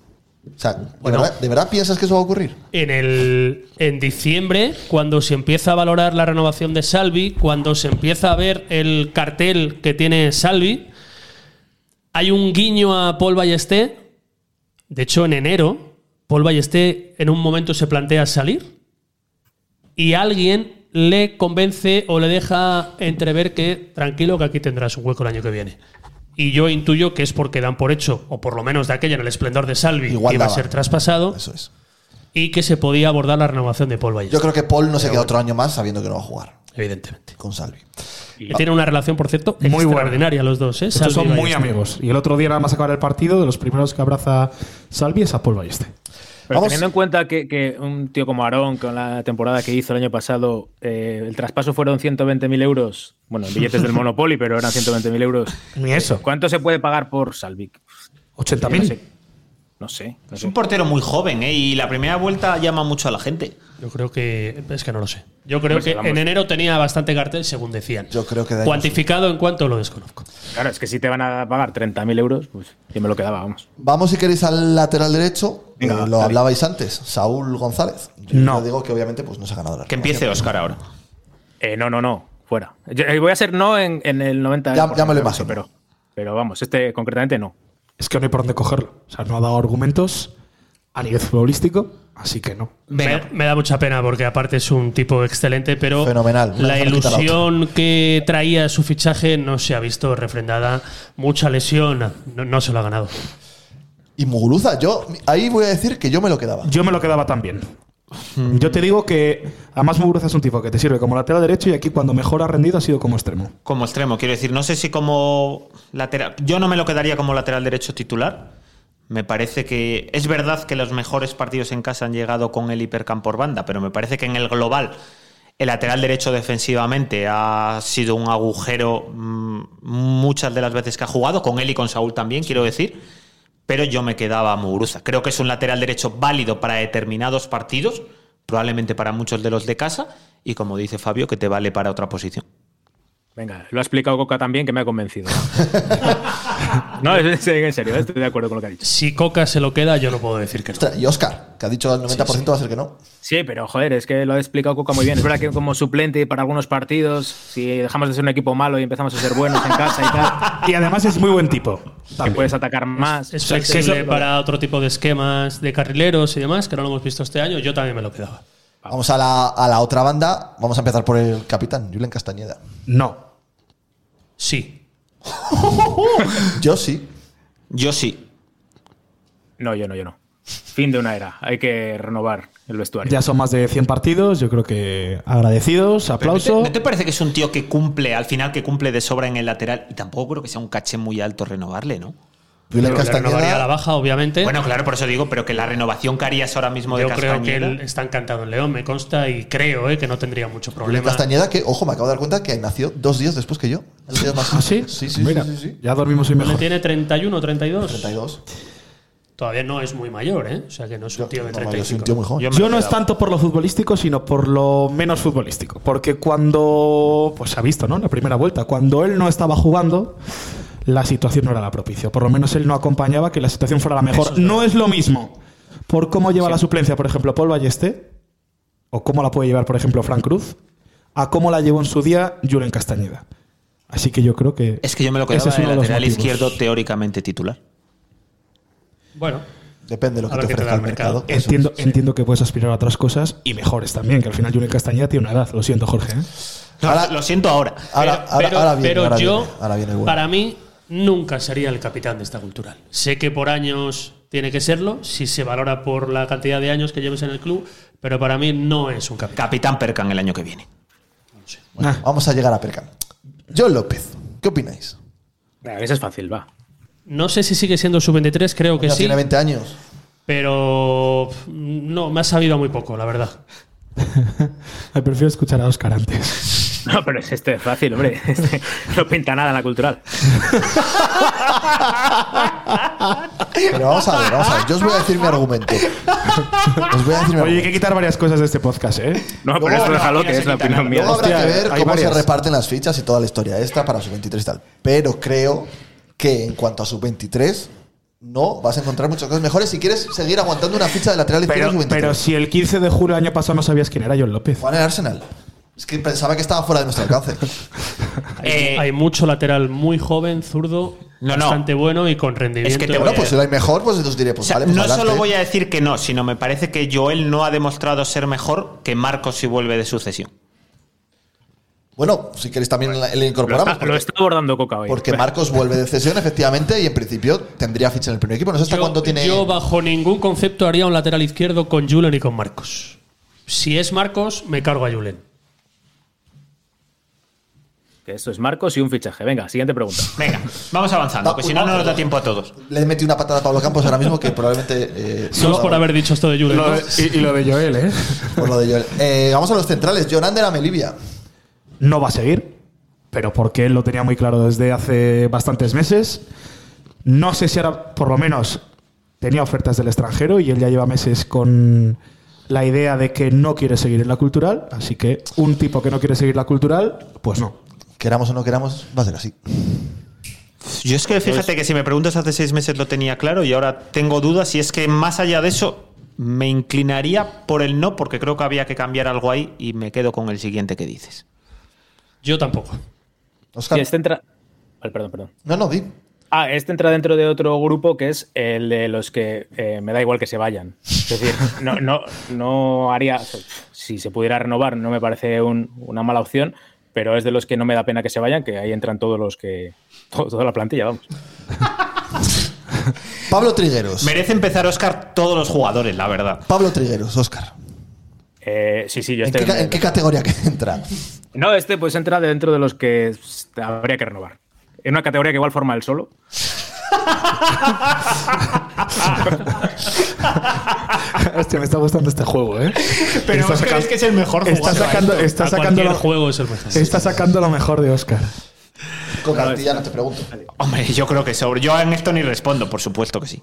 [SPEAKER 1] O sea, ¿de, verdad, de verdad piensas que eso va a ocurrir?
[SPEAKER 2] En, el, en diciembre, cuando se empieza a valorar la renovación de Salvi, cuando se empieza a ver el cartel que tiene Salvi, hay un guiño a Paul Ballesté. De hecho, en enero, Paul Ballesté en un momento se plantea salir y alguien le convence o le deja entrever que tranquilo que aquí tendrás un hueco el año que viene. Y yo intuyo que es porque dan por hecho, o por lo menos de aquella en el esplendor de Salvi,
[SPEAKER 1] Igual
[SPEAKER 2] que iba a
[SPEAKER 1] daba.
[SPEAKER 2] ser traspasado. Y que se podía abordar la renovación de Paul Ballester.
[SPEAKER 1] Yo creo que Paul no se queda otro año más sabiendo que no va a jugar.
[SPEAKER 2] Evidentemente.
[SPEAKER 1] Con Salvi.
[SPEAKER 2] Que tiene una relación, por cierto,
[SPEAKER 3] Muy buena.
[SPEAKER 2] extraordinaria los dos. ¿eh?
[SPEAKER 3] Estos
[SPEAKER 2] Salvi
[SPEAKER 3] son
[SPEAKER 2] y
[SPEAKER 3] muy
[SPEAKER 2] Ballester.
[SPEAKER 3] amigos. Y el otro día, nada más acabar el partido, de los primeros que abraza Salvi es a Paul Balleste.
[SPEAKER 5] Pero teniendo en cuenta que, que un tío como Aarón, con la temporada que hizo el año pasado, eh, el traspaso fueron 120.000 euros. Bueno, en billetes del Monopoly, pero eran 120.000 euros.
[SPEAKER 3] Ni eso.
[SPEAKER 5] ¿Cuánto se puede pagar por Salvic?
[SPEAKER 3] 80.000.
[SPEAKER 5] No sé. No sé. no
[SPEAKER 4] Es
[SPEAKER 5] sé.
[SPEAKER 4] un portero muy joven, ¿eh? Y la primera vuelta llama mucho a la gente.
[SPEAKER 2] Yo creo que. Es que no lo sé. Yo creo
[SPEAKER 4] Hombre,
[SPEAKER 2] que
[SPEAKER 4] vamos.
[SPEAKER 2] en enero tenía bastante cartel, según decían. Yo
[SPEAKER 1] creo que
[SPEAKER 5] de ahí
[SPEAKER 2] Cuantificado en cuanto lo desconozco.
[SPEAKER 5] Claro, es que si te van a pagar 30.000 euros, pues yo me lo quedaba, vamos.
[SPEAKER 1] Vamos, si queréis, al lateral derecho.
[SPEAKER 5] Venga,
[SPEAKER 1] Eh,
[SPEAKER 5] va,
[SPEAKER 1] lo
[SPEAKER 5] dale.
[SPEAKER 1] hablabais antes. Saúl González. Yo
[SPEAKER 5] No.
[SPEAKER 1] yo digo que obviamente pues, no se ha ganado la
[SPEAKER 4] Que empiece Oscar ahora.
[SPEAKER 5] Eh, no, no, no. Fuera. Yo- eh, voy a ser no en, en el 90.
[SPEAKER 1] Ya- ya me lo imagino.
[SPEAKER 5] Pero, pero vamos, este concretamente no.
[SPEAKER 3] Es que no hay por dónde cogerlo. O sea, no ha dado argumentos a nivel futbolístico, así que no.
[SPEAKER 2] Me, me da mucha pena porque aparte es un tipo excelente, pero
[SPEAKER 3] Fenomenal. Una
[SPEAKER 2] la
[SPEAKER 3] vez que quita la
[SPEAKER 2] ilusión que traía su fichaje no se ha visto refrendada. Mucha lesión, no, no se lo ha ganado.
[SPEAKER 1] Y Muguruza, yo ahí voy a decir que yo me lo quedaba.
[SPEAKER 3] Yo me lo quedaba también. Yo te digo que además Muguruza es un tipo que te sirve como lateral derecho y aquí cuando mejor ha rendido ha sido como extremo.
[SPEAKER 4] Como extremo, quiero decir, no sé si como lateral. Yo no me lo quedaría como lateral derecho titular. Me parece que. Es verdad que los mejores partidos en casa han llegado con el hipercampo por banda, pero me parece que en el global. El lateral derecho defensivamente ha sido un agujero mm, muchas de las veces que ha jugado, con él y con Saúl también, quiero decir. Pero yo me quedaba a Muguruza. Creo que es un lateral derecho válido para determinados partidos, probablemente para muchos de los de casa, y como dice Fabio, que te vale para otra posición.
[SPEAKER 5] Venga, lo ha explicado Coca también, que me ha convencido. no, es- es- en serio, estoy de acuerdo con lo que ha dicho.
[SPEAKER 2] Si Coca se lo queda, yo no puedo decir que no.
[SPEAKER 1] Y Oscar, que ha dicho el 90% va a ser que no.
[SPEAKER 5] Sí, pero joder, es que lo ha explicado Coca muy bien. Es verdad que como suplente para algunos partidos, si dejamos de ser un equipo malo y empezamos a ser buenos en casa y tal,
[SPEAKER 3] Y además es muy buen tipo.
[SPEAKER 5] que puedes atacar más.
[SPEAKER 2] Es
[SPEAKER 5] O sea, que
[SPEAKER 2] flexible
[SPEAKER 5] eso-
[SPEAKER 2] para otro tipo de esquemas de carrileros y demás, que no lo hemos visto este año. Yo también me lo quedaba.
[SPEAKER 1] Vamos a la, a la otra banda. Vamos a empezar por el capitán, Julen Castañeda.
[SPEAKER 3] No.
[SPEAKER 2] Sí.
[SPEAKER 1] Yo sí.
[SPEAKER 4] Yo sí.
[SPEAKER 5] No, yo no, yo no. Fin de una era. Hay que renovar el vestuario.
[SPEAKER 3] Ya son más de 100 partidos, yo creo que agradecidos,
[SPEAKER 4] Pero ¿no te-
[SPEAKER 3] aplauso.
[SPEAKER 4] ¿No te parece que es un tío que cumple, al final que cumple de sobra en el lateral? Y tampoco creo que sea un caché muy alto renovarle, ¿no?
[SPEAKER 1] Julen
[SPEAKER 2] Pero que renovaría a la
[SPEAKER 1] Castañeda.
[SPEAKER 2] baja,
[SPEAKER 3] ¿Eh?
[SPEAKER 2] obviamente.
[SPEAKER 4] Bueno, claro, por eso digo, pero que la renovación que harías ahora mismo de
[SPEAKER 2] yo creo que
[SPEAKER 4] Castañeda-
[SPEAKER 2] él está encantado en León, me consta, y creo eh, que no tendría mucho
[SPEAKER 1] Julen
[SPEAKER 2] problema.
[SPEAKER 1] Castañeda, que, ojo, me acabo de dar cuenta que nació dos días después que yo. Dos días más.
[SPEAKER 3] ¿Ah, sí?
[SPEAKER 1] Sí, sí,
[SPEAKER 3] Mira,
[SPEAKER 1] sí, sí, sí.
[SPEAKER 3] ya dormimos hoy
[SPEAKER 2] ¿Le
[SPEAKER 3] mejor.
[SPEAKER 2] tiene 31 o 32?
[SPEAKER 1] 32.
[SPEAKER 2] Todavía no es muy mayor, ¿eh? O sea que no es un tío de
[SPEAKER 1] no, yo
[SPEAKER 2] 35.
[SPEAKER 1] soy un tío muy joven.
[SPEAKER 4] Yo me
[SPEAKER 3] Yo
[SPEAKER 4] lo
[SPEAKER 3] no es
[SPEAKER 4] quedaba.
[SPEAKER 3] tanto por lo futbolístico, sino por lo menos futbolístico. Porque cuando. Pues se ha visto, ¿no? En La primera vuelta. Cuando él no estaba jugando, la situación no era la propicia. Por lo menos él no acompañaba que la situación fuera la mejor. no es lo mismo por cómo lleva la suplencia, por ejemplo, Paul Ballesté, o cómo la puede llevar, por ejemplo, Frank Cruz, a cómo la llevó en su día Julen Castañeda. Así que yo creo que.
[SPEAKER 4] Es que yo me lo
[SPEAKER 3] ese
[SPEAKER 4] quedaba
[SPEAKER 3] es
[SPEAKER 4] en
[SPEAKER 3] uno
[SPEAKER 4] el
[SPEAKER 3] de los
[SPEAKER 4] lateral
[SPEAKER 3] motivos.
[SPEAKER 4] izquierdo teóricamente titular.
[SPEAKER 2] Bueno,
[SPEAKER 1] Depende de lo
[SPEAKER 2] A
[SPEAKER 1] que
[SPEAKER 2] ver
[SPEAKER 1] te
[SPEAKER 2] qué te
[SPEAKER 1] ofrezca
[SPEAKER 2] da
[SPEAKER 1] el
[SPEAKER 2] el mercado.
[SPEAKER 1] mercado. Eso
[SPEAKER 3] Entiendo,
[SPEAKER 1] es.
[SPEAKER 3] entiendo que puedes aspirar a otras cosas y mejores también, que al final Julen Castañeda tiene una edad. Lo siento, Jorge. ¿eh?
[SPEAKER 4] No,
[SPEAKER 1] Ahora-
[SPEAKER 4] lo siento ahora.
[SPEAKER 1] Ahora,
[SPEAKER 2] pero,
[SPEAKER 1] ahora,
[SPEAKER 2] pero-
[SPEAKER 1] ahora viene,
[SPEAKER 2] pero
[SPEAKER 1] ahora
[SPEAKER 2] yo,
[SPEAKER 1] viene, ahora viene el bueno.
[SPEAKER 2] para mí, nunca sería el capitán de esta cultural. Sé que por años tiene que serlo, si se valora por la cantidad de años que lleves en el club, pero para mí no es un capitán.
[SPEAKER 4] Capitán Percan el año que viene.
[SPEAKER 3] Ah.
[SPEAKER 1] Bueno, Vamos a llegar a Percan. John López, ¿qué opináis?
[SPEAKER 5] Venga, que Eso es fácil, va.
[SPEAKER 2] No sé si sigue siendo sub-23, creo que
[SPEAKER 1] Pues Ya
[SPEAKER 2] sí,
[SPEAKER 1] tiene 20 años.
[SPEAKER 2] pero pf, no, me ha sabido muy poco, la verdad.
[SPEAKER 3] Ay, prefiero escuchar a Oscar antes.
[SPEAKER 5] No, pero es este fácil, hombre. Este no pinta nada en la cultural.
[SPEAKER 1] Pues Pero vamos a ver, vamos a ver. Yo os voy a decir mi argumento. Os voy a decir mi
[SPEAKER 3] Oye, hay
[SPEAKER 1] argumento.
[SPEAKER 3] que quitar varias cosas de este podcast, ¿eh?
[SPEAKER 5] No, pero
[SPEAKER 1] Luego,
[SPEAKER 5] eso
[SPEAKER 1] no,
[SPEAKER 5] déjalo
[SPEAKER 4] mira,
[SPEAKER 5] que es
[SPEAKER 4] se
[SPEAKER 5] la
[SPEAKER 4] quita
[SPEAKER 5] opinión
[SPEAKER 4] nada.
[SPEAKER 5] mía.
[SPEAKER 1] Luego habrá
[SPEAKER 3] Hostia,
[SPEAKER 1] que ver
[SPEAKER 3] hay
[SPEAKER 1] cómo se
[SPEAKER 3] varias.
[SPEAKER 1] reparten las fichas y toda la historia esta para sub 23 y tal. Pero creo que en cuanto a sub 23 no vas a encontrar muchas cosas mejores si quieres seguir aguantando una ficha de lateral izquierdo
[SPEAKER 3] Pero,
[SPEAKER 1] sub 23.
[SPEAKER 3] pero si el 15 de julio del año pasado no sabías quién era John López.
[SPEAKER 1] Juan en Arsenal. Es que pensaba que estaba fuera de nuestro alcance.
[SPEAKER 4] Eh,
[SPEAKER 2] Hay mucho lateral muy joven, zurdo,
[SPEAKER 4] No, no.
[SPEAKER 2] bastante bueno y con rendimiento.
[SPEAKER 4] Es que te
[SPEAKER 1] Bueno, pues si la hay mejor, pues entonces diré,
[SPEAKER 4] O
[SPEAKER 1] pues
[SPEAKER 4] sea,
[SPEAKER 1] vale, pues
[SPEAKER 4] no
[SPEAKER 1] adelante.
[SPEAKER 4] solo voy a decir que no, sino me parece que Joel no ha demostrado ser mejor que Marcos si vuelve de sucesión.
[SPEAKER 1] Bueno, si queréis también la- le incorporamos.
[SPEAKER 4] Lo está- lo
[SPEAKER 1] porque-
[SPEAKER 4] está abordando Coca hoy.
[SPEAKER 1] pues, Porque Marcos vuelve de cesión, efectivamente, y en principio tendría ficha en el primer equipo. No sé hasta cuándo tiene.
[SPEAKER 2] Yo bajo ningún concepto haría un lateral izquierdo con Julen y con Marcos. Si es Marcos, me cargo a Julen.
[SPEAKER 5] Que eso es Marcos y un fichaje. Venga, siguiente pregunta.
[SPEAKER 4] Venga, vamos
[SPEAKER 1] Ah,
[SPEAKER 4] avanzando, que si no, no nos da tiempo a todos.
[SPEAKER 1] Le he metido una patada a Pablo Campos ahora mismo que probablemente. eh,
[SPEAKER 2] Solo por haber dicho esto de Julen.
[SPEAKER 1] Lo
[SPEAKER 2] ¿no?
[SPEAKER 1] de- y- y lo de
[SPEAKER 3] Joel, ¿eh?
[SPEAKER 1] Por lo de Joel. Eh, vamos a los centrales. Jonander a Melivia.
[SPEAKER 3] no va a seguir, pero porque él lo tenía muy claro desde hace bastantes meses. No sé si ahora, por lo menos, tenía ofertas del extranjero y él ya lleva meses con la idea de que no quiere seguir en la cultural, así que un tipo que no quiere seguir la cultural, pues no.
[SPEAKER 1] Queramos o no queramos, va a ser así.
[SPEAKER 4] Yo es que fíjate que si me preguntas hace seis meses lo tenía claro y ahora tengo dudas y es que más allá de eso me inclinaría por el no porque creo que había que cambiar algo ahí y me quedo con el siguiente que dices.
[SPEAKER 2] Yo tampoco.
[SPEAKER 5] Y este entra. Vale, perdón, perdón.
[SPEAKER 1] No, no, di.
[SPEAKER 5] Ah, este entra dentro de otro grupo que es el de los que eh, me da igual que se vayan. Es decir, no, no, no haría. Si se pudiera renovar, no me parece un- una mala opción, pero es de los que no me da pena que se vayan, que ahí entran todos los que. to- toda la plantilla, vamos.
[SPEAKER 1] Pablo Trigueros.
[SPEAKER 4] Merece empezar Oscar todos los jugadores, la verdad.
[SPEAKER 1] Pablo Trigueros, Oscar.
[SPEAKER 5] Eh, sí, sí, yo
[SPEAKER 1] ¿En qué,
[SPEAKER 5] estoy.
[SPEAKER 1] ca- en qué categoría que entra?
[SPEAKER 5] No, este pues entra dentro de los que s- habría que renovar. En una categoría que igual forma el solo.
[SPEAKER 3] Hostia, me está gustando este juego, ¿eh?
[SPEAKER 4] Pero
[SPEAKER 3] Está
[SPEAKER 4] Oscar
[SPEAKER 3] saca-
[SPEAKER 4] es que es el mejor
[SPEAKER 3] Está
[SPEAKER 4] jugador.
[SPEAKER 3] sacando,
[SPEAKER 4] A
[SPEAKER 3] está
[SPEAKER 4] cualquier
[SPEAKER 3] sacando, lo,
[SPEAKER 4] juego es el mejor.
[SPEAKER 3] está sacando lo mejor de Oscar.
[SPEAKER 1] Con Cantilla no te pregunto.
[SPEAKER 4] Hombre, yo creo que sobre. Yo en esto ni respondo, por supuesto que sí.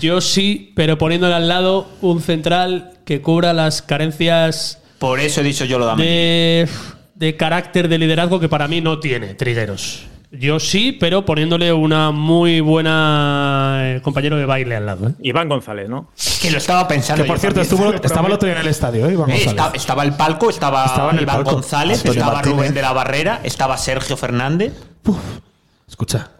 [SPEAKER 2] Yo sí, pero poniéndole al lado un central que cubra las carencias
[SPEAKER 4] Por eso he dicho yo lo dame.
[SPEAKER 2] de, de carácter de liderazgo que para mí no tiene Trigueros. Yo sí, pero poniéndole una muy buena eh, compañero de baile al lado. ¿eh?
[SPEAKER 5] Iván González, ¿no?
[SPEAKER 4] Que lo estaba pensando.
[SPEAKER 3] Que por cierto, estuvo, estaba el otro día en el estadio, ¿eh? Iván
[SPEAKER 4] Eh,
[SPEAKER 3] González.
[SPEAKER 4] esta- estaba el palco, estaba,
[SPEAKER 3] Estaba en el
[SPEAKER 4] Iván
[SPEAKER 3] palco.
[SPEAKER 4] González,
[SPEAKER 3] Antonio
[SPEAKER 4] estaba
[SPEAKER 3] Martínez.
[SPEAKER 4] Rubén de la Barrera, estaba Sergio Fernández.
[SPEAKER 3] Escucha.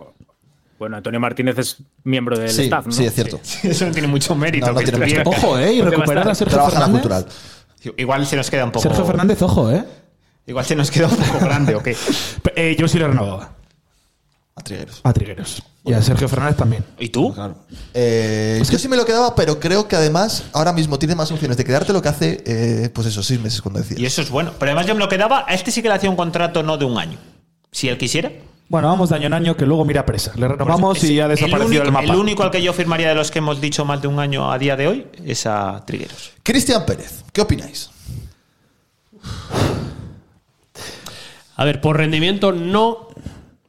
[SPEAKER 5] Bueno, Antonio Martínez es miembro del
[SPEAKER 1] Sí,
[SPEAKER 5] staff, ¿no?
[SPEAKER 1] sí, es cierto.
[SPEAKER 4] Eso no tiene mucho mérito.
[SPEAKER 1] No, no
[SPEAKER 4] que
[SPEAKER 1] tiene
[SPEAKER 4] estuviera-
[SPEAKER 1] mucho mérito. Ojo, eh, y
[SPEAKER 4] Porque
[SPEAKER 3] recuperar
[SPEAKER 4] bastante-
[SPEAKER 3] a Sergio Trabaja en la Fernández. cultural.
[SPEAKER 4] Igual se nos queda un poco.
[SPEAKER 3] Sergio Fernández, ojo, ¿eh?
[SPEAKER 4] Igual se nos queda un poco grande, ¿o qué?
[SPEAKER 3] Eh, yo sí lo renovaba.
[SPEAKER 1] A Trigueros.
[SPEAKER 3] A Trigueros. Y a Sergio Fernández también.
[SPEAKER 4] ¿Y tú?
[SPEAKER 1] Eh, yo sí me lo quedaba, pero creo que además ahora mismo tiene más opciones de quedarte lo que hace, eh, pues eso, seis meses cuando decía.
[SPEAKER 4] Y eso es bueno. Pero además yo me lo quedaba. A este sí que le hacía un contrato no de un año. Si él quisiera.
[SPEAKER 3] Bueno, vamos de año en año que luego mira presa. Le renovamos y ha desaparecido
[SPEAKER 4] único,
[SPEAKER 3] el, mapa.
[SPEAKER 4] único al que yo firmaría de los que hemos dicho más de un año a día de hoy es a Trigueros.
[SPEAKER 1] Cristian Pérez, ¿qué opináis?
[SPEAKER 2] A ver, por rendimiento no,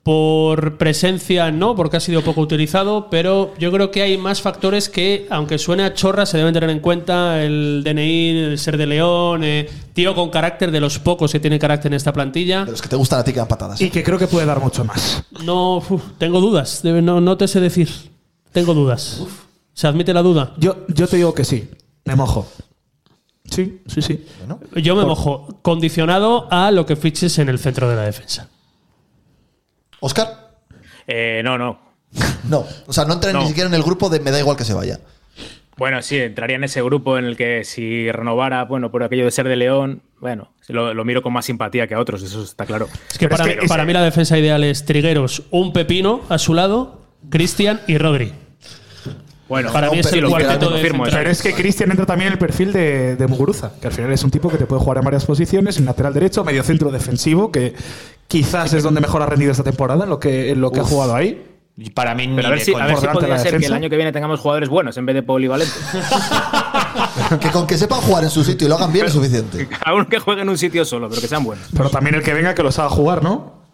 [SPEAKER 2] por presencia no, porque ha sido poco utilizado, pero yo creo que hay más factores que, aunque suene a chorra, se deben tener en cuenta el DNI, el ser de León, eh, tío con carácter de los pocos que tiene carácter en esta plantilla.
[SPEAKER 1] Los que te gustan a ti que dan patadas.
[SPEAKER 3] Y que creo que puede dar mucho más.
[SPEAKER 2] No, uf, tengo dudas, de- no, no te sé decir, tengo dudas. ¿Se admite la duda?
[SPEAKER 3] Yo, yo te digo que sí. Me mojo. Sí, sí, sí.
[SPEAKER 2] Yo me
[SPEAKER 3] Por-
[SPEAKER 2] mojo, condicionado a lo que fiches en el centro de la defensa.
[SPEAKER 1] ¿Oscar?
[SPEAKER 5] Eh, no, no.
[SPEAKER 1] No. O sea, no entra
[SPEAKER 5] No.
[SPEAKER 1] ni siquiera en el grupo de me da igual que se vaya.
[SPEAKER 5] Bueno, sí, entraría en ese grupo en el que si renovara, bueno, por aquello de ser de León, bueno, lo, lo miro con más simpatía que a otros, eso está claro.
[SPEAKER 2] Es que, para, para mí la defensa ideal es Trigueros, un Pepino a su lado, Cristian y Rodri.
[SPEAKER 5] Bueno,
[SPEAKER 2] para mí es el cuarteto de centrales.
[SPEAKER 3] Pero es que Cristian entra también en el perfil de, de Muguruza, que al final es un tipo que te puede jugar en varias posiciones, en lateral derecho, medio centro defensivo, que quizás es donde mejor ha rendido esta temporada, en lo que, en lo que ha
[SPEAKER 5] Uf.
[SPEAKER 3] jugado ahí.
[SPEAKER 4] Y Para mí, ni
[SPEAKER 5] Pero a ver
[SPEAKER 4] de
[SPEAKER 5] si,
[SPEAKER 4] coña.
[SPEAKER 5] a ver si
[SPEAKER 3] por delante
[SPEAKER 5] podría
[SPEAKER 3] la
[SPEAKER 5] ser que el
[SPEAKER 3] defensa.
[SPEAKER 5] año que viene tengamos jugadores buenos en vez de polivalentes.
[SPEAKER 1] Que con que sepan jugar en su sitio y lo hagan bien es suficiente.
[SPEAKER 5] Cada uno que juegue en un sitio solo, pero que sean buenos.
[SPEAKER 3] Pero también el que venga que lo sabe jugar, ¿no?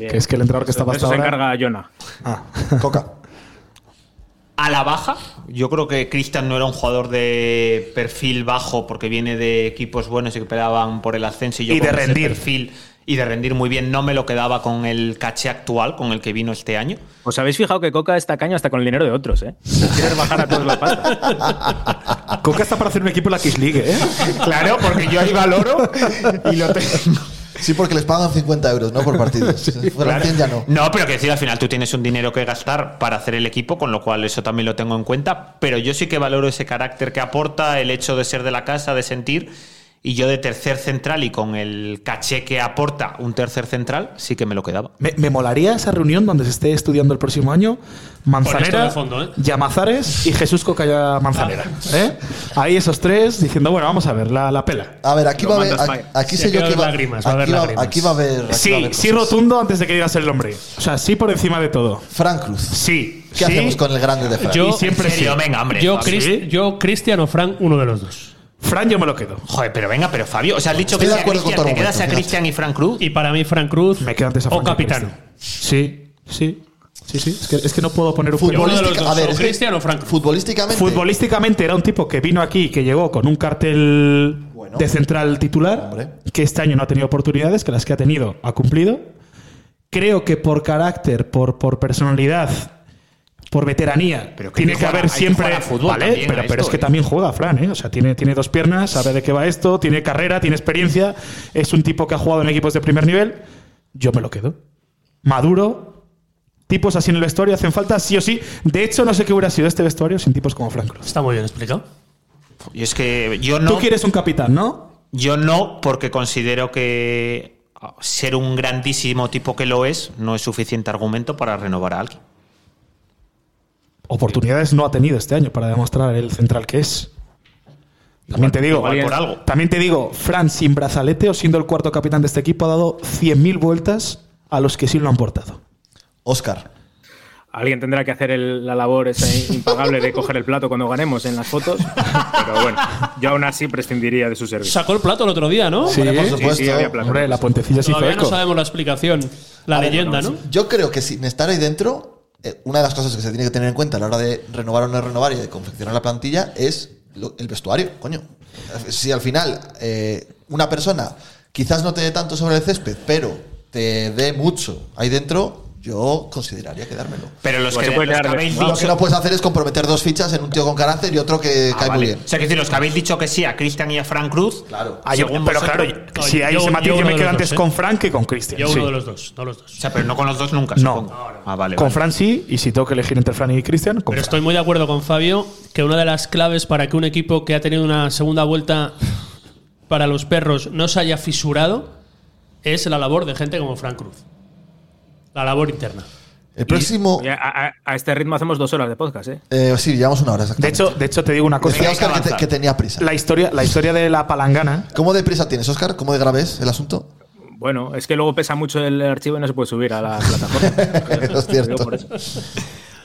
[SPEAKER 3] Que es que el entrenador que estaba
[SPEAKER 5] De eso
[SPEAKER 3] hasta
[SPEAKER 5] se
[SPEAKER 3] ahora-
[SPEAKER 5] encarga Jonah.
[SPEAKER 1] Coca.
[SPEAKER 4] a la baja. Yo creo que Cristian no era un jugador de perfil bajo porque viene de equipos buenos y que peleaban por el ascenso y yo
[SPEAKER 3] Y
[SPEAKER 4] con
[SPEAKER 3] de
[SPEAKER 4] ese
[SPEAKER 3] rendir.
[SPEAKER 4] perfil y de rendir muy bien no me lo quedaba con el caché actual con el que vino este año.
[SPEAKER 5] Os habéis fijado que Coca está caño hasta con el dinero de otros, ¿eh? Quiere bajar a todos la pasta.
[SPEAKER 3] Ah. Coca está para hacer un equipo en la Kiss League, ¿eh?
[SPEAKER 4] Claro, porque yo ahí valoro y lo tengo.
[SPEAKER 1] Sí, porque les pagan 50 euros, ¿no? Por partido. Si fueran
[SPEAKER 4] Claro.
[SPEAKER 1] 100 ya no.
[SPEAKER 4] No, pero que decir, al final tú tienes un dinero que gastar para hacer el equipo, con lo cual eso también lo tengo en cuenta. Pero yo sí que valoro ese carácter que aporta, el hecho de ser de la casa, de sentir. Y yo de tercer central y con el caché que aporta un tercer central, sí que me lo quedaba.
[SPEAKER 3] Me, me molaría esa reunión donde se esté estudiando el próximo año
[SPEAKER 4] esto de
[SPEAKER 3] Manzanera,
[SPEAKER 4] fondo, ¿eh?
[SPEAKER 3] Llamazares y Jesús Cocaya Manzanera. ¿eh? Ahí esos tres diciendo, bueno, vamos a ver, la, la pela.
[SPEAKER 1] A ver, aquí
[SPEAKER 3] Lo
[SPEAKER 1] va a haber.
[SPEAKER 3] mandas
[SPEAKER 1] Aquí,
[SPEAKER 3] pa-
[SPEAKER 1] aquí
[SPEAKER 3] Sí,
[SPEAKER 1] sé
[SPEAKER 3] aquí
[SPEAKER 1] yo
[SPEAKER 3] va a
[SPEAKER 1] que
[SPEAKER 3] haber
[SPEAKER 1] va,
[SPEAKER 3] lágrimas, va a haber
[SPEAKER 1] aquí
[SPEAKER 3] lágrimas.
[SPEAKER 1] Aquí va a haber. aquí va a
[SPEAKER 3] Sí,
[SPEAKER 1] haber
[SPEAKER 3] sí
[SPEAKER 1] cosas.
[SPEAKER 3] rotundo antes de que digas el nombre. O sea, sí por encima de todo.
[SPEAKER 1] Fran Cruz.
[SPEAKER 3] Sí.
[SPEAKER 1] ¿Qué hacemos con el grande de Fran?
[SPEAKER 3] Yo siempre sí.
[SPEAKER 2] Yo, Cris- yo, Cristian o Fran, uno de los dos.
[SPEAKER 3] Fran, yo me lo quedo.
[SPEAKER 4] Joder, pero venga, pero Fabio, o sea, has dicho que sea Cristian, te quedas a Cristian y Fran Cruz.
[SPEAKER 2] Y para mí, Fran Cruz
[SPEAKER 3] Me quedo antes
[SPEAKER 2] o
[SPEAKER 3] a Fran que a
[SPEAKER 2] capitano.
[SPEAKER 3] Sí, sí. Sí, sí. Es que, es que no puedo poner un
[SPEAKER 2] Futbolística- Yo uno de los dos, a ver, o es que-
[SPEAKER 3] Cristiano
[SPEAKER 2] o Franco.
[SPEAKER 1] Futbolísticamente.
[SPEAKER 3] Futbolísticamente era un tipo que vino aquí, que llegó con un cartel de central titular, que este año no ha tenido oportunidades, que las que ha tenido ha cumplido. Creo que por carácter, por, por personalidad, por veteranía,
[SPEAKER 4] Pero que
[SPEAKER 3] tiene
[SPEAKER 4] hay que
[SPEAKER 3] que
[SPEAKER 4] jugar-
[SPEAKER 3] haber
[SPEAKER 4] hay que
[SPEAKER 3] siempre.
[SPEAKER 4] jugar a fútbol
[SPEAKER 3] Vale,
[SPEAKER 4] también
[SPEAKER 3] pero,
[SPEAKER 4] a
[SPEAKER 3] pero
[SPEAKER 4] esto,
[SPEAKER 3] es que
[SPEAKER 4] ¿eh?
[SPEAKER 3] también juega Fran, ¿eh? O sea, tiene, tiene dos piernas, sabe de qué va esto, tiene carrera, tiene experiencia, es un tipo que ha jugado en equipos de primer nivel. Yo me lo quedo. Maduro, tipos así en el vestuario hacen falta sí o sí. De hecho, no sé qué hubiera sido este vestuario sin tipos como Frank Cruz.
[SPEAKER 2] Está muy bien explicado.
[SPEAKER 4] Y es que yo no.
[SPEAKER 3] Tú quieres un capitán, ¿no?
[SPEAKER 4] Yo no, porque considero que ser un grandísimo tipo que lo es no es suficiente argumento para renovar a alguien.
[SPEAKER 3] Oportunidades no ha tenido este año para demostrar el central que es. También te digo,
[SPEAKER 4] igual por algo.
[SPEAKER 3] también te digo, Fran sin brazalete o siendo el cuarto capitán de este equipo ha dado 100.000 vueltas a los que sí lo han portado.
[SPEAKER 1] Oscar.
[SPEAKER 5] Alguien tendrá que hacer el- la labor esa impagable de coger el plato cuando ganemos en las fotos. Pero bueno, yo aún así prescindiría de su servicio.
[SPEAKER 2] Sacó el plato el otro día, ¿no?
[SPEAKER 3] Sí,
[SPEAKER 5] Hombre, por supuesto. Sí, sí, había plato.
[SPEAKER 3] Hombre, la puentecilla sí
[SPEAKER 2] Todavía no
[SPEAKER 3] eco.
[SPEAKER 2] sabemos la explicación, la leyenda, ¿no?
[SPEAKER 1] Yo creo que sin estar ahí dentro, eh, una de las cosas que se tiene que tener en cuenta a la hora de renovar o no renovar y de confeccionar la plantilla es lo- el vestuario, coño. Si al final eh, una persona quizás no te dé tanto sobre el césped, pero te dé mucho ahí dentro, yo consideraría quedármelo.
[SPEAKER 4] Pero los
[SPEAKER 1] Pues
[SPEAKER 4] que,
[SPEAKER 1] se puede
[SPEAKER 4] los
[SPEAKER 1] quedar
[SPEAKER 4] que habéis
[SPEAKER 1] Lo que
[SPEAKER 4] dicho-
[SPEAKER 1] no puedes hacer es comprometer dos fichas en un tío con carácter y otro que
[SPEAKER 4] Ah,
[SPEAKER 1] cae
[SPEAKER 4] vale.
[SPEAKER 1] muy bien.
[SPEAKER 4] O sea, que decir, los que habéis dicho que sí a Cristian y a Fran Cruz.
[SPEAKER 1] Claro.
[SPEAKER 3] Ah, yo- pero claro, si hay ese matiz, yo, me quedo antes con Fran que con Cristian.
[SPEAKER 4] Yo uno
[SPEAKER 3] sí.
[SPEAKER 4] de
[SPEAKER 2] Los dos, no los dos.
[SPEAKER 4] O sea, pero no con los dos nunca,
[SPEAKER 3] No.
[SPEAKER 4] supongo. Ah, vale.
[SPEAKER 3] Con
[SPEAKER 4] vale.
[SPEAKER 3] Fran sí, y si tengo que elegir entre Fran y Cristian, con
[SPEAKER 2] Pero estoy muy de acuerdo con Fabio que una de las claves para que un equipo que ha tenido una segunda vuelta para los perros no se haya fisurado es la labor de gente como Frank Cruz. La labor interna.
[SPEAKER 1] El próximo.
[SPEAKER 5] Oye, a, a- a este ritmo hacemos dos horas de podcast, ¿eh?
[SPEAKER 1] Eh, sí, llevamos una hora.
[SPEAKER 3] De hecho, de hecho, te digo una cosa.
[SPEAKER 1] Decía Oscar que, te- que tenía prisa.
[SPEAKER 3] La historia, la historia de la palangana.
[SPEAKER 1] ¿Cómo de prisa tienes, Oscar? ¿Cómo de grave es el asunto?
[SPEAKER 5] Bueno, es que luego pesa mucho el archivo y no se puede subir a la plataforma.
[SPEAKER 1] es cierto.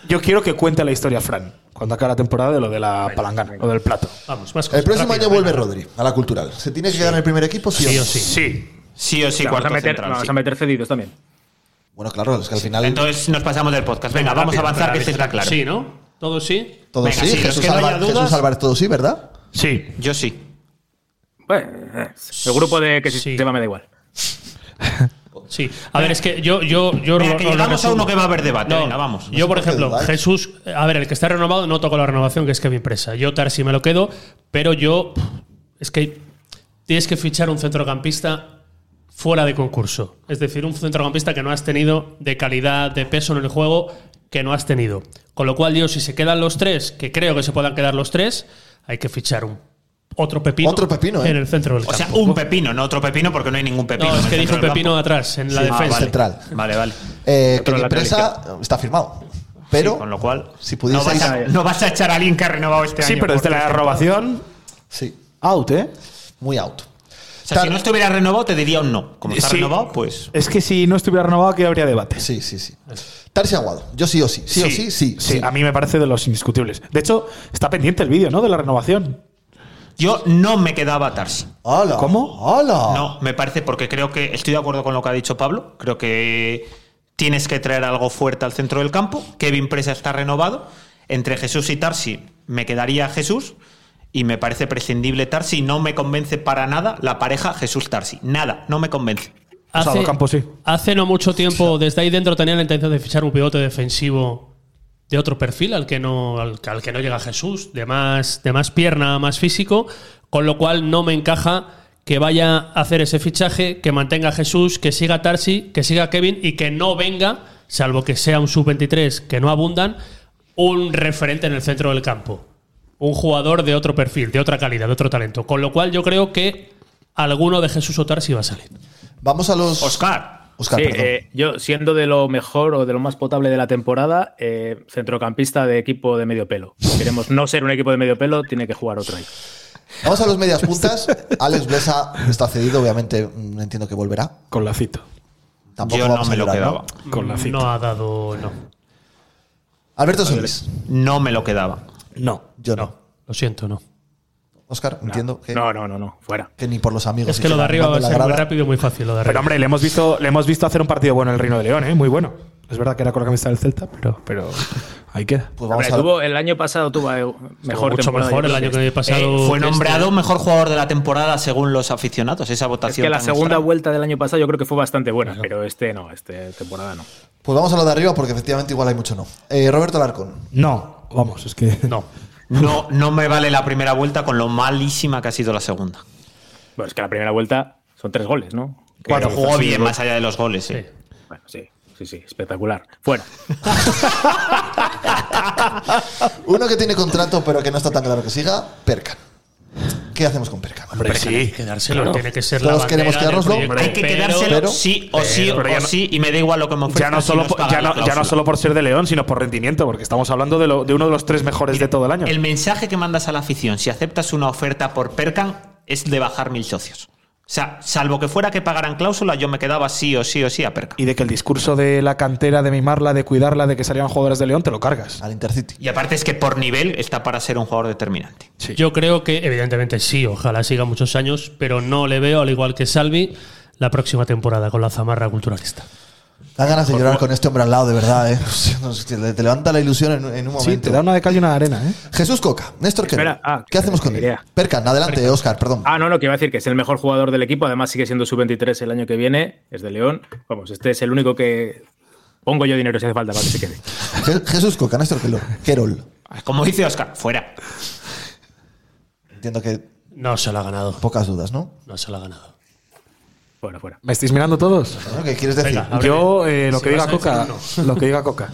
[SPEAKER 3] Yo quiero que cuente la historia Fran cuando acabe la temporada de lo de la palangana, lo del plato.
[SPEAKER 2] Vamos, más
[SPEAKER 1] El próximo año vuelve Rodri a la cultural. ¿Se tiene que quedar en el primer equipo? Sí, o sí.
[SPEAKER 3] Sí.
[SPEAKER 4] Sí este o sí,
[SPEAKER 5] vamos a
[SPEAKER 4] cuarto
[SPEAKER 5] meter,
[SPEAKER 4] central,
[SPEAKER 5] vamos
[SPEAKER 4] sí.
[SPEAKER 5] a meter cedidos también.
[SPEAKER 1] Bueno, claro, es que al final.
[SPEAKER 4] Entonces nos pasamos del podcast. Venga, vamos a avanzar, que este está claro.
[SPEAKER 2] Sí, ¿no? Todo sí.
[SPEAKER 1] Todo
[SPEAKER 4] Venga,
[SPEAKER 1] sí,
[SPEAKER 4] sí, los
[SPEAKER 1] Jesús,
[SPEAKER 4] que no haya
[SPEAKER 1] Álvarez,
[SPEAKER 4] dudas.
[SPEAKER 1] Jesús Álvarez, todo sí, ¿verdad?
[SPEAKER 3] Sí.
[SPEAKER 4] Yo sí.
[SPEAKER 5] Bueno, eh, el grupo de que sistema me da igual.
[SPEAKER 2] Sí. A ver, es que yo. yo, yo
[SPEAKER 4] Venga, que
[SPEAKER 2] os lo
[SPEAKER 4] llegamos a
[SPEAKER 2] resumo.
[SPEAKER 4] uno que va a haber debate.
[SPEAKER 2] No,
[SPEAKER 4] Venga, vamos.
[SPEAKER 2] Yo, por ejemplo, Jesús. A ver, el que está renovado no toco la renovación, que es Kevin Presa. Yo, Tarsi, me lo quedo, pero yo. Es que tienes que fichar un centrocampista fuera de concurso. Es decir, un centrocampista que no has tenido de calidad, de peso en el juego, que no has tenido. Con lo cual, yo, si se quedan los tres, que creo que se puedan quedar los tres, hay que fichar un. Otro pepino,
[SPEAKER 1] Otro pepino, ¿eh?
[SPEAKER 2] en el centro del
[SPEAKER 4] O sea,
[SPEAKER 2] campo.
[SPEAKER 4] un pepino, no otro pepino, porque no hay ningún pepino.
[SPEAKER 2] No,
[SPEAKER 4] en
[SPEAKER 2] es
[SPEAKER 4] el
[SPEAKER 2] que
[SPEAKER 4] centro
[SPEAKER 2] dijo
[SPEAKER 4] del campo.
[SPEAKER 2] Pepino atrás, en la
[SPEAKER 4] Sí. Ah,
[SPEAKER 2] defensa.
[SPEAKER 4] vale.
[SPEAKER 1] Central.
[SPEAKER 4] Vale, vale.
[SPEAKER 1] Eh,
[SPEAKER 4] Otro
[SPEAKER 1] que mi
[SPEAKER 4] lateral
[SPEAKER 1] presa está firmado. Pero,
[SPEAKER 4] Sí, con lo cual,
[SPEAKER 1] si
[SPEAKER 4] no
[SPEAKER 1] pudiese.
[SPEAKER 4] vas, a, no vas a echar a alguien que ha renovado este año.
[SPEAKER 3] Sí, pero desde
[SPEAKER 4] porque-
[SPEAKER 3] la robación,
[SPEAKER 1] Sí,
[SPEAKER 3] out, ¿eh?
[SPEAKER 1] muy out.
[SPEAKER 4] O sea, si no estuviera renovado, te diría un no. Como está
[SPEAKER 3] Sí.
[SPEAKER 4] renovado, pues.
[SPEAKER 3] Es que si no estuviera renovado, aquí habría debate.
[SPEAKER 1] Sí, sí, sí. Tarsi Aguado, yo sí o sí. Sí, o sí, sí. sí.
[SPEAKER 4] Ah,
[SPEAKER 3] a mí me parece de los indiscutibles. De hecho, está pendiente el vídeo, ¿no? De la renovación.
[SPEAKER 4] Yo no me quedaba a Tarsi.
[SPEAKER 1] ¡Hala!
[SPEAKER 3] ¿Cómo?
[SPEAKER 1] ¡Hala!
[SPEAKER 4] No, me parece porque creo que estoy de acuerdo con lo que ha dicho Pablo. Creo que tienes que traer algo fuerte al centro del campo. Kevin Presa está renovado. Entre Jesús y Tarsi me quedaría Jesús. Y me parece prescindible Tarsi. No me convence para nada la pareja Jesús-Tarsi. Nada, no me convence.
[SPEAKER 3] O sea,
[SPEAKER 2] Hace,
[SPEAKER 3] Ocampo sí.
[SPEAKER 2] hace no mucho tiempo, desde ahí dentro tenían la intención de fichar un pivote defensivo de otro perfil al que no, al, al que no llega Jesús, de más, de más pierna, más físico, con lo cual no me encaja que vaya a hacer ese fichaje, que mantenga a Jesús, que siga a Tarsi, que siga a Kevin y que no venga, salvo que sea un sub-23 que no abundan, un referente en el centro del campo. Un jugador de otro perfil, de otra calidad, de otro talento. Con lo cual yo creo que alguno de Jesús o Tarsi va a salir.
[SPEAKER 1] Vamos a los.
[SPEAKER 5] Oscar.
[SPEAKER 1] Oscar,
[SPEAKER 5] Sí,
[SPEAKER 1] perdón.
[SPEAKER 5] eh, yo siendo de lo mejor o de lo más potable de la temporada, eh, centrocampista de equipo de medio pelo. Si Queremos no ser un equipo de medio pelo, tiene que jugar otro ahí.
[SPEAKER 1] Vamos a los medias puntas. Alex Blesa está cedido, obviamente mm, entiendo que volverá.
[SPEAKER 3] Con lacito.
[SPEAKER 1] Tampoco
[SPEAKER 4] Yo no
[SPEAKER 1] vamos
[SPEAKER 4] me
[SPEAKER 1] a
[SPEAKER 4] lo
[SPEAKER 1] llorar, ¿no?
[SPEAKER 4] quedaba.
[SPEAKER 3] Con la cita.
[SPEAKER 2] Mm, No ha dado. No.
[SPEAKER 1] Alberto Solís.
[SPEAKER 4] No me lo quedaba.
[SPEAKER 3] No.
[SPEAKER 1] Yo no.
[SPEAKER 2] Lo siento, no.
[SPEAKER 1] Oscar, entiendo que,
[SPEAKER 5] No, no, no, no, fuera.
[SPEAKER 2] Pues
[SPEAKER 1] que ni por los amigos.
[SPEAKER 2] Es que lo de arriba va a ser muy rápido y muy fácil. Lo de
[SPEAKER 3] Pero
[SPEAKER 2] arriba.
[SPEAKER 3] hombre, le hemos visto, le hemos visto hacer un partido bueno en el Reino de León, ¿eh? Muy bueno. Es verdad que era con la camiseta del Celta, pero, pero ahí queda.
[SPEAKER 1] Pues
[SPEAKER 5] Hombre,
[SPEAKER 1] vamos a
[SPEAKER 5] tuvo- el año pasado tuvo eh, mejor
[SPEAKER 2] mucho
[SPEAKER 5] temporada, yo
[SPEAKER 2] mejor el
[SPEAKER 5] creo
[SPEAKER 2] año que pasado.
[SPEAKER 4] Eh, Fue
[SPEAKER 2] que este.
[SPEAKER 4] nombrado mejor jugador de la temporada según los aficionados. Esa
[SPEAKER 5] Es
[SPEAKER 4] votación.
[SPEAKER 5] que la
[SPEAKER 4] tan
[SPEAKER 5] segunda
[SPEAKER 4] extraña.
[SPEAKER 5] vuelta del año pasado yo creo que fue bastante buena, pero este no, este temporada no.
[SPEAKER 1] Pues vamos a lo de arriba porque efectivamente igual hay mucho no. Eh, Roberto Larcón.
[SPEAKER 3] No, vamos, es que.
[SPEAKER 2] este- No.
[SPEAKER 4] No, no me vale la primera vuelta con lo malísima que ha sido la segunda.
[SPEAKER 5] Bueno, es que la primera vuelta son tres goles, ¿no? Que-
[SPEAKER 4] Pero jugó bien, más allá de los goles. sí.
[SPEAKER 2] Sí.
[SPEAKER 5] Bueno, sí, sí, sí, espectacular. Fuera.
[SPEAKER 1] Uno que tiene contrato pero que no está tan claro que siga, Percan. ¿Qué hacemos con Percan?
[SPEAKER 11] Hombre, sí.
[SPEAKER 2] Pero
[SPEAKER 11] Quedárselo. ¿no?
[SPEAKER 2] tiene que ser
[SPEAKER 1] Todos
[SPEAKER 2] la
[SPEAKER 1] queremos
[SPEAKER 2] bandera del
[SPEAKER 1] quedárnoslo.
[SPEAKER 2] proyecto.
[SPEAKER 4] Hay que
[SPEAKER 2] Pero-
[SPEAKER 4] quedárselo
[SPEAKER 1] pero-
[SPEAKER 4] sí o sí
[SPEAKER 3] pero
[SPEAKER 4] o
[SPEAKER 3] ya no-
[SPEAKER 4] sí, y me da igual lo que me
[SPEAKER 3] Ya
[SPEAKER 4] ofrezcan.
[SPEAKER 3] no,
[SPEAKER 4] si
[SPEAKER 3] solo
[SPEAKER 4] nos
[SPEAKER 3] por,
[SPEAKER 4] pagan
[SPEAKER 3] ya,
[SPEAKER 4] la
[SPEAKER 3] no, ya no
[SPEAKER 4] cláusula.
[SPEAKER 3] solo por ser de León, sino por rendimiento, porque estamos hablando de, lo- de uno de los tres mejores de todo el año.
[SPEAKER 4] El mensaje que mandas a la afición si aceptas una oferta por Percan es de bajar mil socios. O sea, salvo que fuera que pagaran cláusula, yo me quedaba sí o sí o sí a Percan.
[SPEAKER 3] Y de que el discurso de la cantera, de mimarla, de cuidarla, de que salieran jugadores de León, te lo cargas.
[SPEAKER 1] Al Intercity.
[SPEAKER 4] Y aparte es que por nivel está para ser un jugador determinante.
[SPEAKER 2] Yo creo que, evidentemente, sí, ojalá siga muchos años, pero no le veo, al igual que Salvi, la próxima temporada con la zamarra culturalista.
[SPEAKER 1] Dan ganas de llorar con este hombre al lado, de verdad, ¿eh? No sé, Te te levanta la ilusión en, en un momento.
[SPEAKER 3] Sí, te da una de cal y una de arena, ¿eh?
[SPEAKER 1] Jesús Coca, Néstor Quero.
[SPEAKER 5] Espera, ah,
[SPEAKER 1] ¿Qué hacemos con él?
[SPEAKER 5] idea.
[SPEAKER 1] Percan, adelante, Oscar, perdón.
[SPEAKER 5] Ah, no, no, que iba a decir que es el mejor jugador del equipo, además sigue siendo sub-23 el año que viene, es de León. Vamos, este es el único que pongo yo dinero si hace falta para que se quede.
[SPEAKER 1] Je- Jesús Coca, Néstor Quero. Querol.
[SPEAKER 4] Como dice Oscar, fuera.
[SPEAKER 1] Entiendo que
[SPEAKER 11] No se lo ha ganado.
[SPEAKER 1] pocas dudas, ¿no?
[SPEAKER 11] No se lo ha ganado.
[SPEAKER 5] Fuera, fuera.
[SPEAKER 3] ¿Me estáis mirando todos?
[SPEAKER 1] Bueno, ¿Qué quieres decir?
[SPEAKER 2] Venga. Abre.
[SPEAKER 3] Yo, eh, lo
[SPEAKER 2] Si
[SPEAKER 3] que diga
[SPEAKER 2] vas a decir
[SPEAKER 3] Coca. Lo que diga Coca.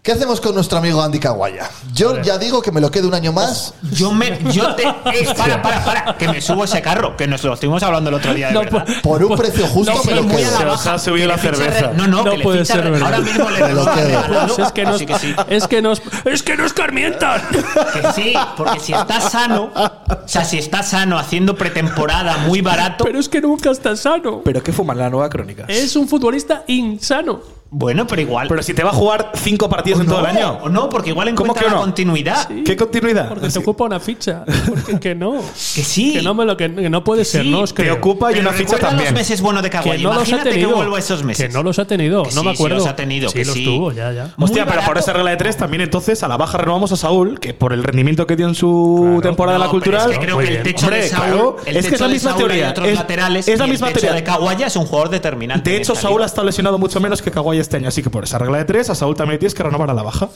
[SPEAKER 1] ¿Qué hacemos con nuestro amigo Andy Kawaya? Yo ya digo que me lo quedo un año más.
[SPEAKER 4] Yo me. Yo te. eh, para, para, para. Que me subo a ese carro. Que nos lo estuvimos hablando el otro día. De verdad.
[SPEAKER 1] Por un precio justo me lo
[SPEAKER 4] muy a
[SPEAKER 1] quedo.
[SPEAKER 4] la
[SPEAKER 3] os ha
[SPEAKER 4] baja,
[SPEAKER 3] subido
[SPEAKER 4] que
[SPEAKER 3] la
[SPEAKER 4] le ficha
[SPEAKER 3] cerveza.
[SPEAKER 4] Re- No, no,
[SPEAKER 2] No
[SPEAKER 4] que le
[SPEAKER 2] puede
[SPEAKER 4] ficha
[SPEAKER 2] ser
[SPEAKER 4] Re-
[SPEAKER 2] verdad.
[SPEAKER 4] Ahora mismo le
[SPEAKER 1] Me lo
[SPEAKER 4] renueva
[SPEAKER 1] quedo.
[SPEAKER 4] Regalado,
[SPEAKER 2] Pues es que nos,
[SPEAKER 4] así que sí.
[SPEAKER 2] es que nos, es que nos carmientan.
[SPEAKER 4] Que sí, porque si está sano, o sea, si está sano haciendo pretemporada muy barato,
[SPEAKER 2] Pero es que nunca está sano.
[SPEAKER 3] ¿Pero qué fuman la nueva crónica?
[SPEAKER 2] Es un futbolista insano.
[SPEAKER 4] bueno, pero igual.
[SPEAKER 3] Pero si te va a jugar cinco partidos
[SPEAKER 4] O
[SPEAKER 3] en todo el
[SPEAKER 4] no,
[SPEAKER 3] año.
[SPEAKER 4] o no, porque igual
[SPEAKER 3] ¿Cómo
[SPEAKER 4] encuentra
[SPEAKER 3] que
[SPEAKER 4] la
[SPEAKER 3] no?
[SPEAKER 4] continuidad.
[SPEAKER 3] ¿Qué continuidad?
[SPEAKER 2] Porque te
[SPEAKER 3] Ah, Sí.
[SPEAKER 2] ocupa una ficha. Porque que no.
[SPEAKER 4] Que sí.
[SPEAKER 2] Que no, me lo, que, que no puede ser.
[SPEAKER 4] sí,
[SPEAKER 2] No os
[SPEAKER 3] Te
[SPEAKER 2] creo.
[SPEAKER 3] ocupa y
[SPEAKER 4] Pero
[SPEAKER 3] una ficha
[SPEAKER 4] recuerda
[SPEAKER 3] también.
[SPEAKER 4] los meses buenos de Kawhi.
[SPEAKER 2] que no los ha
[SPEAKER 4] Imagínate
[SPEAKER 2] tenido.
[SPEAKER 4] que vuelva esos meses.
[SPEAKER 2] Que no los ha tenido.
[SPEAKER 4] Que
[SPEAKER 2] no me
[SPEAKER 4] sí, sí
[SPEAKER 2] acuerdo.
[SPEAKER 4] los ha tenido,
[SPEAKER 2] Sí,
[SPEAKER 4] que
[SPEAKER 2] los
[SPEAKER 4] sí.
[SPEAKER 2] tuvo, ya, ya.
[SPEAKER 4] Muy
[SPEAKER 3] Hostia, pero
[SPEAKER 4] barato.
[SPEAKER 3] por esa regla de tres también entonces a la baja renovamos a Saúl, que por el rendimiento que dio en su
[SPEAKER 2] Claro.
[SPEAKER 3] temporada de la
[SPEAKER 4] No, pero
[SPEAKER 3] cultural.
[SPEAKER 4] Es que creo
[SPEAKER 2] Muy
[SPEAKER 4] que el
[SPEAKER 2] bien.
[SPEAKER 4] techo de
[SPEAKER 3] Hombre,
[SPEAKER 4] Saúl,
[SPEAKER 3] claro.
[SPEAKER 4] el
[SPEAKER 3] Es que
[SPEAKER 4] techo
[SPEAKER 3] es la
[SPEAKER 4] de
[SPEAKER 3] misma
[SPEAKER 4] Saúl hay
[SPEAKER 3] teoría.
[SPEAKER 4] otros
[SPEAKER 3] Es-
[SPEAKER 4] laterales
[SPEAKER 3] es
[SPEAKER 4] y
[SPEAKER 3] la
[SPEAKER 4] el
[SPEAKER 3] misma
[SPEAKER 4] techo
[SPEAKER 3] teoría.
[SPEAKER 4] de Kawaya es un jugador determinante.
[SPEAKER 3] De
[SPEAKER 4] en
[SPEAKER 3] hecho,
[SPEAKER 4] esta
[SPEAKER 3] Saúl ha
[SPEAKER 4] liga.
[SPEAKER 3] estado lesionado mucho menos que Kawhi este año, así que por esa regla de tres a Saúl también le tienes que renovar a la baja.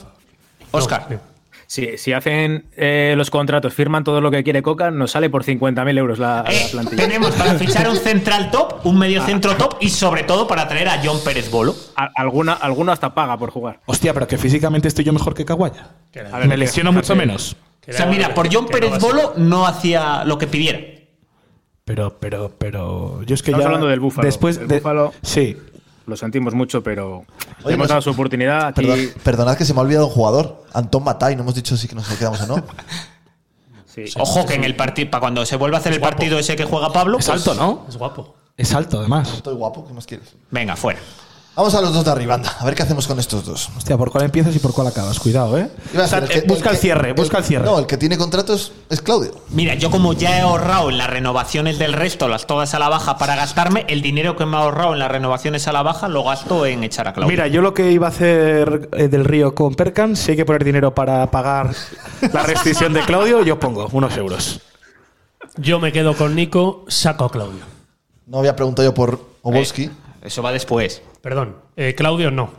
[SPEAKER 4] Oscar,
[SPEAKER 5] Si, si hacen eh, los contratos, firman todo lo que quiere Coca, nos sale por 50.000 euros la, la
[SPEAKER 4] Eh,
[SPEAKER 5] plantilla.
[SPEAKER 4] tenemos para fichar un central top, un
[SPEAKER 3] Ah.
[SPEAKER 4] medio centro top y sobre todo para traer a John Pérez Bolo.
[SPEAKER 5] A- alguna, alguno hasta paga por jugar.
[SPEAKER 3] Hostia, pero que físicamente estoy yo mejor que Kawaya.
[SPEAKER 5] A ver,
[SPEAKER 3] Me lesiono mucho menos.
[SPEAKER 4] O sea, mira, por John Pérez Bolo no hacía lo que pidiera.
[SPEAKER 3] Pero, pero, pero. Yo es que
[SPEAKER 5] Estamos
[SPEAKER 3] ya.
[SPEAKER 5] hablando del Búfalo.
[SPEAKER 3] Después
[SPEAKER 5] El
[SPEAKER 3] de-
[SPEAKER 5] Búfalo-
[SPEAKER 3] Sí.
[SPEAKER 5] Lo sentimos mucho, pero le
[SPEAKER 1] pues-
[SPEAKER 5] hemos dado su oportunidad. Aquí
[SPEAKER 1] Perdón- perdonad que se me ha olvidado un jugador. Antón Matai, no hemos dicho si que nos quedamos o no.
[SPEAKER 5] Sí.
[SPEAKER 4] Ojo que en el partido, para cuando se vuelva a hacer el partido ese que juega Pablo,
[SPEAKER 3] Es
[SPEAKER 4] pues-
[SPEAKER 3] alto, ¿no?
[SPEAKER 2] Es guapo.
[SPEAKER 3] Es alto, además.
[SPEAKER 1] Estoy guapo, ¿qué más quieres?
[SPEAKER 4] Venga, fuera.
[SPEAKER 1] Vamos a los dos de arriba, anda. A ver qué hacemos con estos dos.
[SPEAKER 3] Hostia, ¿por cuál empiezas y por cuál acabas? Cuidado, ¿eh?
[SPEAKER 1] Iba a
[SPEAKER 3] O sea,
[SPEAKER 1] ser que-
[SPEAKER 3] eh, busca el,
[SPEAKER 1] que-
[SPEAKER 3] cierre, busca el cierre.
[SPEAKER 1] No, el que tiene contratos es Claudio.
[SPEAKER 4] Mira, yo como ya he ahorrado en las renovaciones del resto, las todas a la baja para gastarme, el dinero que me he ahorrado en las renovaciones a la baja lo gasto en echar a Claudio. Eh,
[SPEAKER 3] Mira, yo lo que iba a hacer eh, del río con Percan, si hay que poner dinero para pagar la restricción de Claudio, yo pongo unos euros.
[SPEAKER 2] Yo me quedo con Nico, saco a Claudio.
[SPEAKER 1] No había preguntado yo por Obolski.
[SPEAKER 3] Eh,
[SPEAKER 4] Eso va después.
[SPEAKER 2] Perdón. eh, Claudio no.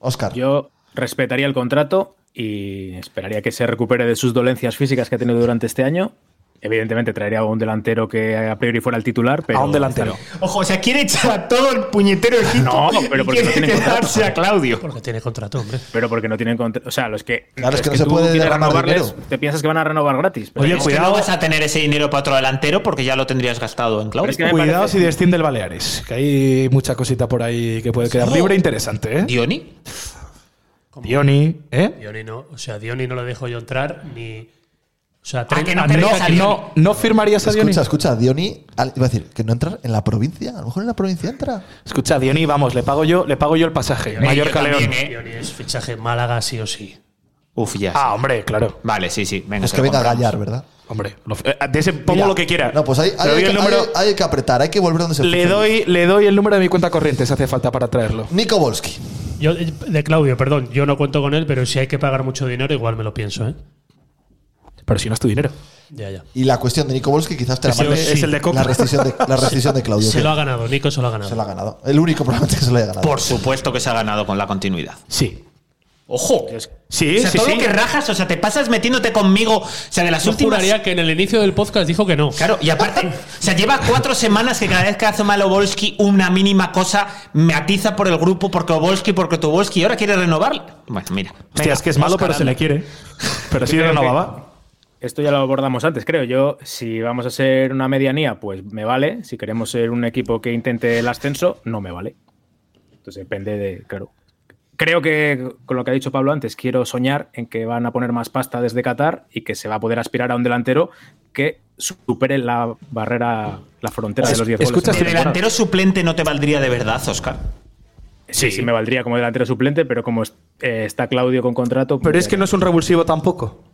[SPEAKER 1] Oscar.
[SPEAKER 5] Yo respetaría el contrato y esperaría que se recupere de sus dolencias físicas que ha tenido durante este año Evidentemente traería a un delantero que a priori fuera el titular, pero.
[SPEAKER 6] A un delantero.
[SPEAKER 12] Ojo, o sea, quiere echar a todo el puñetero equipo.
[SPEAKER 5] No, pero
[SPEAKER 12] y
[SPEAKER 5] porque
[SPEAKER 12] quiere
[SPEAKER 5] no tienen
[SPEAKER 12] quedarse
[SPEAKER 5] contrato.
[SPEAKER 12] a Claudio.
[SPEAKER 5] Porque tiene contrato, hombre. Pero porque no tienen contrato. O sea, los que.
[SPEAKER 4] Claro, es
[SPEAKER 5] los
[SPEAKER 4] que no se
[SPEAKER 5] tú
[SPEAKER 4] puede
[SPEAKER 5] quieres
[SPEAKER 4] derramar
[SPEAKER 5] renovarles,
[SPEAKER 4] dinero.
[SPEAKER 5] Te piensas que van a renovar gratis. pero
[SPEAKER 4] Oye,
[SPEAKER 5] no.
[SPEAKER 4] cuidado. vas a tener ese dinero para otro delantero porque ya lo tendrías gastado en Claudio.
[SPEAKER 3] Cuidado si desciende el Baleares, que hay mucha cosita por ahí que puede quedar
[SPEAKER 4] ¿Cómo?
[SPEAKER 3] libre e interesante, ¿eh?
[SPEAKER 4] ¿Dioni?
[SPEAKER 3] Dioni, ¿eh?
[SPEAKER 11] Dioni no, o sea, Dioni no lo dejo yo entrar ni. O sea,
[SPEAKER 3] Ah,
[SPEAKER 11] tre-
[SPEAKER 3] que no
[SPEAKER 11] a
[SPEAKER 3] te
[SPEAKER 11] 30
[SPEAKER 3] deja
[SPEAKER 11] kilos-
[SPEAKER 3] Dioni. ¿No firmarías a Dioni?
[SPEAKER 1] Escucha, escucha, Dioni. al- Iba a decir, que no entrar en la provincia. A lo mejor en la provincia entra.
[SPEAKER 3] Escucha, Dioni, vamos, le pago yo, le pago yo el pasaje.
[SPEAKER 11] Dioni,
[SPEAKER 3] Mallorca
[SPEAKER 11] yo
[SPEAKER 3] León.
[SPEAKER 11] también, ¿eh? Dioni es fichaje Málaga sí o sí.
[SPEAKER 4] Uf, ya.
[SPEAKER 3] Ah, hombre, claro.
[SPEAKER 4] Vale, sí, sí. Venga,
[SPEAKER 1] Es
[SPEAKER 4] se lo
[SPEAKER 1] que venga a
[SPEAKER 4] compramos.
[SPEAKER 1] Gallar, ¿verdad?
[SPEAKER 3] Hombre, lo- eh, de ese pongo
[SPEAKER 1] Mira,
[SPEAKER 3] lo que quiera.
[SPEAKER 1] No, pues ahí, ahí
[SPEAKER 3] Le doy
[SPEAKER 1] hay, que,
[SPEAKER 3] el número,
[SPEAKER 1] ahí- ahí hay que apretar, hay que volver donde se
[SPEAKER 3] le,
[SPEAKER 1] fue.
[SPEAKER 3] doy, le doy el número de mi cuenta corriente si hace falta para traerlo.
[SPEAKER 1] Nico Volsky.
[SPEAKER 11] Yo, eh, de Claudio, perdón, yo no cuento con él, pero si hay que pagar mucho dinero, igual me lo pienso, ¿eh?
[SPEAKER 3] Pero si no es tu dinero.
[SPEAKER 11] Ya, ya.
[SPEAKER 1] Y la cuestión de Nico Volsky quizás te la
[SPEAKER 11] Ese
[SPEAKER 1] mande
[SPEAKER 11] es el de Coca.
[SPEAKER 1] la rescisión de, la rescisión de Claudio.
[SPEAKER 11] Se lo ha ganado, Nico se lo ha ganado.
[SPEAKER 1] Se lo ha ganado. El único probablemente que se lo haya ganado.
[SPEAKER 4] Por supuesto que se ha ganado con la continuidad.
[SPEAKER 3] Sí.
[SPEAKER 4] Ojo.
[SPEAKER 3] Sí,
[SPEAKER 4] o sea,
[SPEAKER 3] sí,
[SPEAKER 4] todo
[SPEAKER 3] sí.
[SPEAKER 4] lo que rajas, o sea, te pasas metiéndote conmigo. O sea, de las
[SPEAKER 11] Yo
[SPEAKER 4] últimas.
[SPEAKER 11] juraría que en el inicio del podcast dijo que no.
[SPEAKER 4] Claro, y aparte, o sea, lleva cuatro semanas que cada vez que hace mal Obolski una mínima cosa me atiza por el grupo porque Obolski, porque Tobolski, y ahora quiere renovar. Bueno, mira.
[SPEAKER 3] Hostia, es que es malo, pero se le quiere. Pero sí
[SPEAKER 5] Yo creo
[SPEAKER 3] renovaba.
[SPEAKER 5] Esto ya lo abordamos antes, creo. Yo, si vamos a ser una medianía, pues me vale. Si queremos ser un equipo que intente el ascenso, no me vale. Entonces depende de, claro. Creo que con lo que ha dicho Pablo antes, quiero soñar en que van a poner más pasta desde Qatar y que se va a poder aspirar a un delantero que supere la barrera, la frontera de los 10 goles.
[SPEAKER 4] Escucha, si delantero suplente no te valdría de verdad, Oscar.
[SPEAKER 5] Sí, sí, me valdría como delantero suplente, pero como es- eh, está Claudio con contrato. pues
[SPEAKER 3] Pero es que no es un revulsivo tampoco.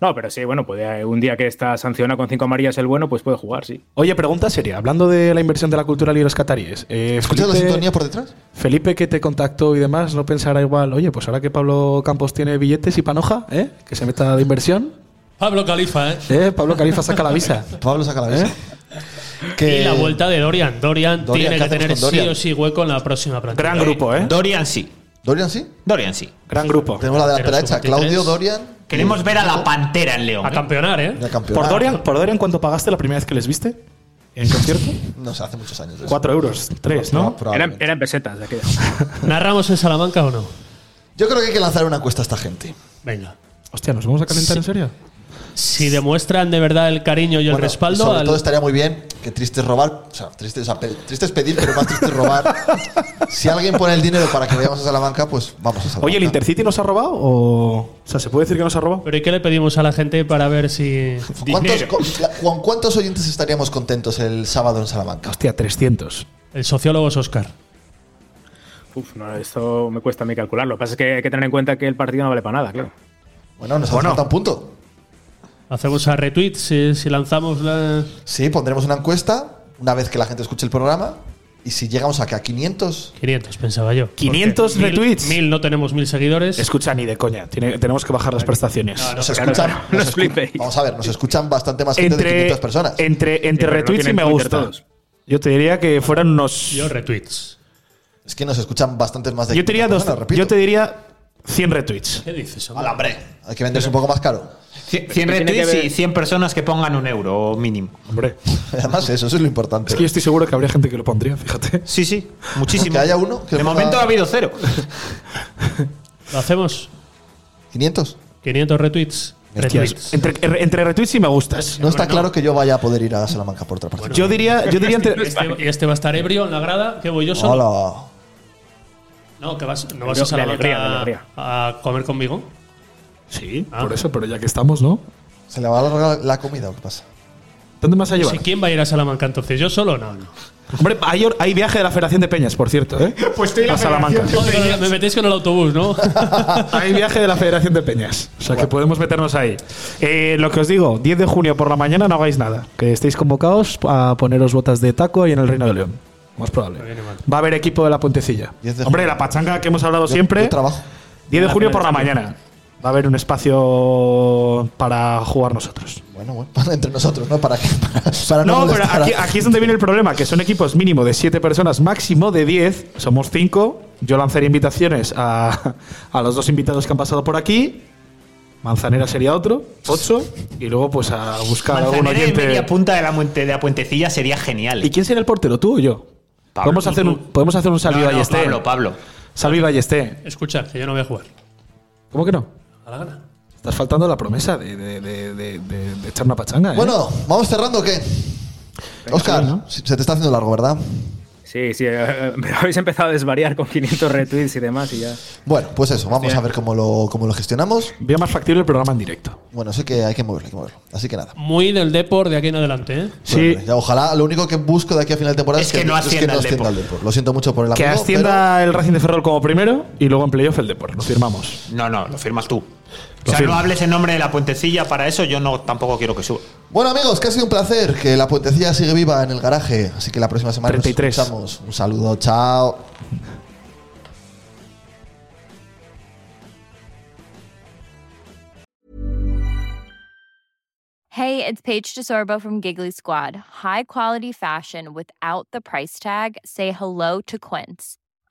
[SPEAKER 5] No, pero sí, bueno, puede, un día que está sancionado con cinco amarillas el bueno, pues puede jugar, sí.
[SPEAKER 3] Oye, pregunta seria. Hablando de la inversión de la cultural y los cataríes. Eh,
[SPEAKER 1] ¿Escuchas la
[SPEAKER 3] Felipe-
[SPEAKER 1] sintonía por detrás?
[SPEAKER 3] Felipe que te contactó y demás, ¿no pensará igual, oye, pues ahora que Pablo Campos tiene billetes y panoja, ¿eh? que se meta de inversión?
[SPEAKER 11] Pablo Califa, ¿eh?
[SPEAKER 3] ¿eh? Pablo Califa saca la visa.
[SPEAKER 1] Pablo saca la visa.
[SPEAKER 11] Y la vuelta de Dorian. Dorian,
[SPEAKER 1] Eh, Dorian, ¿qué
[SPEAKER 11] tiene que
[SPEAKER 1] hacemos
[SPEAKER 11] tener
[SPEAKER 1] con Dorian?
[SPEAKER 11] sí o sí hueco en la próxima plantilla.
[SPEAKER 3] Gran grupo, ¿eh?
[SPEAKER 4] Dorian sí.
[SPEAKER 1] ¿Dorian sí?
[SPEAKER 4] Dorian sí.
[SPEAKER 3] Gran grupo.
[SPEAKER 1] Tenemos la delantera hecha. Claudio, Dorian. Ah,
[SPEAKER 4] Queremos ver a la pantera en León.
[SPEAKER 11] A campeonar, ¿eh?
[SPEAKER 1] La campeona.
[SPEAKER 3] ¿Por Dorian, ¿Por Dorian cuánto pagaste la primera vez que les viste? ¿En concierto?
[SPEAKER 1] No sé, hace muchos años. eso.
[SPEAKER 3] Cuatro euros, tres, ¿no?
[SPEAKER 5] Era,
[SPEAKER 1] Probablemente.
[SPEAKER 5] era en pesetas de aquella.
[SPEAKER 11] ¿Narramos en Salamanca o no?
[SPEAKER 1] Yo creo que hay que lanzar una encuesta a esta gente.
[SPEAKER 11] Venga.
[SPEAKER 3] Hostia, ¿nos vamos a calentar en serio?
[SPEAKER 11] Si demuestran de verdad el cariño y el
[SPEAKER 1] Bueno,
[SPEAKER 11] respaldo.
[SPEAKER 1] sobre
[SPEAKER 11] al-
[SPEAKER 1] todo este- estaría muy bien que triste es robar. O sea, triste es, apel- triste es pedir, pero más triste es robar. si alguien pone el dinero para que vayamos a Salamanca, pues vamos a Salamanca.
[SPEAKER 3] Oye, ¿el Intercity nos ha robado o...? O sea, ¿se puede decir que nos ha robado?
[SPEAKER 11] Pero ¿y qué le pedimos a la gente para ver si.
[SPEAKER 1] ¿Cuántos, co- la- Juan, ¿cuántos oyentes estaríamos contentos el sábado en Salamanca?
[SPEAKER 3] Hostia, 300.
[SPEAKER 11] El sociólogo es Oscar.
[SPEAKER 5] Uf, no, esto me cuesta a mí calcularlo. Lo que pasa es que hay que tener en cuenta que el partido no vale para nada, claro.
[SPEAKER 1] Bueno, nos hace falta un punto.
[SPEAKER 11] Hacemos a retweet si, si lanzamos la.
[SPEAKER 1] Sí, pondremos una encuesta una vez que la gente escuche el programa. Y si llegamos acá a 500,
[SPEAKER 11] 500, pensaba yo.
[SPEAKER 3] 500
[SPEAKER 11] Porque mil-
[SPEAKER 3] retweets.
[SPEAKER 11] Mil, no tenemos mil seguidores.
[SPEAKER 3] Escucha, ni de coña. Tiene- tenemos que bajar las prestaciones.
[SPEAKER 1] nos escuchan.
[SPEAKER 5] Ah, No
[SPEAKER 1] nos
[SPEAKER 5] os flipéis.
[SPEAKER 1] escu- vamos a ver, nos escuchan bastante más gente de 500 personas.
[SPEAKER 3] Entre, entre
[SPEAKER 5] pero no
[SPEAKER 3] retweets y
[SPEAKER 5] tienen
[SPEAKER 3] me
[SPEAKER 5] Twitter
[SPEAKER 3] gusta.
[SPEAKER 5] todos.
[SPEAKER 3] Yo te diría que fueran unos.
[SPEAKER 11] Yo retweets.
[SPEAKER 1] Es que nos escuchan bastantes más de
[SPEAKER 3] Yo te diría
[SPEAKER 1] 500
[SPEAKER 3] dos.
[SPEAKER 1] personas, repito.
[SPEAKER 3] Yo te diría 100 retweets.
[SPEAKER 11] ¿Qué dices, hombre?
[SPEAKER 1] Al hambre. Hay que venderse un poco más caro.
[SPEAKER 4] 100
[SPEAKER 5] tiene que
[SPEAKER 4] retweets
[SPEAKER 5] ver-
[SPEAKER 4] y 100 personas que pongan un euro mínimo.
[SPEAKER 3] Hombre.
[SPEAKER 1] Además, eso, eso es lo importante.
[SPEAKER 3] Es que yo estoy seguro que habría gente que lo pondría, fíjate.
[SPEAKER 4] Sí, sí. Muchísimo.
[SPEAKER 1] Que haya uno que
[SPEAKER 4] de
[SPEAKER 1] ponga-
[SPEAKER 4] momento ha habido cero.
[SPEAKER 11] ¿Lo hacemos?
[SPEAKER 1] 500.
[SPEAKER 11] 500 retweets. Retweets.
[SPEAKER 3] Entre, entre retweets y me gustas.
[SPEAKER 1] No está claro que yo vaya a poder ir a Salamanca por otra parte.
[SPEAKER 3] Yo diría, yo diría entre.
[SPEAKER 11] Este- y este va a estar ebrio en la grada. ¿Qué voy yo solo?
[SPEAKER 1] Hola.
[SPEAKER 11] No, que vas, no
[SPEAKER 5] Ebrio
[SPEAKER 11] vas a
[SPEAKER 5] de alegría, de
[SPEAKER 11] Salamanca
[SPEAKER 5] alegría.
[SPEAKER 11] a, a comer conmigo.
[SPEAKER 3] Sí,
[SPEAKER 11] Ah.
[SPEAKER 3] por eso, pero ya que estamos, ¿no?
[SPEAKER 1] ¿Se le va a alargar la comida o qué pasa?
[SPEAKER 3] ¿Dónde más a llevar?
[SPEAKER 11] Sí, ¿Quién va a ir a Salamanca entonces? ¿Yo solo? No, no.
[SPEAKER 3] Hombre, hay, or- hay viaje de la Federación de Peñas, por cierto, ¿eh?
[SPEAKER 12] Pues estoy en la
[SPEAKER 3] a Salamanca.
[SPEAKER 12] Federación de
[SPEAKER 11] Joder, me metéis con el autobús, ¿no?
[SPEAKER 3] Hay viaje de la Federación de Peñas. O sea, que podemos meternos ahí. Eh, lo que os digo, 10 de junio por la mañana no hagáis nada. Que estéis convocados a poneros botas de taco ahí en el Reino de León. Más probable. Va a haber equipo de la Puentecilla.
[SPEAKER 1] 10 de
[SPEAKER 3] Hombre,
[SPEAKER 1] junio.
[SPEAKER 3] la pachanga que hemos hablado siempre.
[SPEAKER 1] Yo trabajo.
[SPEAKER 3] 10 de junio por la mañana. Va a haber un espacio para jugar nosotros.
[SPEAKER 1] Bueno, bueno, para entre nosotros, ¿no? Para, que- para, para no,
[SPEAKER 3] No, pero
[SPEAKER 1] molestar a-
[SPEAKER 3] aquí, aquí es donde viene el problema, que son equipos mínimo de 7 personas, máximo de 10, somos 5. Yo lanzaría invitaciones a, a los dos invitados que han pasado por aquí Manzanera sería otro, ocho, y luego pues a buscar a algún
[SPEAKER 4] Manzanera en
[SPEAKER 3] oyente.
[SPEAKER 4] media punta de la, muente- de la puentecilla sería genial.
[SPEAKER 3] ¿Y quién sería el portero, tú o yo?
[SPEAKER 4] Pablo,
[SPEAKER 3] podemos,
[SPEAKER 4] tú,
[SPEAKER 3] hacer un,
[SPEAKER 4] tú.
[SPEAKER 3] podemos hacer un Salvi
[SPEAKER 4] No, no,
[SPEAKER 3] Ballesté.
[SPEAKER 4] Pablo, Pablo.
[SPEAKER 3] Salvi Ballesté.
[SPEAKER 2] Escuchad, que yo no voy a jugar.
[SPEAKER 3] ¿Cómo que no?
[SPEAKER 2] A la gana.
[SPEAKER 3] Estás faltando a la promesa de, de- de- de- de- de echar una pachanga. ¿eh?
[SPEAKER 1] Bueno, ¿vamos cerrando o qué? Oscar, se te está haciendo largo, ¿verdad?
[SPEAKER 5] Sí, sí, eh, pero habéis empezado a desvariar con 500 retweets y demás y ya.
[SPEAKER 1] Bueno, pues eso, vamos
[SPEAKER 5] Bien.
[SPEAKER 1] a ver cómo lo, cómo lo gestionamos.
[SPEAKER 3] Veo más factible el programa en directo.
[SPEAKER 1] Bueno, sé que hay que moverlo, hay que moverlo. Así que nada.
[SPEAKER 2] Muy del Depor de aquí en adelante, ¿eh?
[SPEAKER 3] Sí.
[SPEAKER 1] Ya, ojalá, lo único que busco de aquí a final de temporada
[SPEAKER 2] Es
[SPEAKER 1] es,
[SPEAKER 2] que no ascienda al Depor.
[SPEAKER 1] al Depor. Lo siento mucho por el
[SPEAKER 3] Que
[SPEAKER 1] amigo,
[SPEAKER 3] ascienda el Racing de Ferrol como primero y luego en playoff el Depor. Lo firmamos.
[SPEAKER 4] No, no, lo firmas tú.
[SPEAKER 3] Lo
[SPEAKER 4] O sea,
[SPEAKER 3] firmo.
[SPEAKER 4] no hables en nombre de la puentecilla para eso, yo no tampoco quiero que suba.
[SPEAKER 1] Bueno, amigos, que ha sido un placer. Que la puentecilla sigue viva en el garaje. Así que la próxima semana
[SPEAKER 3] 33.
[SPEAKER 1] nos escuchamos. Un saludo, chao.
[SPEAKER 13] Hey, it's Paige DeSorbo from Giggly Squad. High quality fashion without the price tag. Say hello to Quince.